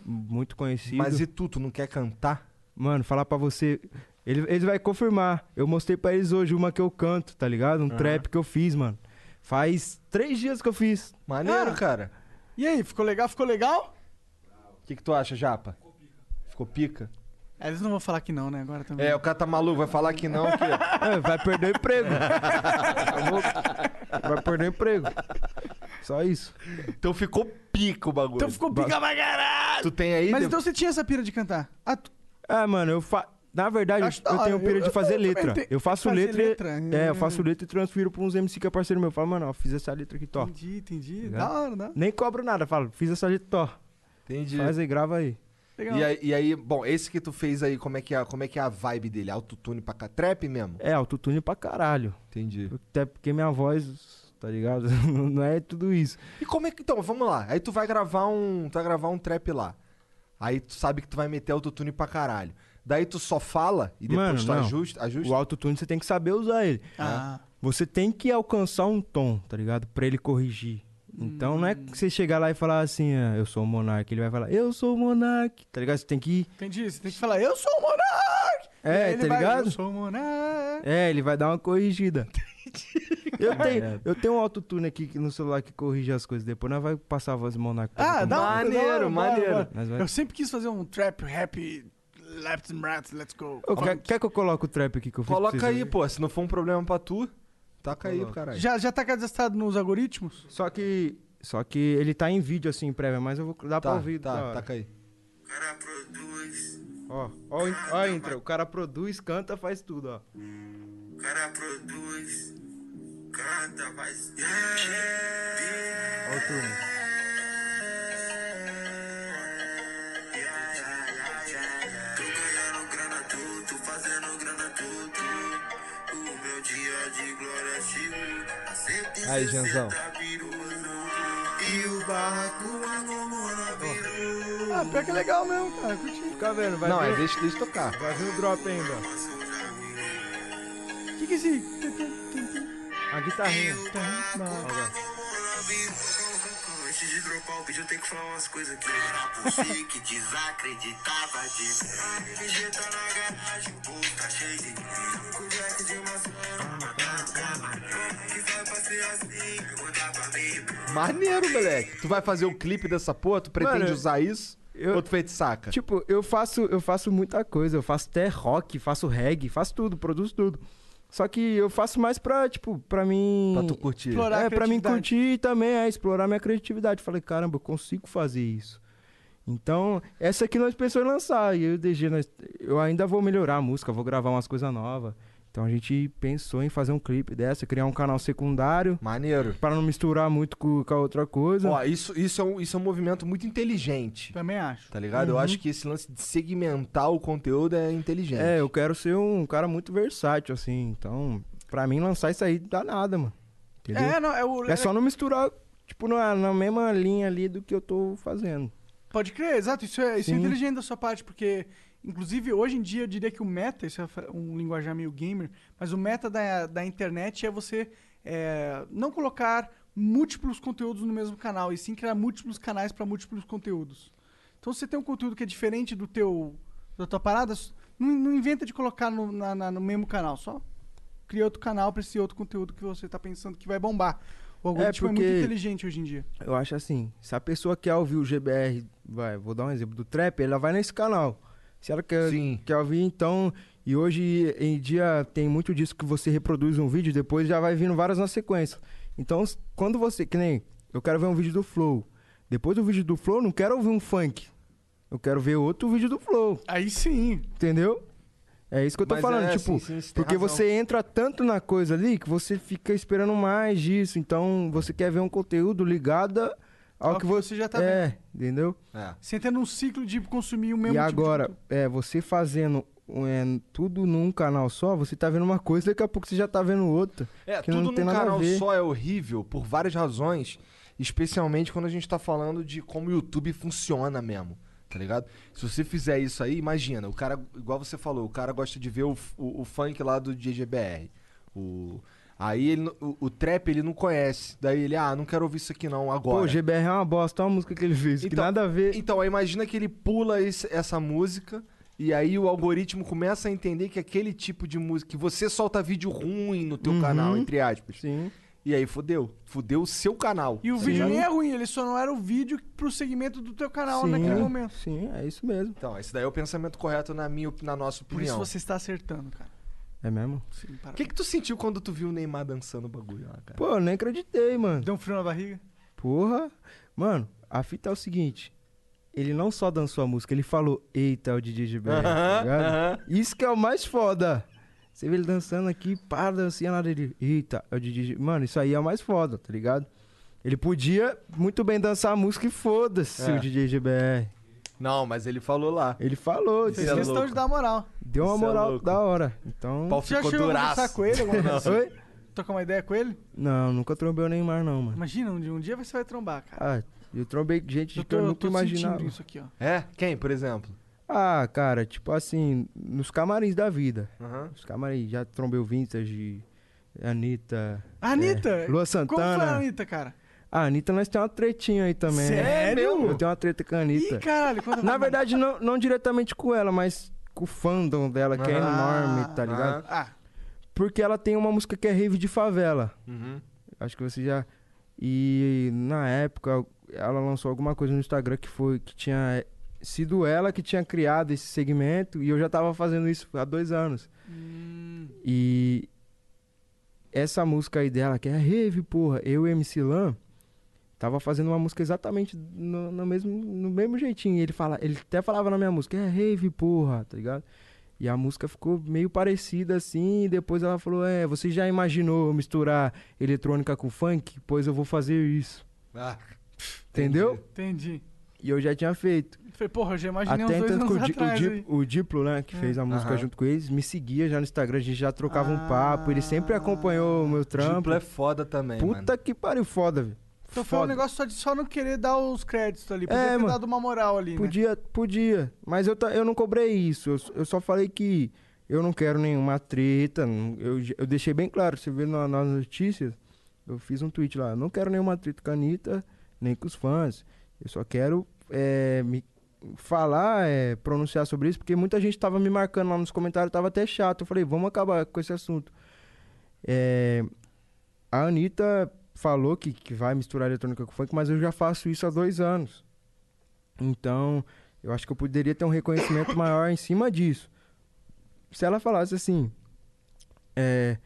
muito conhecido.
Mas e tu, tu não quer cantar?
Mano, falar pra você. Ele, eles vai confirmar. Eu mostrei pra eles hoje uma que eu canto, tá ligado? Um
Aham.
trap que eu fiz, mano. Faz três dias que eu fiz.
Maneiro,
Ah.
cara.
E aí, ficou legal? Ficou legal?
O que, que tu acha, Japa? Ficou pica?
Ah, Eles não vão falar que não, né? Agora também.
É, o cara tá maluco, vai falar que não, que...
É, vai perder o emprego. Acabou. vai perder o emprego. Só isso.
Então ficou pica o bagulho.
Então ficou pica pra caralho!
Tu tem aí...
Mas
de-
então você tinha essa pira de cantar? Ah, tu...
É, mano, eu fa... Na verdade,
Acho
eu,
da hora.
tenho o período de
Eu-
fazer
eu também
letra.
tenho-
Eu faço
fazer
letra,
letra,
É,
é.
eu faço letra e transfiro pra uns MC que é parceiro meu. Fala, mano, ó, Tá fiz essa letra aqui, tó.
entendi, entendi.
Legal.
Da hora, né?
Nem cobro nada, falo, fiz essa letra, tó.
Entendi.
Faz aí, grava aí.
Legal.
E aí, e aí, bom, esse que tu fez aí, como é que é, como é, que é a vibe dele? Autotune pra cá? Trap mesmo?
É, autotune pra caralho.
Entendi.
Até porque minha voz, tá ligado? Não é tudo isso.
E como é que. Então, vamos lá. Aí tu vai gravar um. Tu vai gravar um trap lá. Aí tu sabe que tu vai meter autotune pra caralho. Daí tu só fala e depois
Mano,
tu
não.
ajusta. ajusta.
O autotune você tem que saber usar ele.
Ah,
Você tem que alcançar um tom, tá ligado? Pra ele corrigir. Então não é
Hum.
que você chegar lá e falar assim, ah, eu sou o Monark. Ele vai falar, eu sou o Monark, tá ligado? Você tem que.
entendi. Você tem que falar, eu sou o Monark!
É,
E aí ele
tá
vai,
ligado?
Eu sou o Monark!
É, ele vai dar uma corrigida. eu, tenho, eu tenho um autotune aqui que- no celular que corrige as coisas. Depois nós vai passar a voz do Monark. pra
Ah,
todo
dá um-
mundo.
uma-
Maneiro,
da hora,
maneiro.
da hora.
Mas vai-
Eu sempre quis fazer um trap rap, left and right, let's go.
Ô, quer, quer que eu coloque o trap aqui que eu fiz pra
Coloca
vocês
aí,
verem?
pô. Se não for um problema pra tu, taca aí pro
Coloca.
caralho.
Já, já tá cadastrado nos algoritmos?
Só que. Só que ele tá em vídeo assim, prévia, mas eu vou dar pra
tá,
ouvir. da
tá,
hora.
taca aí.
O cara produz,
Ó, ó, o in- ó a intro. O cara produz, canta, faz tudo, ó.
o cara produz, canta, faz. Yeah,
Ó o turno.
yeah. Tô ganhando grana, tu, tô fazendo grana, tu, tu. O meu dia de glória chegou. A 160
Aí, Genzão.
virou lucro. E o barraco a gomona virou.
Ah, pior que é legal mesmo, cara. Curti.
Fica vendo, vai
não,
vir.
é deixa, deixa tocar.
Vai vir o drop ainda. ó.
O que que é esse...
A guitarrinha.
Antes de dropar o vídeo, eu tenho que falar umas coisas aqui. Você que desacreditava de mim. MG tá na garagem, o povo tá cheio de mim. Com Jack de maçã, matando camarão. Que vai passear assim, perguntar pra mim.
Maneiro, moleque. Tu vai fazer o clipe dessa porra? Tu pretende
Mano,
usar isso?
eu-
Ou tu fez de saca?
Tipo, eu faço, eu faço muita coisa. Eu faço até rock, faço reggae, faço tudo, produzo tudo. Só que eu faço mais pra, tipo, pra mim.
pra tu curtir.
Explorar. a
É, pra mim
criatividade.
curtir e também é explorar minha criatividade. Falei, caramba, eu consigo fazer isso. Então, essa aqui nós pensamos em lançar. E eu e o DG, nós, eu ainda vou melhorar a música, vou gravar umas coisas novas. Então a gente pensou em fazer um clipe dessa, criar um canal secundário,
Maneiro.
pra não misturar muito co- com, a outra coisa.
Ó, isso, isso, é um, isso é um movimento muito inteligente.
Também acho.
Tá ligado?
Uhum.
Eu acho que esse lance de segmentar o conteúdo é inteligente.
é, eu quero ser um cara muito versátil, assim. Então, pra mim, lançar isso aí dá nada, mano. Entendeu?
É, não, é o.
É só não misturar, tipo, na, na mesma linha ali do que eu tô fazendo.
Pode crer, exato. Isso é, isso é
Sim.
inteligente da sua parte, porque, inclusive, hoje em dia eu diria que o meta, isso é fa- um linguajar meio gamer, mas o meta da, da internet é você é, não colocar múltiplos conteúdos no mesmo canal, e sim criar múltiplos canais para múltiplos conteúdos. Então, se você tem um conteúdo que é diferente do teu da tua parada, s- não, não inventa de colocar no, na- na- no mesmo canal, só cria outro canal para esse outro conteúdo que você tá pensando que vai bombar. O algoritmo é, muito
porque-
inteligente hoje em dia.
Eu acho assim, se a pessoa quer ouvir o GBR, vai, vou dar um exemplo do trap, ela vai nesse canal. Se ela quer,
Sim.
quer ouvir, então. E hoje em dia tem muito disso que você reproduz um vídeo, depois já vai vindo várias na sequência. Então, s- quando você. Que nem, eu quero ver um vídeo do Flow. Depois do vídeo do Flow, eu não quero ouvir um funk. Eu quero ver outro vídeo do Flow.
Aí sim.
Entendeu? É isso que eu tô
Mas
falando,
é, sim,
tipo,
sim, você tem
porque
razão.
você entra tanto na coisa ali que você fica esperando mais disso, então você quer ver um conteúdo ligado ao,
Ao
que
que
você
você já tá
é, entendeu?
É.
Você entra num ciclo de consumir o mesmo
e
tipo de
agora,
conteúdo.
é, você fazendo é, tudo num canal só, você tá vendo uma coisa, daqui a pouco você já tá vendo outra.
É,
que
tudo
não tem
num
nada a
canal
ver.
só é horrível por várias razões, especialmente quando a gente tá falando de como o YouTube funciona mesmo, tá ligado? Se você fizer isso aí, imagina, o cara, igual você falou, o cara gosta de ver o, f- o- o funk lá do DJBR. O, aí ele, não- o, o trap ele não conhece, daí ele, ah, não quero ouvir isso aqui não agora.
Pô, GBR é uma bosta, olha a música que ele fez, que
Então-
nada a ver.
Então, aí imagina que ele pula esse- essa música e aí o algoritmo começa a entender que aquele tipo de música, que você solta vídeo ruim no teu canal, entre aspas.
Uhum. Sim.
E aí fudeu. Fudeu o seu canal.
E o
tá
vídeo
ligado?
nem é ruim, ele só não era o vídeo pro segmento do teu
tá
canal naquele
sim,
momento.
Sim, é isso mesmo.
Então, esse daí é o pensamento correto na minha, op- na nossa
Por isso
opinião.
você está acertando, cara.
É mesmo?
Sim,
O
para.
que que tu sentiu quando tu viu o Neymar dançando o bagulho lá, cara?
Pô, eu nem acreditei, mano.
Deu um frio na barriga?
Porra! Mano, a fita é o seguinte. Ele não só dançou a música, ele falou, eita, é o DJ GBR, tá ligado? Isso que é o mais foda. Você vê ele dançando aqui, pá, dancinha lá dele. Eita, é o DJ GBR. Mano, isso aí é o mais foda, tá ligado? Ele podia muito bem dançar a música e foda-se
É.
o DJ GBR.
Não, mas ele falou lá.
Ele falou,
Vocês
é
entendeu?
questão
louco.
de dar moral.
deu uma
Isso é
moral
louco.
da hora. Então...
Pau
Você já
ficou
chegou a
duraço.
conversar com ele alguma vez?
Oi?
Tocar uma ideia com ele?
Não, nunca trombei o Neymar, não, mano.
Imagina, um dia, um dia você vai trombar, cara.
Ah, eu trombei gente
Eu
que
tô,
eu
eu
nunca
tô
imaginava.
sentindo isso aqui, ó.
É? Quem, por exemplo?
Ah, cara, tipo assim, nos camarins da vida.
Aham.
Os camarins, já trombei o Vintage, Anitta.
A Anitta!
Lua
Como foi a
Santana.
Anitta, cara?
A Anitta, nós temos uma tretinha aí também.
Sério?
Eu tenho uma treta com a Anitta.
Ih, caralho, conta pra
Na
mim.
verdade, não, não diretamente com ela, mas com o fandom dela, que é
Ah,
enorme, tá ligado?
Ah,
Porque ela tem uma música que é rave de favela.
Uhum.
Acho que você já. E na época ela lançou alguma coisa no Instagram que foi que tinha sido ela que tinha criado esse segmento e eu já tava fazendo isso há dois anos. E essa música aí dela, que é Rave, porra, eu e MC Lan, tava fazendo uma música exatamente no, no mesmo, no mesmo jeitinho. E Ele, fala, ele até falava na minha música, é Rave, porra, tá ligado? E a música ficou meio parecida assim, e depois ela falou: É, você já imaginou eu misturar eletrônica com funk? Pois eu vou fazer isso.
Ah,
Entendeu?
entendi.
E eu já tinha feito.
Falei, porra, eu já imaginei
Até
uns dois
tanto que o,
anos
Di- o
atrás.
Dip-
aí.
o Diplo, né, que fez a música
Aham.
junto com eles, me seguia já no Instagram, a gente já trocava um papo, ele sempre
Ah.
acompanhou o meu trampo.
Diplo é foda também,
Puta
mano.
que pariu, foda, velho.
Então foi um
Foda.
negócio só de só não querer dar os créditos ali. Podia
É,
ter
mano.
dado uma moral ali, né?
Podia, podia. Mas eu, ta- eu não cobrei isso. Eu, s- eu só falei que eu não quero nenhuma treta. não- Eu, j- eu deixei bem claro. Você vê na- nas notícias, eu fiz um tweet lá. Não quero nenhuma treta com a Anitta, nem com os fãs. Eu só quero é, me falar, é, pronunciar sobre isso, porque muita gente tava me marcando lá nos comentários, tava até chato. Eu falei, vamos acabar com esse assunto. É, a Anitta falou que, que vai misturar eletrônica com funk, mas eu já faço isso há dois anos. Então, eu acho que eu poderia ter um reconhecimento maior em cima disso. Se ela falasse assim, é,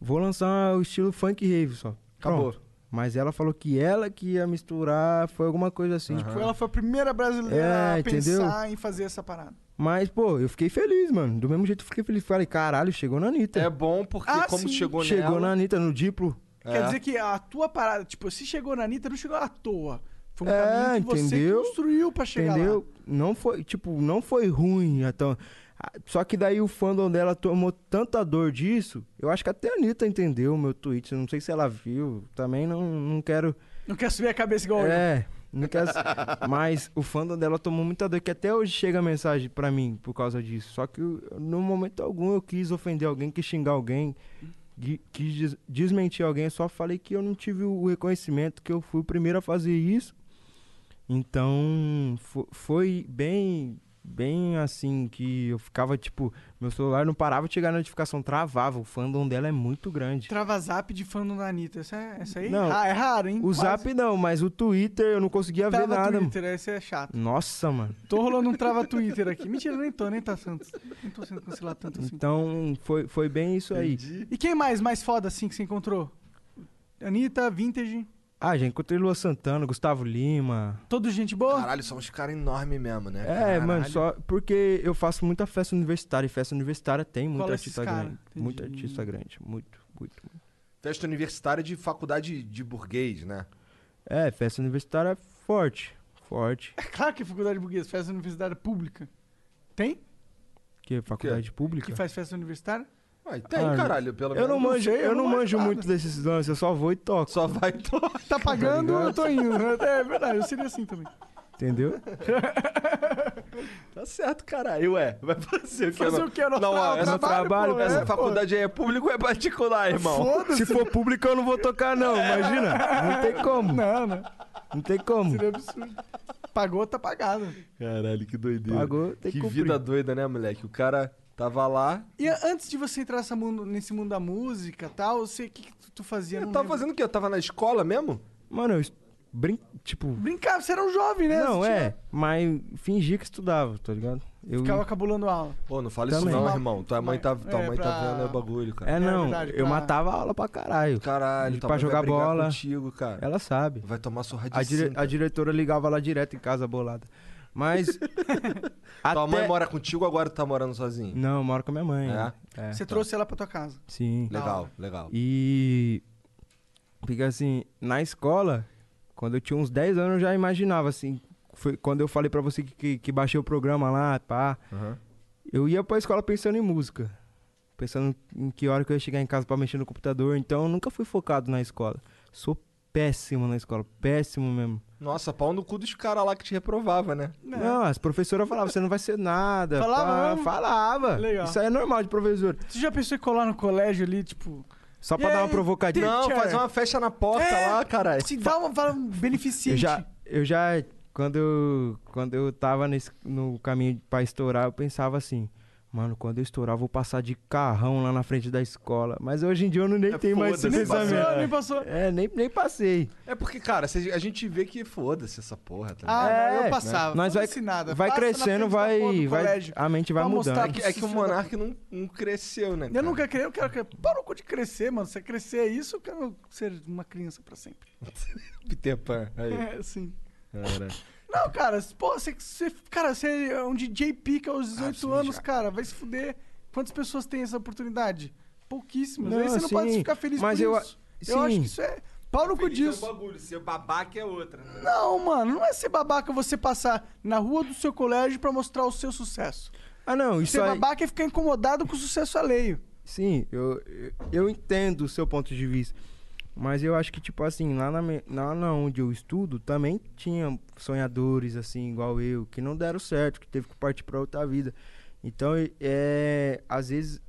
vou lançar o estilo funk rave só.
Acabou.
Pronto. Mas ela falou que ela que ia misturar, foi alguma coisa assim. tipo,
Foi- Ela foi a primeira brasileira
É,
a pensar
entendeu?
em fazer essa parada.
Mas, pô, eu fiquei feliz, mano. Do mesmo jeito eu fiquei feliz. Falei, caralho, chegou na Anitta.
É bom porque
Ah,
como
sim.
chegou,
chegou na
nela,
Anitta, no Diplo.
Quer
É.
dizer que a tua parada, tipo, se chegou na Anitta, não chegou à toa. Foi um
É,
caminho que você
entendeu?
construiu pra chegar
entendeu?
lá.
Não foi, tipo, não foi ruim. Então, Ah, só que daí o fandom dela tomou tanta dor disso. Eu acho que até a Anitta entendeu o meu tweet. Eu não sei se ela viu. Também não, não quero.
Não quer subir a cabeça igual eu.
É, não quero. Mas o fandom dela tomou muita dor, que até hoje chega mensagem pra mim por causa disso. Só que eu- no momento algum eu quis ofender alguém, quis xingar alguém, gui- quis des- desmentir alguém. Eu só falei que eu não tive o reconhecimento, que eu fui o primeiro a fazer isso. Então fo- foi bem. Bem assim, que eu ficava tipo, meu celular não parava de chegar na notificação, travava. O fandom dela é muito grande.
Trava zap de fandom da Anitta. Essa, é- essa aí
Não.
ah, é raro, hein?
O
Quase.
zap não, mas o Twitter eu não conseguia ver
Trava
nada. mano.
Twitter, essa é chata.
Nossa, mano.
Tô rolando um trava Twitter aqui. Mentira, nem tô, nem tá Santos. Nem tô sendo cancelado tanto assim.
Então, foi, foi bem isso aí.
E quem mais, mais foda assim que você encontrou? Anitta, Vintage,
Ah, já encontrei Lua Santana, Gustavo Lima.
todo gente boa?
Caralho, são uns caras enormes mesmo, né?
É,
Caralho.
mano, só porque eu faço muita festa universitária e festa universitária tem muito
Cola é esses
artista
cara,
grande.
entendi.
Muito artista grande, muito, muito. muito.
Festa universitária de faculdade de burguês, né?
É, festa universitária forte, forte.
É claro que é faculdade burguesa, festa universitária pública. Tem?
Que é faculdade pública.
Que faz festa universitária?
Ué, tem,
Ah,
caralho, pelo
Eu
menos.
não manjo,
sei, eu
eu não
não
manjo
manjo
muito desses lances, eu só vou e toco,
Só vai tocar.
Tá pagando,
ligado?
eu tô indo. né? É verdade, eu seria assim também.
entendeu?
Tá certo, caralho. Ué, vai fazer o que?
Fazer
não?
o que? Não,
Não, ó,
não,
essa,
trabalho,
pô,
essa
é,
faculdade aí é público ou é particular, irmão?
Se for público eu não vou tocar não, imagina. Não tem
pô.
como,
Não, não.
não tem como.
Seria absurdo. Pagou, tá pagado.
Caralho, que doideira.
Pagou, tem que
que
cumprir.
vida doida, né, moleque? O cara tava lá,
E a- antes de você entrar nessa mundo- nesse mundo da música e tal, você- o que, que tu, tu fazia?
Eu
Não
tava
lembro.
fazendo o quê? Eu tava na escola mesmo?
Mano, eu es- brin... tipo,
Brincava, você era um jovem, né?
Não,
Você tinha-
é, mas fingia que estudava, tá ligado? Eu...
Ficava cabulando aula.
Pô, não fala
Também.
isso não,
Mas-
irmão. Tua mãe tá, tua
é,
mãe
pra-
tá vendo o bagulho, cara.
É, não,
verdade, pra-
eu matava a aula pra caralho.
Caralho,
É, Pra
tua mãe
jogar
vai brigar
bola.
contigo, cara.
Ela sabe.
Vai tomar surra de
A, dire-
cinta.
a diretora ligava lá direto em casa, bolada. Mas...
Tua
até...
mãe mora contigo agora tu tá morando sozinho?
Não, eu moro com a minha mãe.
É?
É,
Você trouxe ela pra tua casa.
sim.
Legal, legal.
E... Porque assim, na escola, quando eu tinha uns 10 anos, eu já imaginava, assim... Foi quando eu falei pra você que, que, que baixei o programa lá, pá...
Aham.
Eu ia pra escola pensando em música. Pensando em que hora que eu ia chegar em casa pra mexer no computador. Então eu nunca fui focado na escola. Sou péssimo na escola, péssimo mesmo.
Nossa, pau no cu dos caras lá que te reprovava, né?
Não, as professoras falavam, você não vai ser nada.
Falava
pá."
mesmo?
falava.
Legal.
Isso aí é normal de professor.
Você já pensou em colar no colégio ali, tipo...
Só pra
E
dar uma
aí,
provocadinha.
Não,
Teacher.
faz uma festa na porta
É.
lá, caralho.
Se dá uma fala um
Eu
beneficente.
já, eu já quando eu, quando eu tava nesse, no caminho pra estourar, eu pensava assim, mano, quando eu estourar, eu vou passar de carrão lá na frente da escola. Mas hoje em dia eu não nem tenho mais esse
foda-se,
É Nem
pensamento.
passou, né? nem passou.
É, nem, nem passei.
É porque, cara, cê- a gente vê que foda-se essa porra, tá ligado?
Ah,
É,
não, eu passava.
Nós vai,
Foda-se nada.
vai
Passa na
crescendo,
frente da
vai,
porta do
vai-
colégio.
a mente vai
Pra mostrar
mudando.
É que, é que o Monark não, não cresceu, né?
Eu
cara?
nunca criei, eu quero que... Para o cu de crescer, mano. Se crescer é isso, eu quero ser uma criança pra sempre.
Peter Pan. Aí.
É, sim.
Cara.
Não, cara, pô, você, você- cara, você é um DJ pica aos 18
Ah, sim,
anos,
já.
cara, vai se fuder. Quantas pessoas têm essa oportunidade? Pouquíssimas.
Não,
Aí você não
sim,
pode ficar feliz
mas
por
eu a-
isso. Eu acho
sim.
que isso é pau no cu
Feliz é
disso.
um bagulho, ser babaca é outra. né?
Não, mano, não é ser babaca você passar na rua do seu colégio pra mostrar o seu sucesso.
Ah, não, isso
ser
aí.
babaca é ficar incomodado com o sucesso alheio.
Sim, eu, eu- eu entendo o seu ponto de vista. Mas eu acho que, tipo assim, lá na, me- lá na onde eu estudo, também tinha sonhadores, assim, igual eu, que não deram certo, que teve que partir pra outra vida. Então, e- é, às vezes,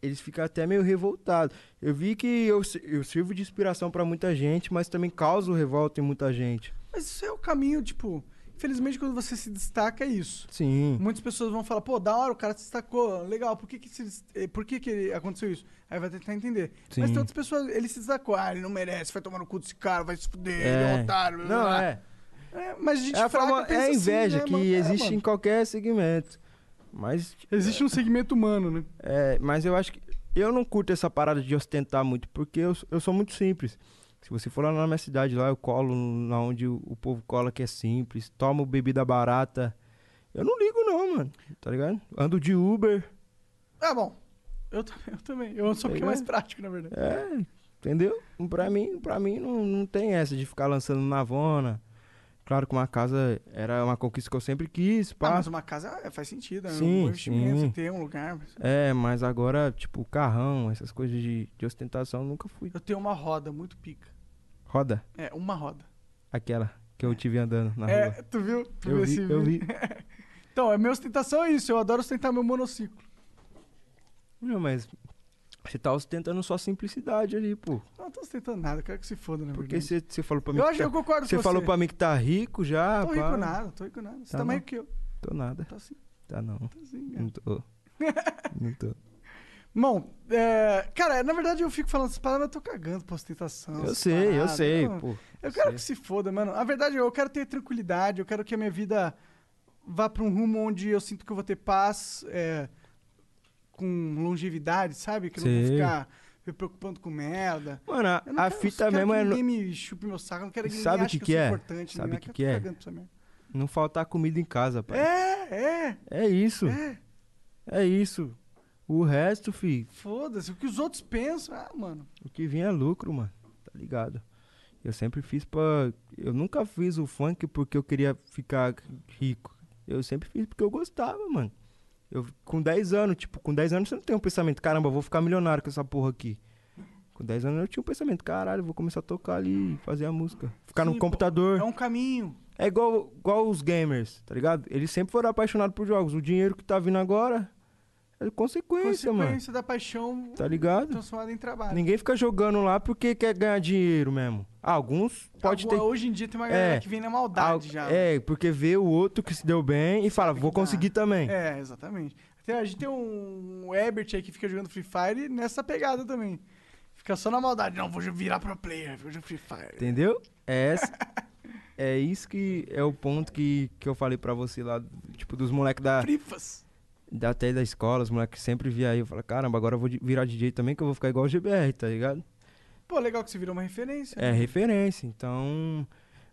eles ficam até meio revoltados. Eu vi que eu, si- eu sirvo de inspiração pra muita gente, mas também causo revolta em muita gente.
Mas isso é o caminho, tipo, infelizmente quando você se destaca é isso.
Sim.
Muitas pessoas vão falar, pô, da hora, o cara se destacou, legal, por que que, se dest- eh, por que, que ele- aconteceu isso? Aí vai tentar entender. Mas
Sim.
tem outras pessoas, ele se destacou, ah, ele não merece, vai tomar no cu desse cara, vai se fuder, ele é um
É.
otário. blá, blá,
Não,
blá.
é.
É, mas a gente
É a,
fraca
forma- é
pensa
a
assim,
inveja
né,
que
mano? É,
existe
mano.
em qualquer segmento. Mas
Existe um segmento humano, né?
É, mas eu acho que eu não curto essa parada de ostentar muito, porque eu, eu sou muito simples. Se você for lá na minha cidade, lá eu colo na onde o, o povo cola, que é simples. Tomo bebida barata. Eu não ligo, não, mano. Tá ligado? Ando de Uber.
Ah, bom. Eu, tam- eu também. Eu sou um pouquinho
É.
mais prático, na verdade.
É, entendeu? Pra mim, pra mim não, não tem essa de ficar lançando navona. Claro que uma casa era uma conquista que eu sempre quis,
Ah,
pá.
mas uma casa é, faz sentido. É
Sim,
um bom investimento,
sim.
ter um lugar. mas-
É, mas agora, tipo, carrão, essas coisas de, de ostentação, nunca fui.
Eu tenho uma roda muito pica.
Roda,
É, uma roda.
aquela que eu tive andando na
é,
rua.
tu viu? Tu
Eu
viu
vi,
esse
eu vi.
vídeo? Então, a minha ostentação é isso. Eu adoro ostentar meu monociclo.
Não, mas você tá ostentando sua simplicidade ali, pô.
Não, não tô ostentando nada. Eu quero que se foda, na
Porque
É verdade.
você você falou pra mim
Eu
que
acho que
tá-
eu concordo
você
com
falou
você.
pra mim que tá rico já,
Tô
pá.
rico nada, tô rico nada. Você
Tá
tá, mais
não.
que eu.
Tô nada.
Tá assim,
Tá não.
tá assim, cara.
Não tô. Não tô.
Bom, é, cara, na verdade eu fico falando essas palavras, eu tô cagando pra ostentação.
Eu
essas
sei, eu
paradas.
sei,
não.
pô.
Eu quero
sei.
que se foda, mano. A verdade, eu quero ter tranquilidade, eu quero que a minha vida vá pra um rumo onde eu sinto que eu vou ter paz é, com longevidade, sabe? Que eu não vou
Sei.
ficar me preocupando com merda.
Mano, a,
Eu não
a
quero-
fita
eu quero
mesmo
que
é no-
ninguém me chupe meu saco, eu não quero que ninguém
Sabe o
ache
que
que,
que
eu
é?
sou importante.
Sabe
ninguém-
o que
eu quero
que é?
ficar cagando pra essa merda.
não faltar comida em casa, pai.
É, é,
É isso.
é.
É isso. O resto, fi,
Foda-se, o que os outros pensam, ah, mano.
o que vinha é lucro, mano. Tá ligado? Eu sempre fiz pra. Eu nunca fiz o funk porque eu queria ficar rico. Eu sempre fiz porque eu gostava, mano. Eu, com 10 anos, tipo, com 10 anos você não tem um pensamento, caramba, eu vou ficar milionário com essa porra aqui. Com 10 anos eu tinha um pensamento, caralho, eu vou começar a tocar ali, fazer a música. Ficar
Sim,
no
pô,
computador.
É um caminho.
É igual, igual os gamers, tá ligado? Eles sempre foram apaixonados por jogos. O dinheiro que tá vindo agora é consequência, mano.
Consequência da paixão
Tá ligado?
transformada em trabalho.
Ninguém fica jogando lá porque quer ganhar dinheiro mesmo. Alguns pode
Alguma-
ter.
Hoje em dia tem uma galera
É.
que vem na maldade
al-
já. né?
É, porque vê o outro que se deu bem e fala,
que
vou
dá."
conseguir também.
É, exatamente. Tem- a gente tem um Ebert aí que fica jogando Free Fire nessa pegada também. Fica só na maldade. Não, vou virar pro player, vou jogar Free Fire.
Entendeu? É, essa- é isso que é o ponto que, que eu falei pra você lá, tipo, dos moleques da,
Frifas.
da, até da escola, os moleques sempre via aí. Eu falo, caramba, agora eu vou de- virar DJ também que eu vou ficar igual o GBR, tá ligado?
Pô, legal que você virou uma referência.
É referência, então.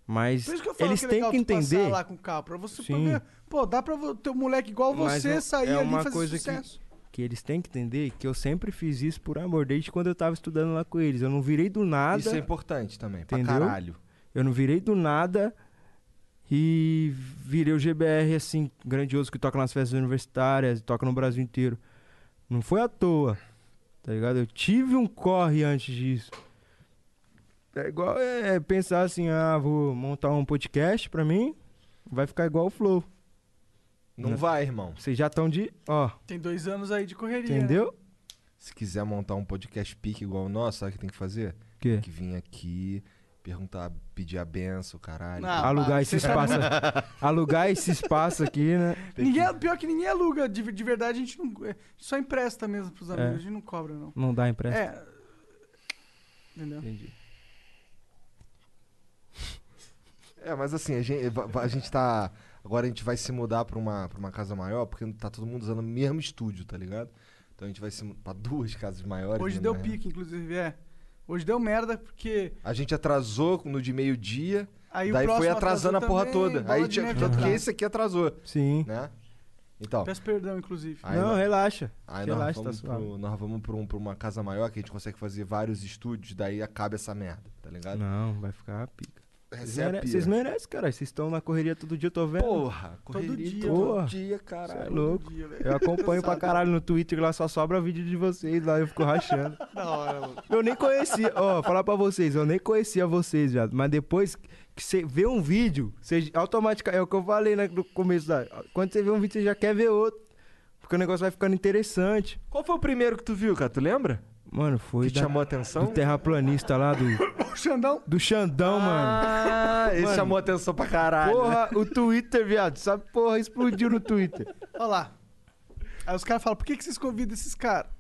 Mas
Por isso que eu falo
eles
é
têm
legal
que
tu passar
entender.
lá com o carro, pra você
Sim.
poder... Pô, dá pra vo- ter um moleque igual
Mas
você
é-
sair
é
ali
uma
e fazer
coisa que-
sucesso.
Que eles têm que entender que eu sempre fiz isso por amor, desde quando eu tava estudando lá com eles. Eu não virei do nada.
Isso é importante também, pra
Entendeu?
caralho.
Eu não virei do nada e virei o GBR assim, grandioso, que toca nas festas universitárias, toca no Brasil inteiro. Não foi à toa, tá ligado? Eu tive um corre antes disso. É igual é, pensar assim, ah, vou montar um podcast pra mim, vai ficar igual o Flow.
Não,
Não.
vai, irmão.
Vocês já estão de. Ó,
Tem dois anos aí de correria. né?
entendeu?
Se quiser montar um podcast pique igual o nosso, sabe o que tem que fazer?
Que?
Tem que vir aqui, perguntar, pedir a benção, caralho.
Não. Ah,
alugar
para,
esse
você tá
espaço. alugar esse espaço aqui, né?
Tem
Ninguém,
que-
Pior que ninguém aluga. De, de verdade, a gente não... é, Só empresta mesmo pros amigos.
É.
A gente não cobra, não.
Não dá empréstimo.
É... Entendeu?
Entendi.
É, mas assim, a gente, va- va- a gente tá. Agora a gente vai se mudar pra uma, pra uma casa maior, porque tá todo mundo usando o mesmo estúdio, tá ligado? Então a gente vai se mudar pra duas casas maiores.
Hoje
né,
deu
né?
pique, inclusive, é. Hoje deu merda, porque
A gente atrasou no de meio-dia,
aí
daí
o próximo
foi atrasando a
atrasou
porra
também,
toda.
bola
Aí
de
tinha,
neve
tanto que
atrás.
esse aqui atrasou,
Sim.
né? Então,
Peço perdão, inclusive.
aí,
não,
nó-
relaxa.
aí nós,
relaxa, tá
vamos
suave.
pro, nós vamos pra, um- pra uma casa maior que a gente consegue fazer vários estúdios, daí acaba essa merda, tá ligado?
Não, vai ficar pica. Vocês
Essa é a
mere-
pira.
Vocês merecem, cara. Vocês estão na correria todo dia, eu tô vendo.
Porra, correria
dia,
mano.
todo dia,
Cê é
caralho.
louco.
Todo dia, velho.
Eu acompanho pra caralho no Twitter, lá só sobra vídeo de vocês, lá eu fico rachando.
Da hora, mano.
Eu nem conhecia, ó, falar pra vocês, eu nem conhecia vocês, viado. Mas depois que você vê um vídeo, você automaticamente, é o que eu falei né, no começo da. Quando você vê um vídeo, você já quer ver outro. Porque o negócio vai ficando interessante.
Qual foi o primeiro que tu viu, cara? Tu lembra?
Mano, foi
Que te
da,
chamou a
do
atenção?
terraplanista lá do,
O Xandão.
do Xandão, mano.
Ah, esse
Mano.
chamou a atenção pra caralho. né?
Porra, o Twitter, viado. Essa porra explodiu no Twitter.
Olha lá. Aí os caras falam, por que, que vocês convidam esses caras?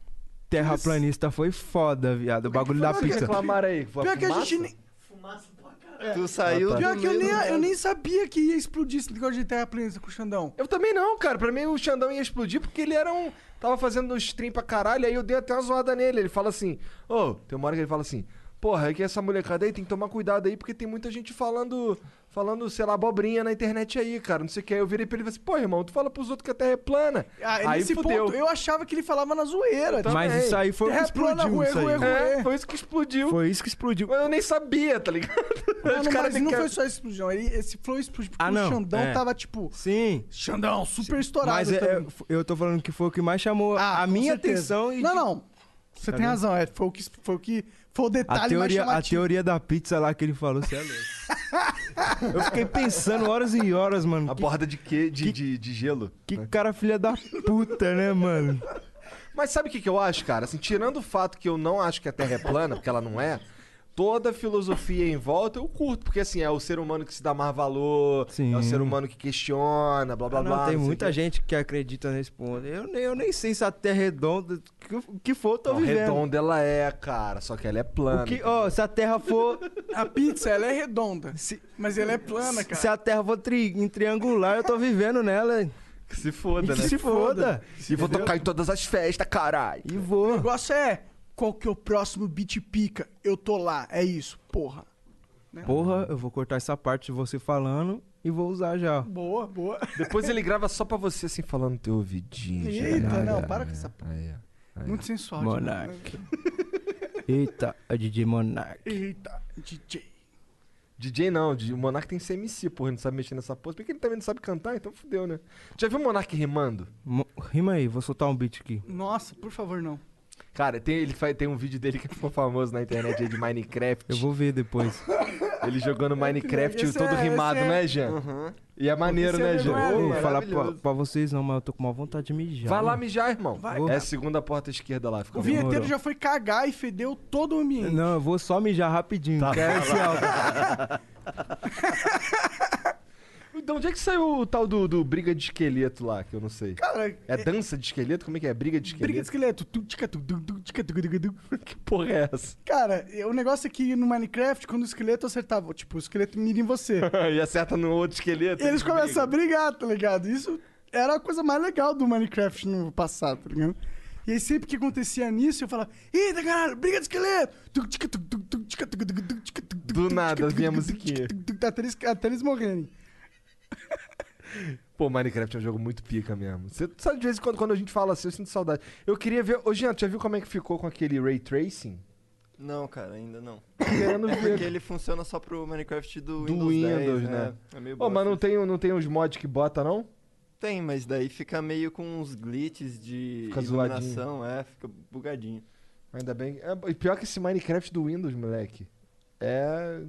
Terraplanista foi foda, viado. O bagulho da pizza.
Reclamaram aí. Foi
Pior que a gente nem,
Tá Tu saiu
pior que eu nem, eu nem sabia que ia explodir esse negócio de terraplanista com o Xandão.
Eu também não, cara. Pra mim o Xandão ia explodir porque ele era um. Tava fazendo um stream pra caralho, aí eu dei até uma zoada nele. Ele fala assim: Ô, tem uma hora que ele fala assim: Porra, é que essa molecada aí tem que tomar cuidado aí, porque tem muita gente falando, falando, sei lá, abobrinha na internet aí, cara. Não sei o que. Aí eu virei pra ele e falei assim, pô, irmão, tu fala pros outros que a terra é plana.
Ah,
aí
nesse
fudeu.
ponto, eu achava que ele falava na zoeira.
Então-
Mas
também.
isso aí foi o que
Terra plana,
explodiu.
ruê,
Isso
ruê,
aí.
ruê.
É, foi isso que explodiu.
Foi isso que explodiu.
Mas eu nem sabia, tá ligado?
Não,
Os
não,
caras
Tipo, mas
têm
não
que-
foi só explosão. Ele, esse flow explodiu porque
Ah,
o
não,
Xandão
é.
tava, tipo,
Sim.
Xandão, super estourado
Mas é- é-
também.
eu tô falando que foi o que mais chamou
Ah,
a
com
minha
certeza.
atenção. E
Não,
de-
não. Você
Tá
tem
vendo?
razão. É, foi o que. Foi o que. Foi o detalhe
A teoria,
mais
a
chamativo.
teoria da pizza lá que ele falou, você é louco. Eu fiquei pensando horas e horas, mano.
A
Que,
borda de quê? De, de, de gelo.
que cara filha da puta, né, mano?
Mas sabe o que, que eu acho, cara? Assim, tirando o fato que eu não acho que a Terra é plana, porque ela não é, toda a filosofia em volta eu curto, porque assim, é o ser humano que se dá mais valor,
Sim.
é o ser humano que questiona, blá blá
Ah, não,
blá. não
tem
sei o
muita
quê.
gente que acredita nesse ponto. Eu nem, eu nem sei se a Terra é redonda, o que, o que for, eu tô
Não,
vivendo.
redonda ela é, cara, só que ela é plana.
O que, ó, se a Terra for.
A pizza, ela é redonda.
Se,
Mas ela é plana, cara.
se a Terra for tri- em triangular, eu tô vivendo nela.
Que se foda,
que
né?
se foda.
E vou tocar em todas as festas, caralho.
E
O
vou.
negócio é. Qual que é o próximo beat pica? Eu tô lá. É isso. Porra.
Porra, eu vou cortar essa parte de você falando e vou usar já.
Boa, boa.
Depois ele grava só pra você, assim, falando no teu ouvidinho.
Eita,
geral. É,
não, para com essa.
Aí, ó.
Muito sensual,
Monark. Eita, é a DJ Monark.
Eita, DJ.
DJ não, o Monark tem CMC, porra, ele não sabe mexer nessa porra. Porque ele também não sabe cantar, então fudeu, né? Já viu o Monark rimando?
Mo- Rima aí, vou soltar um beat aqui.
Nossa, por favor, não.
Cara, tem, ele faz, tem um vídeo dele que ficou famoso na internet aí de Minecraft.
Eu vou ver depois.
Ele jogando Minecraft
Esse
todo
é-
rimado,
esse é-
né, Jean? E é maneiro,
Esse é
né, Jean?
vergonha,
Ô,
Não
mano.
vou falar pra,
maravilhoso.
pra vocês não, mas eu tô com uma vontade de mijar.
Vai lá
mano.
mijar, irmão.
Vai,
é
cara.
a segunda porta esquerda lá. Fica
O
bom.
vinheteiro
Demorou.
já foi cagar e fedeu todo o ambiente.
Não, eu vou só mijar rapidinho.
Tá,
Quero esse álcool.
Então, onde é que saiu o tal do, do briga de esqueleto lá, que eu não sei?
Cara,
É dança de esqueleto? Como é que é? Briga de esqueleto?
briga de esqueleto. Tu, tica, tu, tu, tu, tica, tu, tu, tu, tu.
Que porra é essa?
Cara, é, o negócio é que no Minecraft, quando o esqueleto acertava, tipo, o esqueleto mira em você.
e acerta no outro esqueleto.
E eles começam a brigar, tá ligado? Isso era a coisa mais legal do Minecraft no passado, tá ligado? E aí sempre que acontecia nisso, eu falava, eita caralho, briga de esqueleto! Tu, tica, tu, tu, tu, tica, tu, tu, tu, tu, tica, tu, tu,
Do
tu,
nada,
tica, tu,
vinha a
tu, tu,
musiquinha.
tica, tu, tu, Até eles, até eles morrerem.
Pô, Minecraft é um jogo muito pica mesmo. Você sabe de vez em quando, quando a gente fala assim, eu sinto saudade. Eu queria ver. Ô, Jean, tu já viu como é que ficou com aquele ray tracing?
Não, cara, ainda não.
Tô Querendo
É porque
ver.
ele funciona só pro Minecraft do,
Do
Windows, 10,
Windows,
né?
né?
É meio
Ô, mas não
bosta.
tem, não tem uns mods que bota, não?
Tem, mas daí fica meio com uns glitches de
Fica zoadinho.
iluminação, é, fica bugadinho.
Ainda bem. É, e pior que esse Minecraft do Windows, moleque. É.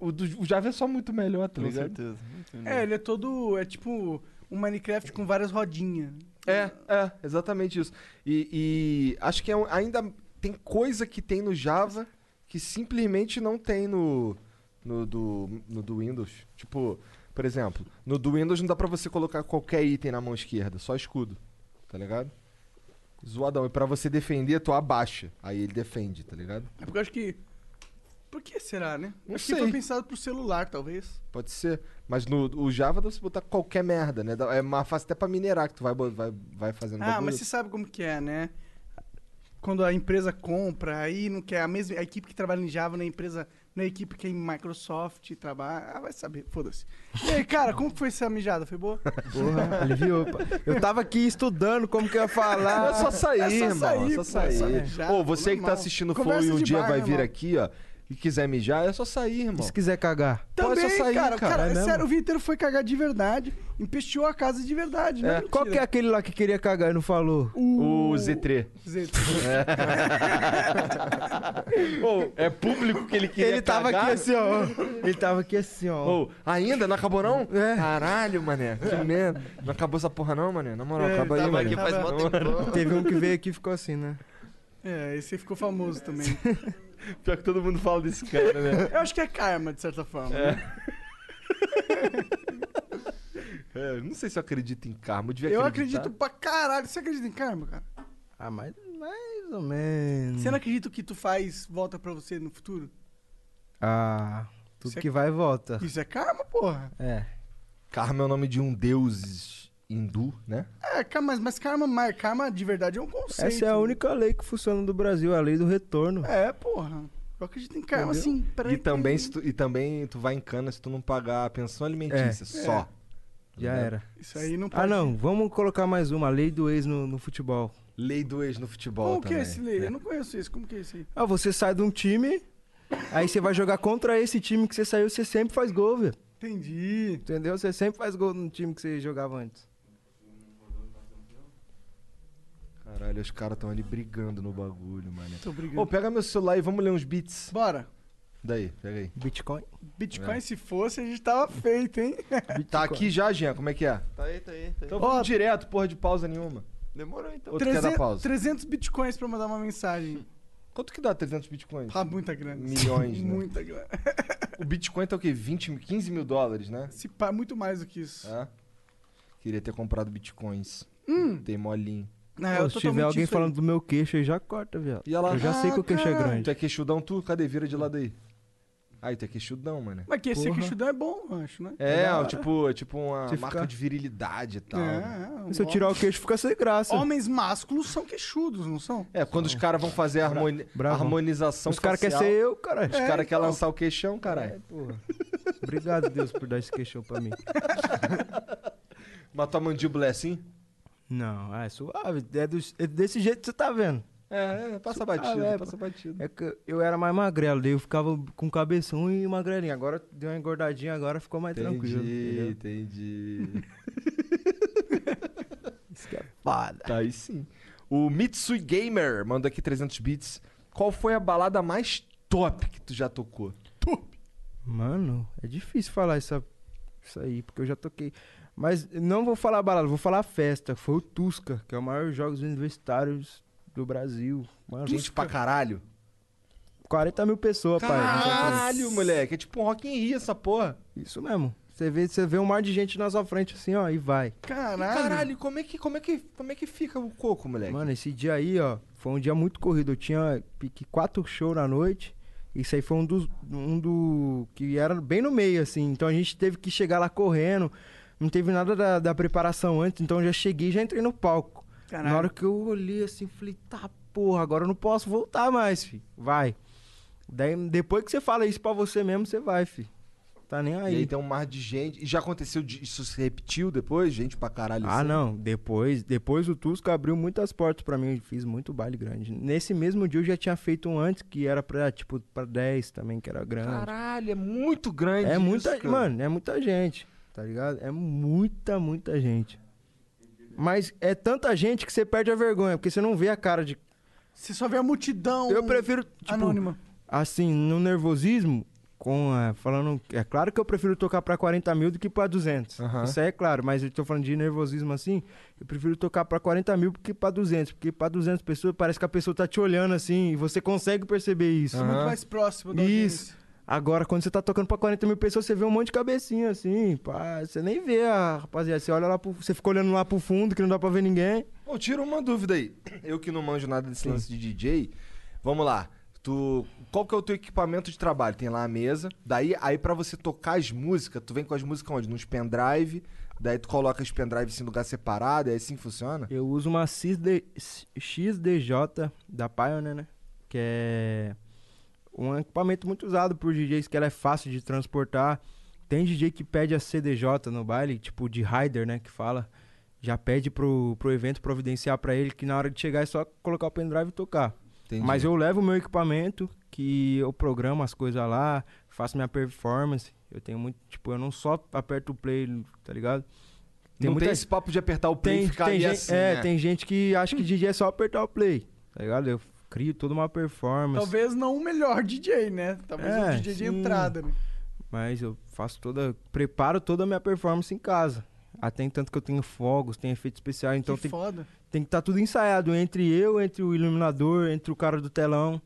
O, do, o Java é só muito melhor, tá
Com
ligado?
certeza. Muito
Hum.
É,
melhor.
ele é todo. É tipo um Minecraft com várias rodinhas.
É, é, exatamente isso. E, e acho que é um- ainda tem coisa que tem no Java que simplesmente não tem no, no, do, no do Windows. Tipo, por exemplo, no do Windows não dá pra você colocar qualquer item na mão esquerda, só escudo, tá ligado? Zoadão. E pra você defender, tu abaixa. Aí ele defende, tá ligado?
É porque eu acho que. Por que será, né?
Não
acho
sei.
que foi pensado pro celular, talvez.
Pode ser. Mas no o Java dá pra você botar qualquer merda, né? Dá- É mais fácil até pra minerar, que tu vai, bo- vai, vai fazendo
Ah,
um bagulho.
mas você sabe como que é, né? Quando a empresa compra, aí não quer a mesma a equipe que trabalha em Java na empresa, na equipe que é em Microsoft trabalha, ah, vai saber, foda-se. E aí, cara, como que foi essa mijada? Foi boa?
Porra, aliviou. pá. Eu tava aqui estudando como que eu ia falar.
É só sair,
É só
irmão.
sair,
é
pô,
só
é
sair.
só mijar,
Ô, você que tá
normal.
assistindo o Flow
Conversa
e um
de
dia
bar,
vai
né,
vir
irmão?
aqui, ó, e quiser mijar, é só sair,
E
irmão.
se quiser cagar.
Pô, é
Também,
só sair,
cara,
cara,
cara,
é
é
mesmo?
sério, o Vinteiro foi cagar de verdade, empesteou a casa de verdade, né?
É,
Mentira.
Qual que é aquele lá que queria cagar e não falou?
O Z3.
Z-
Ô, é público que ele queria
Ele tava
cagar?
aqui assim, ó. Ele tava aqui assim, ó.
Ô, ainda? Não acabou, não?
É.
Caralho, mané. Que merda. Não acabou essa porra, não, mané? Na moral,
É,
acaba aí,
Tava
mané.
aqui Tá, faz mó tempão.
Teve um que veio aqui e ficou assim, né?
É, esse aí ficou famoso também.
Pior que todo mundo fala desse cara, né?
Eu acho que é karma, de certa forma. né?
É, não sei se eu acredito em karma. Eu, devia
Eu
acreditar.
acredito pra caralho. Você acredita em karma, cara?
Ah, mas mais ou menos.
Você não acredita que tu faz volta pra você no futuro?
Ah, tudo
Você-
que vai volta.
Isso é karma, porra.
É.
Karma é o nome de um deus hindu, né?
É, karma, mas, mas karma, mas karma de verdade é um conceito.
Essa é a única lei que funciona do Brasil, a lei do retorno.
É, porra. Eu acredito em karma, assim. pra-
E também, se tu, e também tu vai em cana se tu não pagar a pensão alimentícia, só.
Já era.
Isso aí não pode.
Ah, não. Vamos colocar mais uma. a Lei do ex no, no futebol.
Lei do ex no futebol
Como que
também.
é esse lei? Eu não conheço isso. Como que é esse aí?
Ah, você sai de um time, aí você vai jogar contra esse time que você saiu, você sempre faz gol, velho.
Entendi.
Entendeu? Você sempre faz gol no time que você jogava antes.
Caralho, os caras tão ali brigando no bagulho, mano.
Tô brigando.
Ô, pega meu celular e vamos ler uns beats.
Bora.
Daí, pega aí.
Bitcoin.
Bitcoin, se fosse, a gente tava feito, hein?
Tá aqui já, Jean, como é que é?
Tá aí, tá aí, tá aí.
Então vamos direto, porra de pausa nenhuma.
Demorou então.
Ou tu quer dar pausa?
300 bitcoins pra mandar uma mensagem.
Quanto que dá 300 bitcoins?
Ah, muita grana.
Milhões, né?
Muita grana.
O bitcoin tá o quê? 20, mil- 15 mil dólares, né?
Se pá, muito mais do que isso.
É. Queria ter comprado bitcoins. Tem molinho.
Na
Pô, se tiver
totalmente
alguém
isso
falando do meu queixo aí, já corta, viado.
E ela-
Eu já sei que o queixo é
caralho.
grande.
Tu é queixudão, tu? Cadê? Vira de lado aí. Aí, tu é queixudão, mano.
Aí. Mas que esse
Porra.
queixudão é bom, eu acho, né?
É, ó, tipo, é tipo uma
Você
marca
fica-
de virilidade e tal. né?
É,
Se eu
um
tirar o queixo, fica sem graça.
Homens másculos são queixudos, não são?
É, quando os caras vão fazer a harmoni-
Bravo.
harmonização
Os caras querem
facial,
ser É, eu, caralho.
Os caras querem lançar o queixão,
É,
caralho.
porra. Obrigado, Deus, por dar esse queixão pra mim.
Mas tua mandíbula é assim?
Não, ah, é suave. É, do- é desse jeito que você tá vendo.
É, é passa batido,
é,
passa batido.
É que eu era mais magrelo, daí eu ficava com cabeção e magrelinho. Agora deu uma engordadinha, agora ficou mais É tranquilo.
Entendi,
entendeu?
entendi.
Isso que é foda.
Tá aí sim. O Mitsui Gamer manda aqui 300 bits. Qual foi a balada mais top que tu já tocou?
Mano, é difícil falar essa, isso aí, porque eu já toquei. Mas não vou falar balada, vou falar festa. Foi o Tusca, que é o maior jogos universitários do Brasil. Mano,
Gente pra caralho.
40 mil pessoas, pai. em São Paulo.
Caralho, moleque. É tipo um Rock in Rio essa porra.
Isso mesmo. Você vê, você vê um mar de gente na sua frente assim, ó, e vai.
Caralho.
Caralho, como é que, como é que, como é que fica o coco, moleque?
Mano, esse dia aí, ó, foi um dia muito corrido. Eu tinha pique quatro shows na noite. Isso aí foi um dos. Um do. que era bem no meio, assim. Então a gente teve que chegar lá correndo. Não teve nada da, da preparação antes, então eu já cheguei e já entrei no palco.
Caralho.
Na hora que eu olhei assim, falei, tá porra, agora eu não posso voltar mais, fi. Vai. Daí, depois que você fala isso pra você mesmo, você vai, fi. Tá nem
E
aí.
aí tem um mar de gente. E já aconteceu, de- isso se repetiu depois? Gente pra caralho.
Ah,
assim?
não. Depois, depois o Tusca abriu muitas portas pra mim. Eu fiz muito baile grande. Nesse mesmo dia eu já tinha feito um antes que era pra, tipo, pra 10 também, que era grande.
Caralho, é muito grande.
é
isso,
muita,
cara.
mano, é muita gente, tá ligado? É muita, muita gente. Mas é tanta gente que você perde a vergonha, porque você não vê a cara de
Você só vê a multidão.
Eu prefiro, tipo,
anônima.
assim, no nervosismo, com a- falando. É claro que eu prefiro tocar pra 40 mil do que pra 200.
Aham.
Isso aí é claro, mas eu tô falando de nervosismo assim. Eu prefiro tocar pra 40 mil do que pra 200. Porque pra 200 pessoas parece que a pessoa tá te olhando assim e você consegue perceber isso.
Aham.
é Muito mais próximo da
Isso.
audiência.
Agora, quando você tá tocando pra 40 mil pessoas, você vê um monte de cabecinha assim. Pá, você nem vê a rapaziada. Você olha lá pro. Você fica olhando lá pro fundo que não dá pra ver ninguém.
Bom, tira uma dúvida aí. Eu que não manjo nada desse lance de DJ. Vamos lá. Tu, qual que é o teu equipamento de trabalho? Tem lá a mesa. Daí, aí para você tocar as músicas, tu vem com as músicas onde? Nos pendrive. Daí tu coloca os pendrives em lugar separado, é assim que funciona?
Eu uso uma XD, XDJ da Pioneer, né? Que é um equipamento muito usado por DJs, que ela é fácil de transportar. Tem DJ que pede a CDJ no baile, tipo de rider, né? Que fala. Já pede pro, pro evento providenciar pra ele, que na hora de chegar é só colocar o pendrive e tocar.
Entendi.
Mas eu levo o meu equipamento, que eu programo as coisas lá, faço minha performance. Eu tenho muito, tipo, eu não só aperto o play, tá ligado?
não tem esse papo de apertar o play
tem,
e ficar
tem
ali
gente,
assim,
é,
né?
tem gente que acha que DJ é só apertar o play, tá ligado? Eu crio toda uma performance,
Talvez não o melhor DJ, né? Talvez
É,
um DJ de
sim.
entrada, né?
mas eu faço toda, preparo toda a minha performance em casa. Até tanto que eu tenho fogos, tenho efeito especial, então
Então,
tem,
que foda.
tem que estar tudo ensaiado entre eu, entre o iluminador, entre o cara do telão.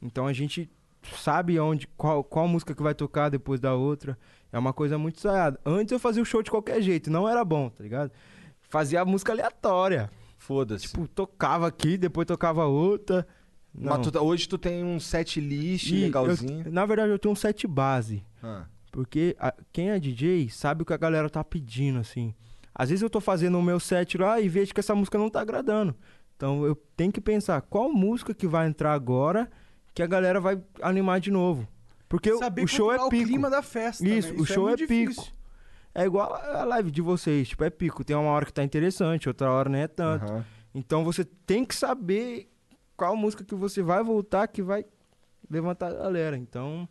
Então a gente sabe onde qual, qual música que vai tocar depois da outra. É uma coisa muito ensaiada. Antes eu fazia o show de qualquer jeito, não era bom, tá ligado? Fazia música aleatória.
Foda-se.
Tipo, tocava aqui, depois tocava outra. Não.
Mas tu tá- hoje tu tem um set list
E
legalzinho.
eu- na verdade, eu tenho um set base.
Ah,
Porque a- quem é DJ sabe o que a galera tá pedindo, assim. Às vezes eu tô fazendo o meu set lá e vejo que essa música não tá agradando. Então eu tenho que pensar qual música que vai entrar agora que a galera vai animar de novo. Porque o-
Saber
o show é
controlar
pico.
o clima da festa. né?
Isso, o show é,
muito
pico.
difícil.
É igual a a live de vocês, tipo, é pico. Tem uma hora que tá interessante, outra hora não é tanto.
Aham.
Então você tem que saber qual música que você vai voltar que vai levantar a galera. Então,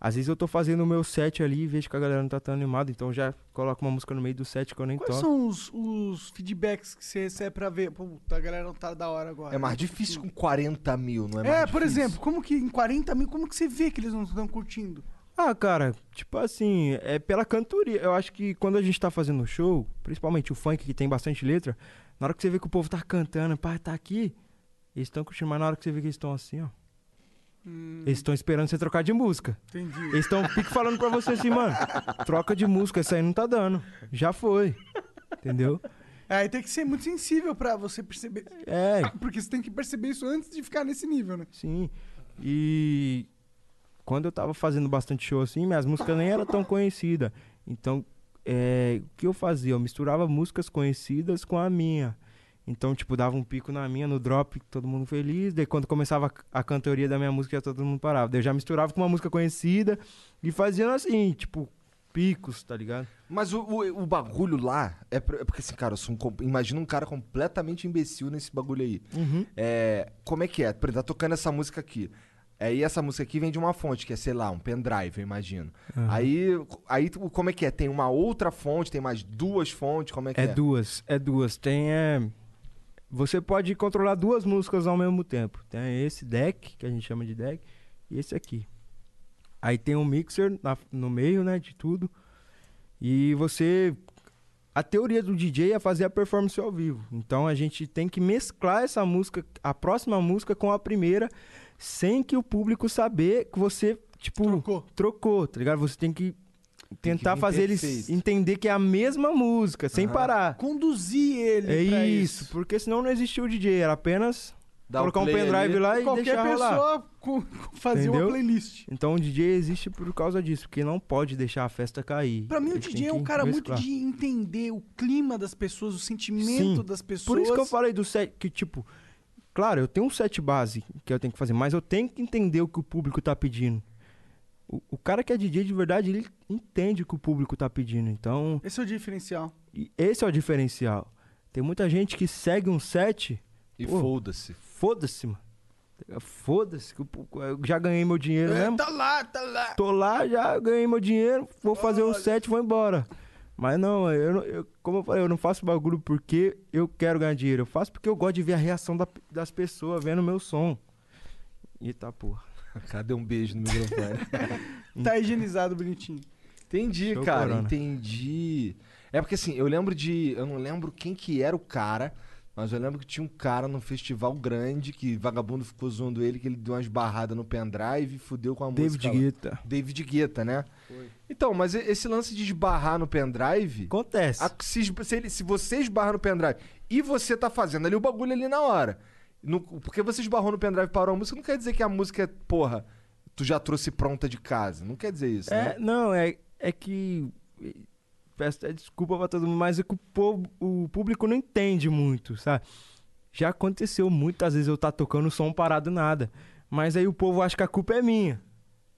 às vezes eu tô fazendo o meu set ali e vejo que a galera não tá tão animada, então já coloco uma música no meio do set que eu nem
Quais
toco.
são os, os feedbacks que você recebe pra ver? Puta, a galera não tá da hora agora.
É mais difícil com 40 mil, não é?
É,
mais
por
difícil?
exemplo, como que em 40 mil, como que você vê que eles não estão curtindo?
Ah, cara, tipo assim, é pela cantoria. Eu acho que quando a gente tá fazendo show, principalmente o funk que tem bastante letra, na hora que você vê que o povo tá cantando, pá, tá aqui, eles estão curtindo, mas na hora que você vê que eles estão assim, ó. Eles estão esperando você trocar de música.
Entendi.
Eles estão pique falando pra você assim, mano, troca de música, isso aí não tá dando. Já foi. Entendeu?
É, Aí tem que ser muito sensível pra você perceber. Ah,
É,
Porque você tem que perceber isso antes de ficar nesse nível, né?
sim. E quando eu tava fazendo bastante show assim, minhas músicas nem eram tão conhecidas. Então, é, o que eu fazia? Eu misturava músicas conhecidas com a minha. Então, tipo, dava um pico na minha, no drop, todo mundo feliz. Daí, quando começava a, a cantoria da minha música, já todo mundo parava. Daí, eu já misturava com uma música conhecida e fazia assim, tipo, picos, tá ligado?
Mas o, o, o bagulho lá é, pro- é porque assim, cara, eu sou um com- imagina um cara completamente imbecil nesse bagulho aí. É, como é que é? Por exemplo, tá tocando essa música aqui. Aí essa música aqui vem de uma fonte, que é, sei lá, um pendrive, eu imagino. Aí, aí tu- como é que é? Tem uma outra fonte, tem mais duas fontes, como é que é?
É duas, é duas. Tem é... Você pode controlar duas músicas ao mesmo tempo. Tem esse deck, que a gente chama de deck, e esse aqui. Aí tem um mixer na- no meio, né, de tudo. E você... A teoria do DJ é fazer a performance ao vivo. Então a gente tem que mesclar essa música, a próxima música com a primeira, sem que o público saber que você, tipo...
Trocou.
Trocou, tá ligado? Você tem que tentar
vir
fazer eles
perfeito.
entender que é a mesma música, sem parar.
Conduzir ele
É
pra
isso, porque senão não existiu o DJ, era apenas
Dá o
colocar um
play
pendrive
ali.
lá e
Qualquer
deixar rolar.
pessoa co- fazer uma
Entendeu?
playlist.
Então o DJ existe por causa disso, porque não pode deixar a festa cair.
Pra mim, o
Eles têm
DJ é um
que
cara muito
mesclar.
de entender o clima das pessoas, o sentimento
Sim.
das pessoas.
Por isso que eu falei do set, que tipo... Claro, eu tenho um set base que eu tenho que fazer, mas eu tenho que entender o que o público tá pedindo. O, o cara que é DJ de verdade, ele entende o que o público tá pedindo, então...
Esse é o diferencial.
E esse é o diferencial. Tem muita gente que segue um set,
E
Pô.
foda-se.
foda-se, mano. Foda-se, que eu- eu já ganhei meu dinheiro
É,
mesmo.
tá lá, tá lá.
Tô lá, já ganhei meu dinheiro, vou fazer um set, vou embora. Mas não, eu, não- eu- como eu falei, eu não faço bagulho porque eu quero ganhar dinheiro. Eu faço porque eu gosto de ver a reação da- das pessoas vendo meu som. Eita porra.
Cadê um beijo no microfone?
Hum.
Tá higienizado bonitinho.
Entendi,
Show,
cara,
Corona.
entendi. É porque assim, eu lembro de. Eu não lembro quem que era o cara, mas eu lembro que tinha um cara num festival grande que vagabundo ficou zoando ele, que ele deu umas barradas no pendrive e fudeu com a
David
música. lá.
Guetta.
David Guetta, né? Então, mas e- esse lance de esbarrar no pendrive.
Acontece.
a- se, esba- se ele- se você esbarra no pendrive e você tá fazendo ali o bagulho ali na hora. no- porque você esbarrou no pendrive e parou a música, não quer dizer que a música é, porra, tu já trouxe pronta de casa. Não quer dizer isso, né?
É, não, é, é que. Peço até desculpa pra todo mundo, mas é que o, povo, o público não entende muito, sabe? Já aconteceu muitas vezes eu tá tocando som parado nada. Mas aí o povo acha que a culpa é minha.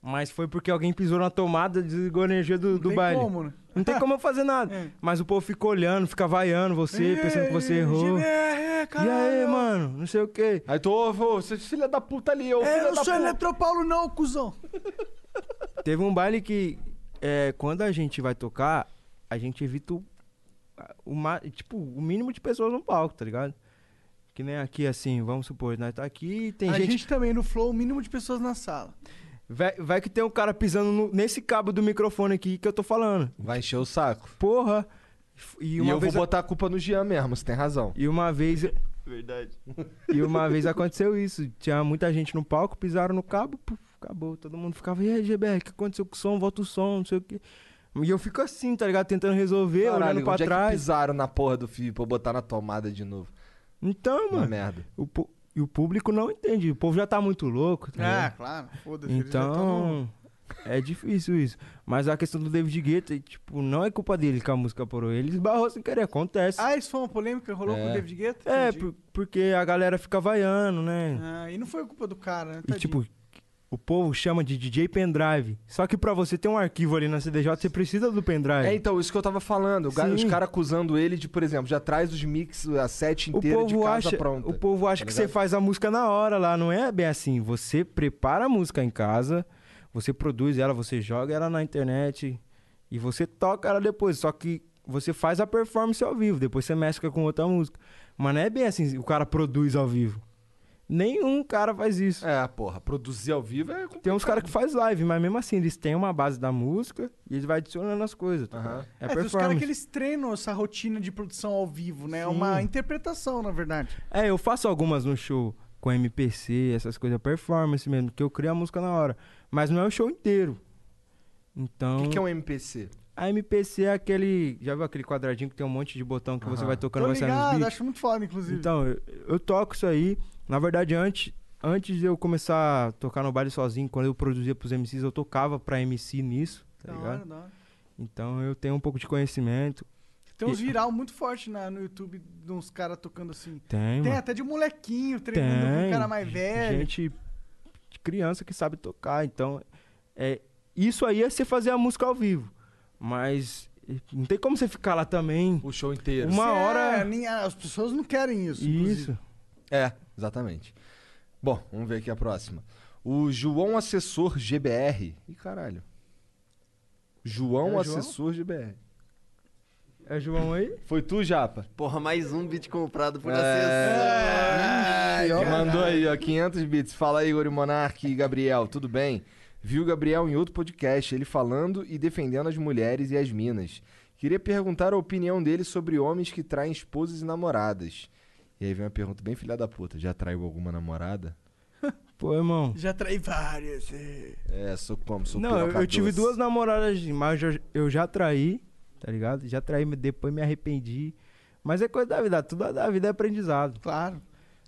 Mas foi porque alguém pisou na tomada, desligou a energia do, do
Tem
baile.
como, né?
Não tem como eu fazer nada.
É.
Mas o povo fica olhando, fica vaiando você, pensando que você
Ei,
errou.
Gilberto, É,
E aí,
caralho.
mano, não sei o quê.
Aí tu, ô, vô, você é filha da puta ali, ô,
É,
filha
eu
da
sou
puta.
Eletropaulo não, cuzão.
Teve um baile que é, quando a gente vai tocar, a gente evita o, a- o ma- tipo, o mínimo de pessoas no palco, tá ligado? Que nem aqui, assim, vamos supor, nós tá aqui e tem
a gente...
gente.
também, no flow, o mínimo de pessoas na sala.
Vai, vai que tem um cara pisando no- nesse cabo do microfone aqui que eu tô falando.
Vai encher o saco.
Porra! E
E,
uma
eu vou
vez. a-
botar a culpa no Jean mesmo, você tem razão.
E uma vez.
Verdade.
E uma vez aconteceu isso. Tinha muita gente no palco, pisaram no cabo, puf, acabou. Todo mundo ficava, e aí, GBR, o que aconteceu com o som? Volta o som, não sei o quê. E eu fico assim, tá ligado? Tentando resolver, olhando pra
onde é que
trás.
pisaram na porra do fio pra eu botar na tomada de novo?
Então,
Uma
mano.
merda.
O pu- E o público não entende. O povo já tá muito louco. Tá
Ah,
ligado?
claro. Foda-se. eles já tá tão no-
então. É difícil isso. Mas a questão do David Guetta, tipo, não é culpa dele que a música parou. Ele esbarrou sem querer, acontece.
Ah, isso foi uma polêmica que rolou
É.
com o David Guetta?
é,
Entendi.
por- porque a galera fica vaiando, né?
Ah, e não foi culpa do cara, né?
e tipo, O povo chama de DJ pendrive. Só que pra você ter um arquivo ali na CDJ, você precisa do pendrive.
É, então, isso que eu tava falando. O ga-
Sim.
Os caras acusando ele de, por exemplo, já traz os mix, a set
o
inteira de
povo
casa
acha,
pronta.
o povo acha
tá
que você
ligado?
faz a música na hora lá, não é bem assim. Você prepara a música em casa, você produz ela, você joga ela na internet e você toca ela depois. Só que você faz a performance ao vivo, depois você mescla com outra música. Mas não é bem assim, o cara produz ao vivo. Nenhum cara faz isso.
É, porra, produzir ao vivo é complicado.
Tem uns caras que faz live, mas mesmo assim, eles têm uma base da música e eles vão adicionando as coisas. tá
Aham.
ligado? É,
É, tem os caras
performance.
que eles treinam essa rotina de produção ao vivo, né? É uma interpretação, na verdade.
É, eu faço algumas no show com MPC, essas coisas, performance mesmo, que eu crio a música na hora. Mas não é o show inteiro. Então,
O que, que é um MPC?
a MPC é aquele. Já viu aquele quadradinho que tem um monte de botão que você
Aham.
vai tocando,
Tô
vai saindo os
ligado,
beats?
acho muito foda, inclusive.
Então, eu, eu toco isso aí. Na verdade, antes, antes de eu começar a tocar no baile sozinho, quando eu produzia pros MCs, eu tocava pra MC nisso, tá
Da
ligado?
hora, da hora.
Então eu tenho um pouco de conhecimento.
Tem uns
E-
viral muito forte na- no YouTube de uns caras tocando assim. Tem
Tenho, mano.
até de um molequinho treinando com um
Tem.
cara mais velho.
gente de criança que sabe tocar. Então, é, isso aí é você fazer a música ao vivo. Mas eh, não tem como você ficar lá também.
O show inteiro.
Uma
Isso é,
hora-
nem- as pessoas não querem isso. inclusive.
Isso.
É, exatamente. Bom, vamos ver aqui a próxima. O João Assessor GBR. Ih, caralho. João
Era João?
Assessor GBR.
É João aí?
Foi tu, Japa?
Porra, mais um beat comprado por
É,
acessão.
que mandou aí, ó, 500 bits. Fala aí, Igor e Monark e Gabriel, tudo bem? Viu o Gabriel em outro podcast, ele falando e defendendo as mulheres e as minas. Queria perguntar a opinião dele sobre homens que traem esposas e namoradas. E aí vem uma pergunta bem filha da puta, já traiu alguma namorada?
Pô, irmão.
Já traí várias. é.
É, sou como, sou
Não, eu,
piroca
eu tive
doce.
duas namoradas, mas eu, já- eu já traí, tá ligado? Já traí, mas depois me arrependi. Mas é coisa da vida, tudo da vida é aprendizado. é
Claro.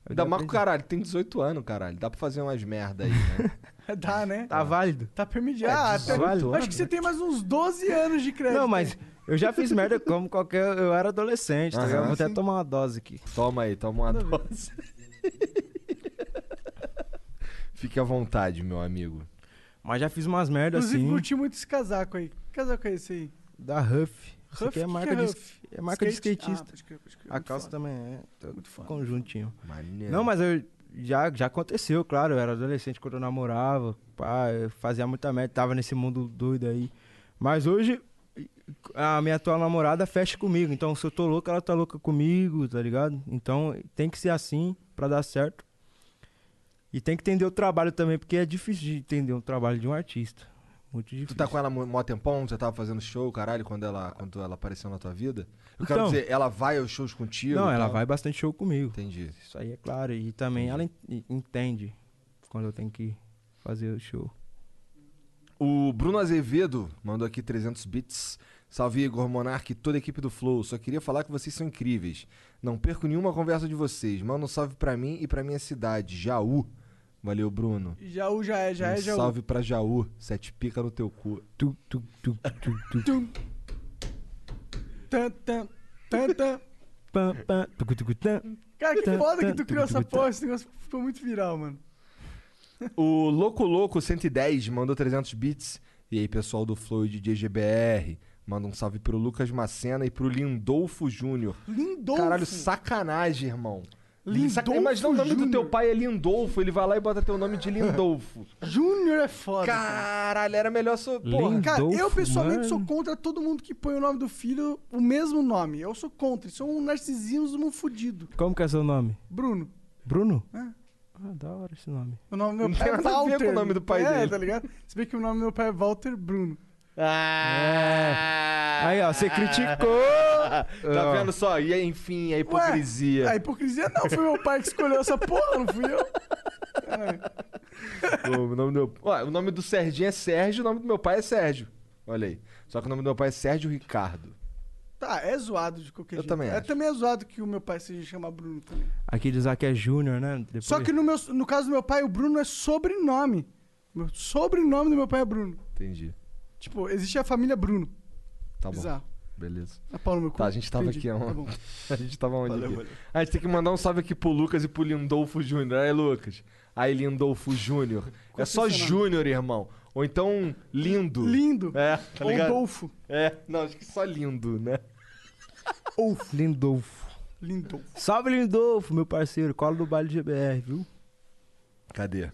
Ainda mais que o
cara.
caralho, tem 18 anos, caralho. Dá pra fazer umas merda aí, né?
Dá, né?
Tá É válido.
Tá permitido. Ah, até-
válido.
acho que você tem mais uns 12 anos de crédito.
né? Não, mas eu já fiz merda como qualquer. Eu era adolescente, tá
Aham.
ligado? Vou até tomar uma dose aqui.
toma aí, toma uma dose. Fique à vontade, meu amigo.
Mas já fiz umas merdas
Inclusive,
assim.
curti muito esse casaco aí. Que casaco é esse aí?
Da Huff.
Huff?
Isso aqui é
Que que
marca, de,
Huff?
é marca de
Skate? Ah,
skatista.
pode crer, pode crer.
a
Muito
calça
foda.
também é todo
Muito foda.
conjuntinho.
Maneiro.
Não, mas eu já, já aconteceu, claro. Eu era adolescente quando eu namorava. Pá, eu fazia muita merda, tava nesse mundo doido aí. Mas hoje, a minha atual namorada fecha comigo. Então, se eu tô louco, ela tá louca comigo, tá ligado? Então, tem que ser assim pra dar certo. E tem que entender o trabalho também, porque é difícil de entender o trabalho de um artista. Muito difícil.
Tu tá com ela mo- mó tempão? Já tava fazendo show, caralho, quando ela, quando ela apareceu na tua vida? Eu quero
Então.
dizer, ela vai aos shows contigo?
Não,
e
ela
tal?
vai bastante show comigo.
então? Entendi.
Isso aí é claro. E também ela en- entende quando eu tenho que fazer o show.
O Bruno Azevedo mandou aqui 300 bits. Salve Igor, Monark e toda a equipe do Flow. Só queria falar que vocês são incríveis. Não perco nenhuma conversa de vocês. Manda um salve pra mim e pra minha cidade, Jaú. Valeu, Bruno.
Jaú já é, já
um
é, Jaú.
salve pra Jaú. Sete pica no teu cu.
Tu, tu, tu, tu, tu,
Tum. Tan, tan, tan, tan.
pam, pam, tucu, tucu, tam.
Cara, que
Tan,
foda que
tan,
tu criou essa
tucu,
porra. Esse negócio ficou muito viral, mano.
O Loco Loco 110 mandou 300 bits. E aí, pessoal do Flow e DJ GBR. Manda um salve pro Lucas Macena e pro Lindolfo Júnior.
Lindolfo.
Caralho, sacanagem, irmão.
Lindolfo
Saca- Imagina o nome do teu
Júnior.
pai é Lindolfo, ele vai lá e bota teu nome de Lindolfo.
Júnior é foda. cara.
Caralho, era melhor só. Porra,
Lindo.
cara,
Cara, eu
Rodolfo,
pessoalmente sou
mano.
contra todo mundo que põe o nome do filho o mesmo nome. Eu sou contra. Isso é um narcisismo fudido.
Como que é seu nome?
Bruno.
Bruno?
É.
Ah, da hora esse nome.
O nome do meu
Não
pai é
tem nada a ver
Walter.
com o nome do pai
é,
dele.
tá ligado? Se bem que o nome do meu pai é Walter Bruno.
Ah.
Aí, ó, você criticou.
tá vendo só? E aí, enfim, a
Ué,
hipocrisia.
A hipocrisia não. Foi meu pai que escolheu essa porra, não fui eu.
O, nome do... Ué, o nome do Serginho é Sérgio, o nome do meu pai é Sérgio. Olha aí. Só que o nome do meu pai é Sérgio Ricardo.
Tá, é zoado de qualquer
Eu
jeito.
também
É
acho.
também é zoado que o meu pai se chama Bruno tá também.
Aqui diz que é Júnior, né? Depois-
Só que no, meu, no caso do meu pai, o Bruno é sobrenome. Meu sobrenome do meu pai é Bruno.
Entendi.
Tipo, existe a família Bruno.
Tá bom.
Bizarro.
Beleza.
A pau no meu cu.
Tá, a gente tava aqui, ó.
Tá bom.
A gente tava onde
Valeu,
aqui?
valeu.
A gente tem que mandar um salve aqui pro Lucas e pro Lindolfo Júnior. Aí, Lucas. Aí, Lindolfo Júnior. É só
que é seu nome?
Júnior, irmão. Ou então, lindo.
Lindo.
É, tá
Ou então-
ligado?
Dolfo.
É, não, acho que só lindo, né?
Lindolfo.
Lindo.
Salve, Lindolfo, meu parceiro. Cola do baile GBR, viu?
Cadê?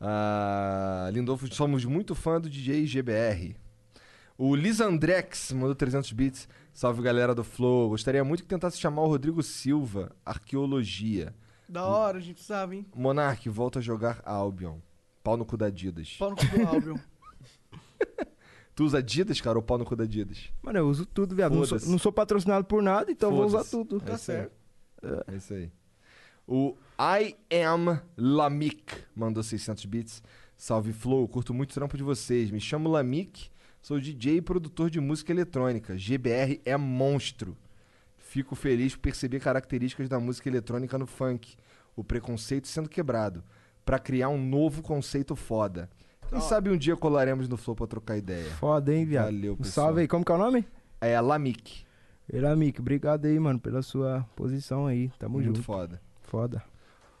Ah, Lindolfo, somos muito fã do DJ GBR. O Lisandrex mandou 300 bits. Salve galera do Flow. Gostaria muito que tentasse chamar o Rodrigo Silva, arqueologia.
Da hora, a gente sabe, hein?
Monark, volta a jogar Albion. Pau no cu da Adidas.
Pau no cu do Albion.
Tu usa Adidas, cara, ou pau no cu da Adidas?
Mano, eu uso tudo, viado. Não sou,
Foda-se.
não sou patrocinado por nada, então vou usar
Foda-se.
tudo.
É
Tá
isso aí.
certo.
É isso aí. O I am Lamik mandou 600 bits. Salve Flow, curto muito o trampo de vocês. Me chamo Lamik, sou DJ e produtor de música eletrônica. GBR é monstro. Fico feliz por perceber características da música eletrônica no funk. O preconceito sendo quebrado. Pra criar um novo conceito foda. Quem sabe um dia colaremos no Flow pra trocar ideia.
Foda, hein, viado?
Valeu,
Um
pessoal.
Salve aí. Como que é o nome?
É a Lamik.
Eramic, obrigado aí, mano, pela sua posição aí. Tamo
Muito
junto.
foda.
Foda.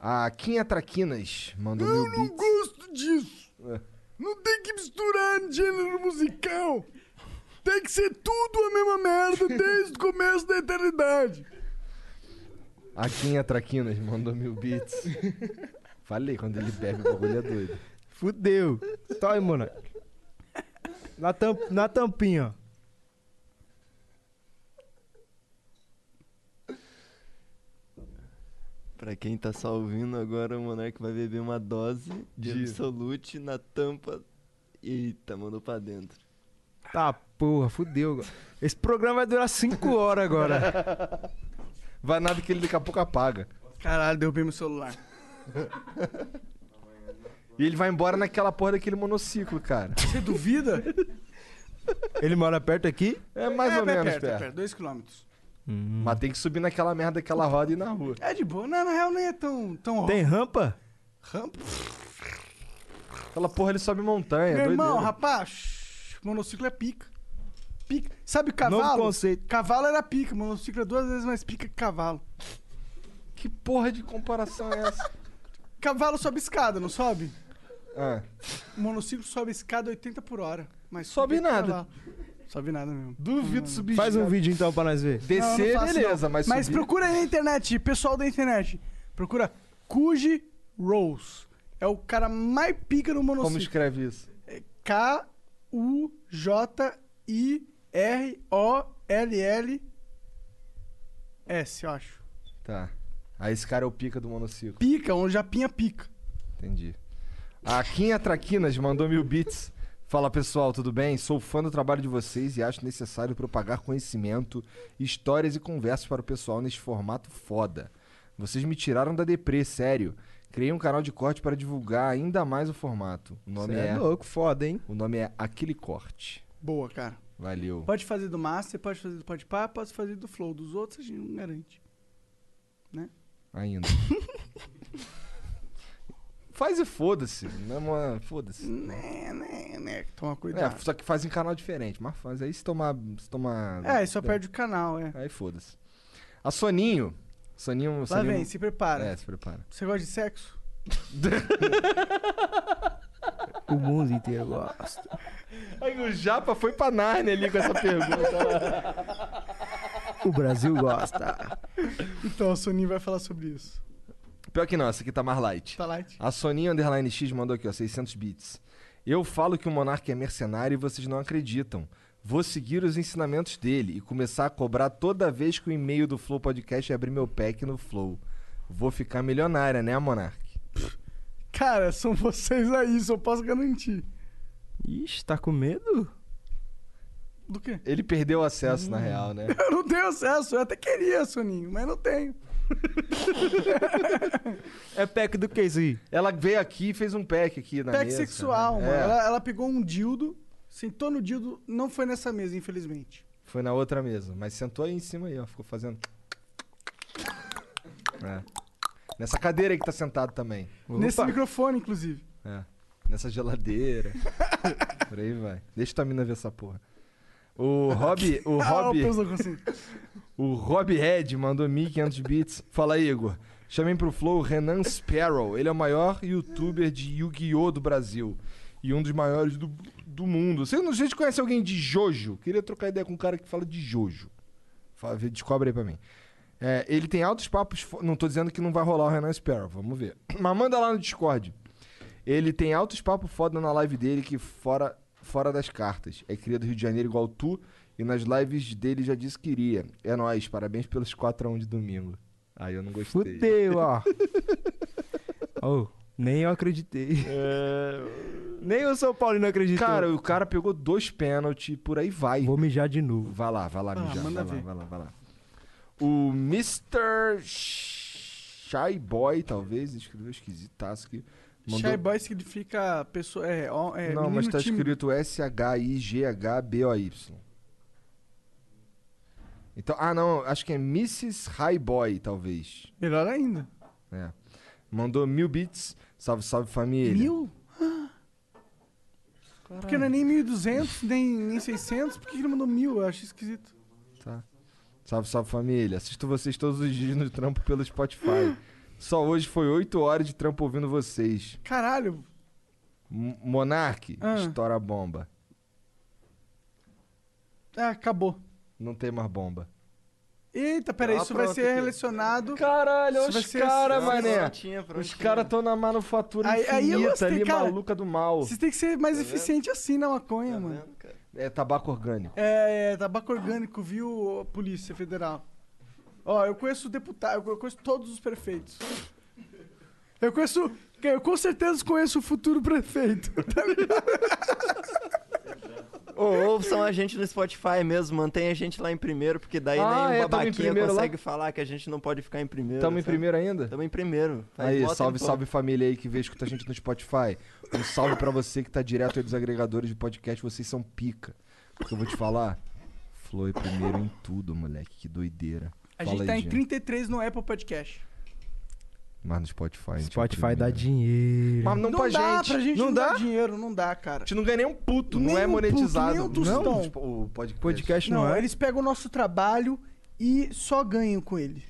A Quinha Traquinas mandou mil bits.
Gosto disso.
É.
Não tem que misturar
um
gênero musical. Tem que ser tudo a mesma merda desde o começo da eternidade.
A Quinha Traquinas mandou mil bits. Falei, quando ele bebe, o bagulho é doido.
Fudeu. Tá aí, mano. Na, tam, na tampinha.
Pra quem tá só ouvindo agora, o Monark vai beber uma dose de
De-
Absolute na tampa. Eita, mandou pra dentro.
Tá, porra, fudeu. Esse programa vai durar 5 horas agora.
Vai nada que ele daqui a pouco apaga.
Caralho, derrubei meu celular.
E ele vai embora naquela porra daquele monociclo, cara.
Você duvida?
Ele mora perto aqui?
É mais
é,
ou
bem
menos,
perto,
perto.
é perto, 2km.
Mas tem que subir naquela merda, aquela roda e ir na rua.
É de boa. Não, na real nem é tão, tão
Tem rampa?
rampa.
Aquela porra ele sobe montanha,
Meu
doido.
irmão, rapaz, monociclo é pica. Pica. Sabe cavalo?
Novo conceito.
Cavalo era pica, monociclo é duas vezes mais pica que cavalo.
Que porra de comparação é essa?
Cavalo sobe escada, não sobe?
Ah,
Monociclo sobe escada 80 por hora. Mas
Sobe
pica que
nada.
cavalo. Sobe nada mesmo.
duvido subir
Faz um
escada.
vídeo então pra nós ver.
Não, não
Descer,
faço,
beleza,
não.
mas,
Mas
subir...
procura aí na internet, pessoal da internet. Procura Kuji Rose. É o cara mais pica no
Como
um monociclo.
escreve isso?
K-U-J-I-R-O-L-L-S, eu acho.
Tá. Aí esse cara é o pica do monociclo.
Pica, onde Japinha pica.
Entendi. A Quinha Traquinas mandou mil bits. Fala pessoal, tudo bem? Sou fã do trabalho de vocês e acho necessário propagar conhecimento, histórias e conversas para o pessoal neste formato foda. Vocês me tiraram da deprê, sério. Criei um canal de corte para divulgar ainda mais o formato. O
Você
nome
é
é,
louco, foda, hein?
o nome é Aquele Corte.
Boa, cara.
Valeu.
Pode fazer do Master, pode fazer do Podpah, pode fazer do Flow. Dos outros a gente não garante.
Ainda. Faz e foda-se. Não é uma- Foda-se.
Né, né, né. Toma
É,
cuidado.
só que faz em canal diferente, mas faz. Aí se tomar. Se tomar
É, e só perde o canal, é.
Aí foda-se. A Soninho. Soninho.
Lá
Soninho...
vem, se prepara.
É, se prepara.
Você gosta de sexo?
O mundo inteiro gosta.
Aí o Japa foi pra Narnia ali com essa pergunta.
O Brasil gosta.
Então, a Soninho vai falar sobre isso.
Pior que não, essa aqui tá mais light.
Tá light?
A Soninho Underline X mandou aqui, ó, 600 bits. Eu falo que o Monark é mercenário e vocês não acreditam. Vou seguir os ensinamentos dele e começar a cobrar toda vez que o e-mail do Flow Podcast abrir meu pack no Flow. Vou ficar milionária, né, Monark?
Cara, são vocês aí, só posso garantir.
Ixi, tá com medo?
Do quê?
Ele perdeu o acesso,
Hum.
na real, né?
Eu não tenho acesso, eu até queria, Soninho, mas não tenho.
É pack do que isso aí?
Ela veio aqui e fez um pack aqui na
Pack
mesa,
sexual,
né?
mano.
É.
Ela, ela pegou um dildo, sentou no dildo, não foi nessa mesa, infelizmente.
Foi na outra mesa, mas sentou aí em cima aí, ó. Ficou fazendo. É. Nessa cadeira aí que tá sentado também.
Nesse
Opa.
microfone, inclusive.
É. Nessa geladeira. Por aí vai. Deixa tua mina ver essa porra. O Rob, o
Ah, o
Rob,
peso não consigo.
o Rob Red mandou 1500 bits. Fala aí, Igor. Chamei pro Flow Renan Sparrow. Ele é o maior youtuber de Yu-Gi-Oh! do Brasil. E um dos maiores do, do mundo. Você não sei se conhece alguém de Jojo. Queria trocar ideia com um cara que fala de Jojo. Fala, vê, descobre aí pra mim. É, ele tem altos papos. fo- Não tô dizendo que não vai rolar o Renan Sparrow, vamos ver. Mas manda lá no Discord. Ele tem altos papos foda na live dele que fora, fora das cartas. É cria do Rio de Janeiro igual tu. E nas lives dele já disse que iria. É nóis, parabéns pelos 4x1 de domingo. Aí eu não gostei.
Fudeu, ó. oh, nem eu acreditei. Nem o São Paulino acreditou.
É. Cara, o cara pegou dois pênaltis, por aí vai.
vou mijar de novo.
Vai lá, vai lá, mijar.
Ah, manda
vai lá,
ver.
vai lá, vai lá. O Mr. Shy Boy, talvez, escreveu esquisitaço aqui. Mandou...
Shy boy significa pessoa. É, ó, é
Não,
menino
mas tá
tímido.
escrito S-H-I-G-H-B-O-Y. Então, ah, não, acho que é Mrs. High Boy, talvez.
Melhor ainda.
É. Mandou mil bits. Salve, salve família.
Mil? Ah. Porque não é nem 1.200, nem, nem 600. Por que que ele mandou mil? Eu acho esquisito.
Tá. Salve, salve família. Assisto vocês todos os dias no trampo pelo Spotify. Só hoje foi 8 horas de trampo ouvindo vocês.
Caralho.
M- Monark,
Ah.
estoura a bomba.
Ah, acabou.
Não tem mais bomba.
Eita, peraí,
Ah,
Tá
isso vai
pronto,
ser
que-
relacionado.
Caralho,
olha os cara,
Não, tinha,
Os
prontinho.
caras estão na manufatura
assim, Aí- aí eu
infinita
gostei,
ali,
cara.
maluca do mal.
Vocês têm que ser mais
Tá vendo?
eficiente assim na maconha,
Tá
mano.
vendo, cara?
É tabaco orgânico.
É, é, tabaco orgânico, viu, ô, Polícia Federal? Ó, eu conheço deputado, eu conheço todos os prefeitos. Eu conheço, eu com certeza conheço o futuro prefeito.
Ô, ouçam a gente no Spotify mesmo, mantém a gente lá em primeiro, porque daí
Ah,
nenhum
é, tamo em
babaquinha
primeiro lá?
consegue falar que a gente não pode ficar em primeiro.
Tamo em
sabe?
primeiro ainda?
Tamo em primeiro. Faz
Aí,
mó
salve,
tempão.
salve família aí que vê, escuta a gente no Spotify. Um salve pra você que tá direto aí dos agregadores de podcast, vocês são pica. Porque eu vou te falar, Flow é primeiro em tudo, moleque, que doideira.
A
Fala
gente
aí,
tá em
Jean.
33 no Apple Podcast.
Mas no Spotify, a gente é o
Spotify dá
primeiro.
dinheiro.
Mas não, pra
dá
gente.
pra gente,
Não
não, dá?
dá?
dinheiro, não dá, cara.
A gente não ganha nem um puto, não
Nem
é
um puto,
monetizado.
nem um tostão.
Não, Tipo, o podcast.
Podcast não,
Não,
é.
eles pegam o nosso trabalho e só ganham com ele.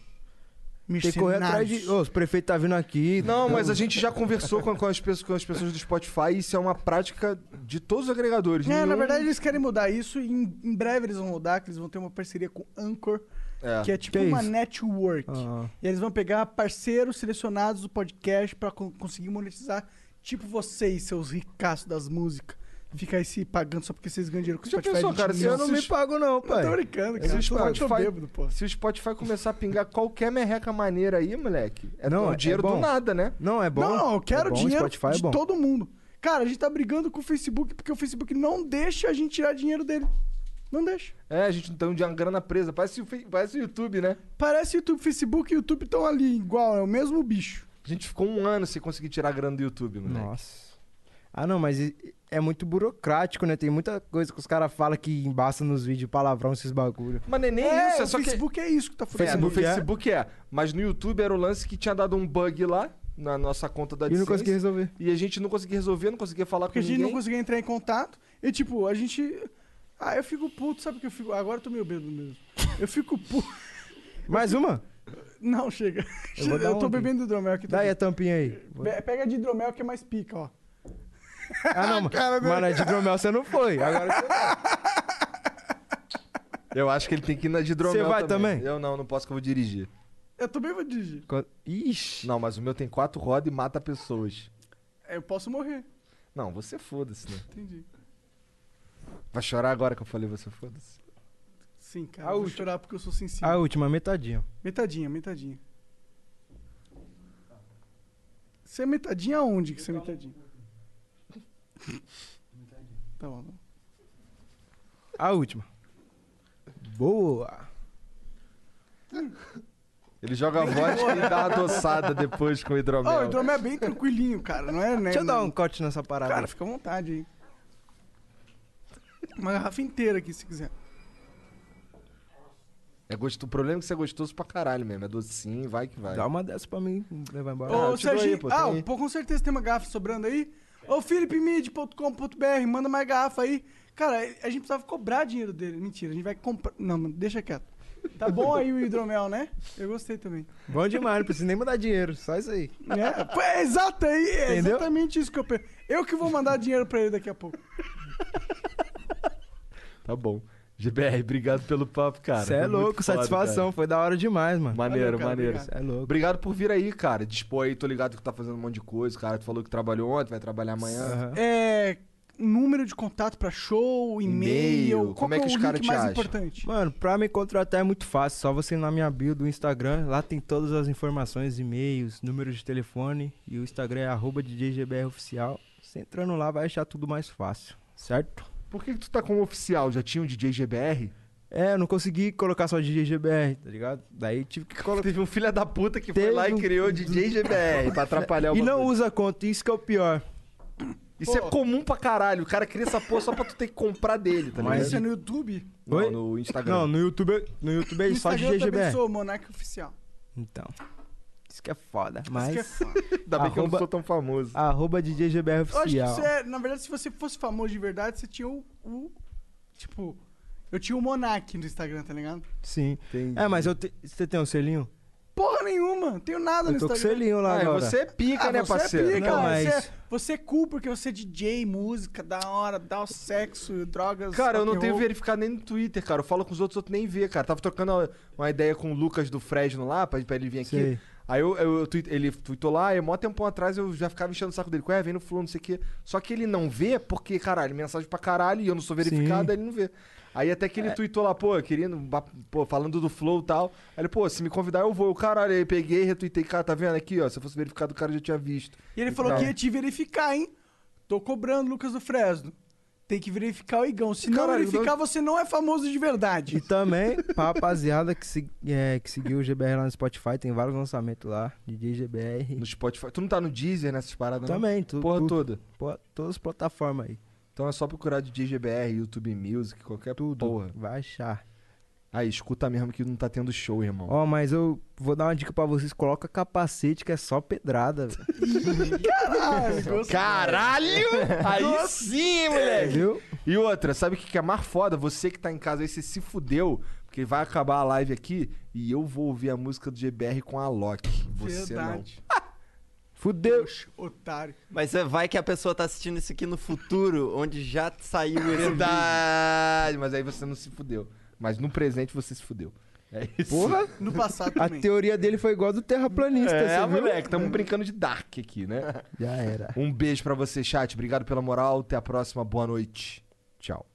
Tem que correr atrás de. Ô, os prefeitos tá vindo aqui.
Não, mas a gente já conversou com, com as, pessoas, com as pessoas do Spotify e isso é uma prática de todos os agregadores.
É, na
Nenhum-
verdade eles querem mudar isso e em, em breve eles vão mudar, que eles vão ter uma parceria com Anchor,
É.
que é tipo
Que
uma
isso?
network.
Ah.
E eles vão pegar parceiros selecionados do podcast pra con- conseguir monetizar, tipo vocês, seus ricaços das músicas. Ficar aí se pagando só porque vocês ganham dinheiro com o
Já
Spotify.
pensou,
gente,
cara, se eu
Eu não me
Esses-
pago, não,
Eu tô
pai.
brincando, cara.
Esse
Eu tô- eu tô
Spotify-
bêbado,
É
pô.
Se o Spotify começar a pingar qualquer merreca maneira aí, moleque, é
Não,
não,
é
dinheiro
bom.
do nada, né?
Não, é bom.
não, não, eu quero
é bom,
dinheiro
Spotify é
de
bom.
todo mundo. Cara, a gente tá brigando com o Facebook porque o Facebook não deixa a gente tirar dinheiro dele. Não deixa.
É, a gente não tem uma grana presa. Parece o, Fe- parece o YouTube, né?
Parece YouTube, Facebook e YouTube estão ali igual, é o mesmo bicho.
A gente ficou um ano sem conseguir tirar a grana do YouTube, moleque.
Nossa. Ah, não, mas e- é muito burocrático, né? Tem muita coisa que os caras falam que embaça nos vídeos, palavrão, esses bagulho.
Mas não é nem isso, é
o
só que...
Facebook é isso que tá
É, no
fazendo.
Facebook é. Mas no YouTube era o lance que tinha dado um bug lá, na nossa conta da
E não
AdSense.
consegui resolver.
E a gente não conseguia resolver, não conseguia falar
Porque a
com
gente
ninguém.
não conseguia entrar em contato. E tipo, a gente. Ah, eu fico puto, sabe que eu fico. Agora eu tô meio bêbado mesmo. Eu fico puto.
Mais uma?
Não, chega.
Eu
Eu,
vou dar
tô
um aqui.
bebendo hidromel aqui.
Daí a
também.
tampinha aí.
Pe- Pega de hidromel que é mais pica, ó.
Ah, não, mano. Mano, é de hidromel você não foi. Agora você vai.
Eu acho que ele tem que ir na de hidromel
Você vai também?
Eu não, não posso que eu vou dirigir.
Eu também vou dirigir.
Co- Ixi.
Não, mas o meu tem quatro rodas e mata pessoas.
É, Eu posso morrer.
Não, você foda-se, né?
Entendi.
Vai chorar agora que eu falei você foda-se?
Sim, cara.
Ah,
A
eu vou
última.
chorar porque eu sou
A
sensível.
última, metadinha.
Metadinha, metadinha. Você é metadinha aonde que você é metadinha? Tá bom. tá bom.
A última. Boa.
Ele joga vodka e dá uma adoçada depois com hidromel.
Ó, o hidromel é bem tranquilinho, cara. Não é, né?
Deixa eu dar um corte nessa parada.
Cara, fica à vontade aí. Uma garrafa inteira aqui, se quiser.
É gosto... O problema é que você é gostoso pra caralho mesmo. É docinho, vai que vai.
um-
Dá uma dessa pra mim levar embora.
Ah,
Ô,
eu te dou aí,
Serginho.
pô, tem
Ah,
aí.
pô, com certeza tem uma garrafa sobrando aí. Ô, philipmid.com.br, manda mais garrafa aí. Cara, a gente precisava cobrar dinheiro dele. Mentira, a gente vai comprar. Não, mano, deixa quieto. Tá bom aí o hidromel, né? Eu gostei também.
Bom demais, não precisa nem mandar dinheiro, só isso aí.
É, pô, é exato aí, é
Entendeu?
exatamente isso que eu penso. Eu que vou mandar dinheiro pra ele daqui a pouco.
Tá bom. GBR, obrigado pelo papo, cara.
Você é
Foi muito
louco,
foda,
satisfação, foi da hora demais,
cara.
mano.
Maneiro,
Valeu, cara,
maneiro.
obrigado.
Você é louco.
Obrigado por vir aí, cara. Dispõe aí, tô ligado que tá fazendo um monte de coisa, cara. Tu falou que trabalhou ontem, vai trabalhar amanhã.
Aham.
É. Número de contato pra show,
E-mail,
e-mail. qual
como é que
o
os caras
link
te
mais
acham?
importante?
Mano, pra me contratar é muito fácil. Só você ir na minha bio do Instagram. Lá tem todas as informações, e-mails, número de telefone. E o Instagram é arroba DJGBROficial. Você entrando lá vai achar tudo mais fácil, certo?
Por que, que tu tá com o oficial? Já tinha um DJ GBR?
É, eu não consegui colocar só DJGBR, tá ligado? Daí tive que colocar.
Teve um filho da puta que
Teve um-
criou o DJ GBR pra atrapalhar o
E não
bagulho.
usa conta, isso que é o pior.
Isso é comum pra caralho. O cara cria essa porra só pra tu ter que comprar dele, tá
Mas-
Isso é
ligado?
no YouTube?
Não,
Oi?
no Instagram.
Não, no YouTube, no YouTube é
No
só
Instagram eu também
DJGBR.
sou Monark Oficial.
Então. Isso que é foda.
Isso
Mas.
que é foda.
Ainda bem que eu não
Arroba-
sou tão famoso.
Arroba DJGBR
Eu acho que
Oficial.
isso é, na verdade, se você fosse famoso de verdade, você tinha o. o- tipo, eu tinha o Monark no Instagram, tá ligado?
Sim.
Entendi.
É, mas eu te- você tem um selinho?
Porra nenhuma, não tenho nada
Eu
no
tô com
Instagram.
selinho lá
Ah,
agora.
você é pica,
Ah,
né,
você
parceiro?
é pica,
Não,
você,
mas-
é, você é cool porque você é DJ, música, da hora, dá o sexo, drogas.
Cara, eu não
rock and
tenho
roll.
verificado nem no Twitter, cara. Eu falo com os outros, outros nem vê, cara. Tava trocando uma- uma ideia com o Lucas do Fresno lá, pra, pra ele vir aqui.
Sei.
Aí eu, eu- eu tweet- ele tweetou lá, e mó tempão atrás eu já ficava enchendo o saco dele. Ué, vem no Flow, não sei o quê. Só que ele não vê porque, caralho, mensagem pra caralho, e eu não sou verificado,
Sim.
aí ele não vê. Aí até que ele tweetou lá, pô, querendo, ba- pô, falando do Flow e tal. Aí ele, pô, se me convidar eu vou. Eu, caralho, aí peguei, retuitei, cara, tá vendo aqui, ó. Se eu fosse verificado, o cara já tinha visto.
E ele falou
Não.
que ia te verificar, hein? Tô cobrando, Lucas do Fresno. Tem que verificar o Igão. Se não
Caralho,
verificar, você não é famoso de verdade.
E também, pra rapaziada que, se- é, que seguiu o GBR lá no Spotify, tem vários lançamentos lá, DJ GBR.
No Spotify. Tu não tá no Deezer nessas paradas, não?
Também, tu,
Porra
tu-
toda.
pô, todas as plataformas aí.
Então é só procurar DJ GBR, YouTube Music, qualquer porra.
Vai achar.
Aí, escuta mesmo que não tá tendo show, irmão.
Ó, mas eu vou dar uma dica pra vocês: coloca capacete que é só pedrada, velho,
Ah, Caralho, gostei.
Caralho! Aí sim, moleque!
viu?
E outra, sabe o que que é mais foda? Você que tá em casa aí, você se fudeu, porque vai acabar a live aqui e eu vou ouvir a música do GBR com a Loki. Você
Verdade.
Fudeu.
Oxe, otário.
Mas é, vai que a pessoa tá assistindo isso aqui no futuro, onde já saiu
não.
esse
Verdade! Mas aí você não se fudeu. Mas no presente você se fudeu. É isso.
Porra,
No passado
a
também.
teoria dele foi igual a do terraplanista,
É,
você viu?
moleque, tamo brincando de Dark aqui, né?
Já era.
Um beijo pra você, chat. Obrigado pela moral. Até a próxima. Boa noite. Tchau.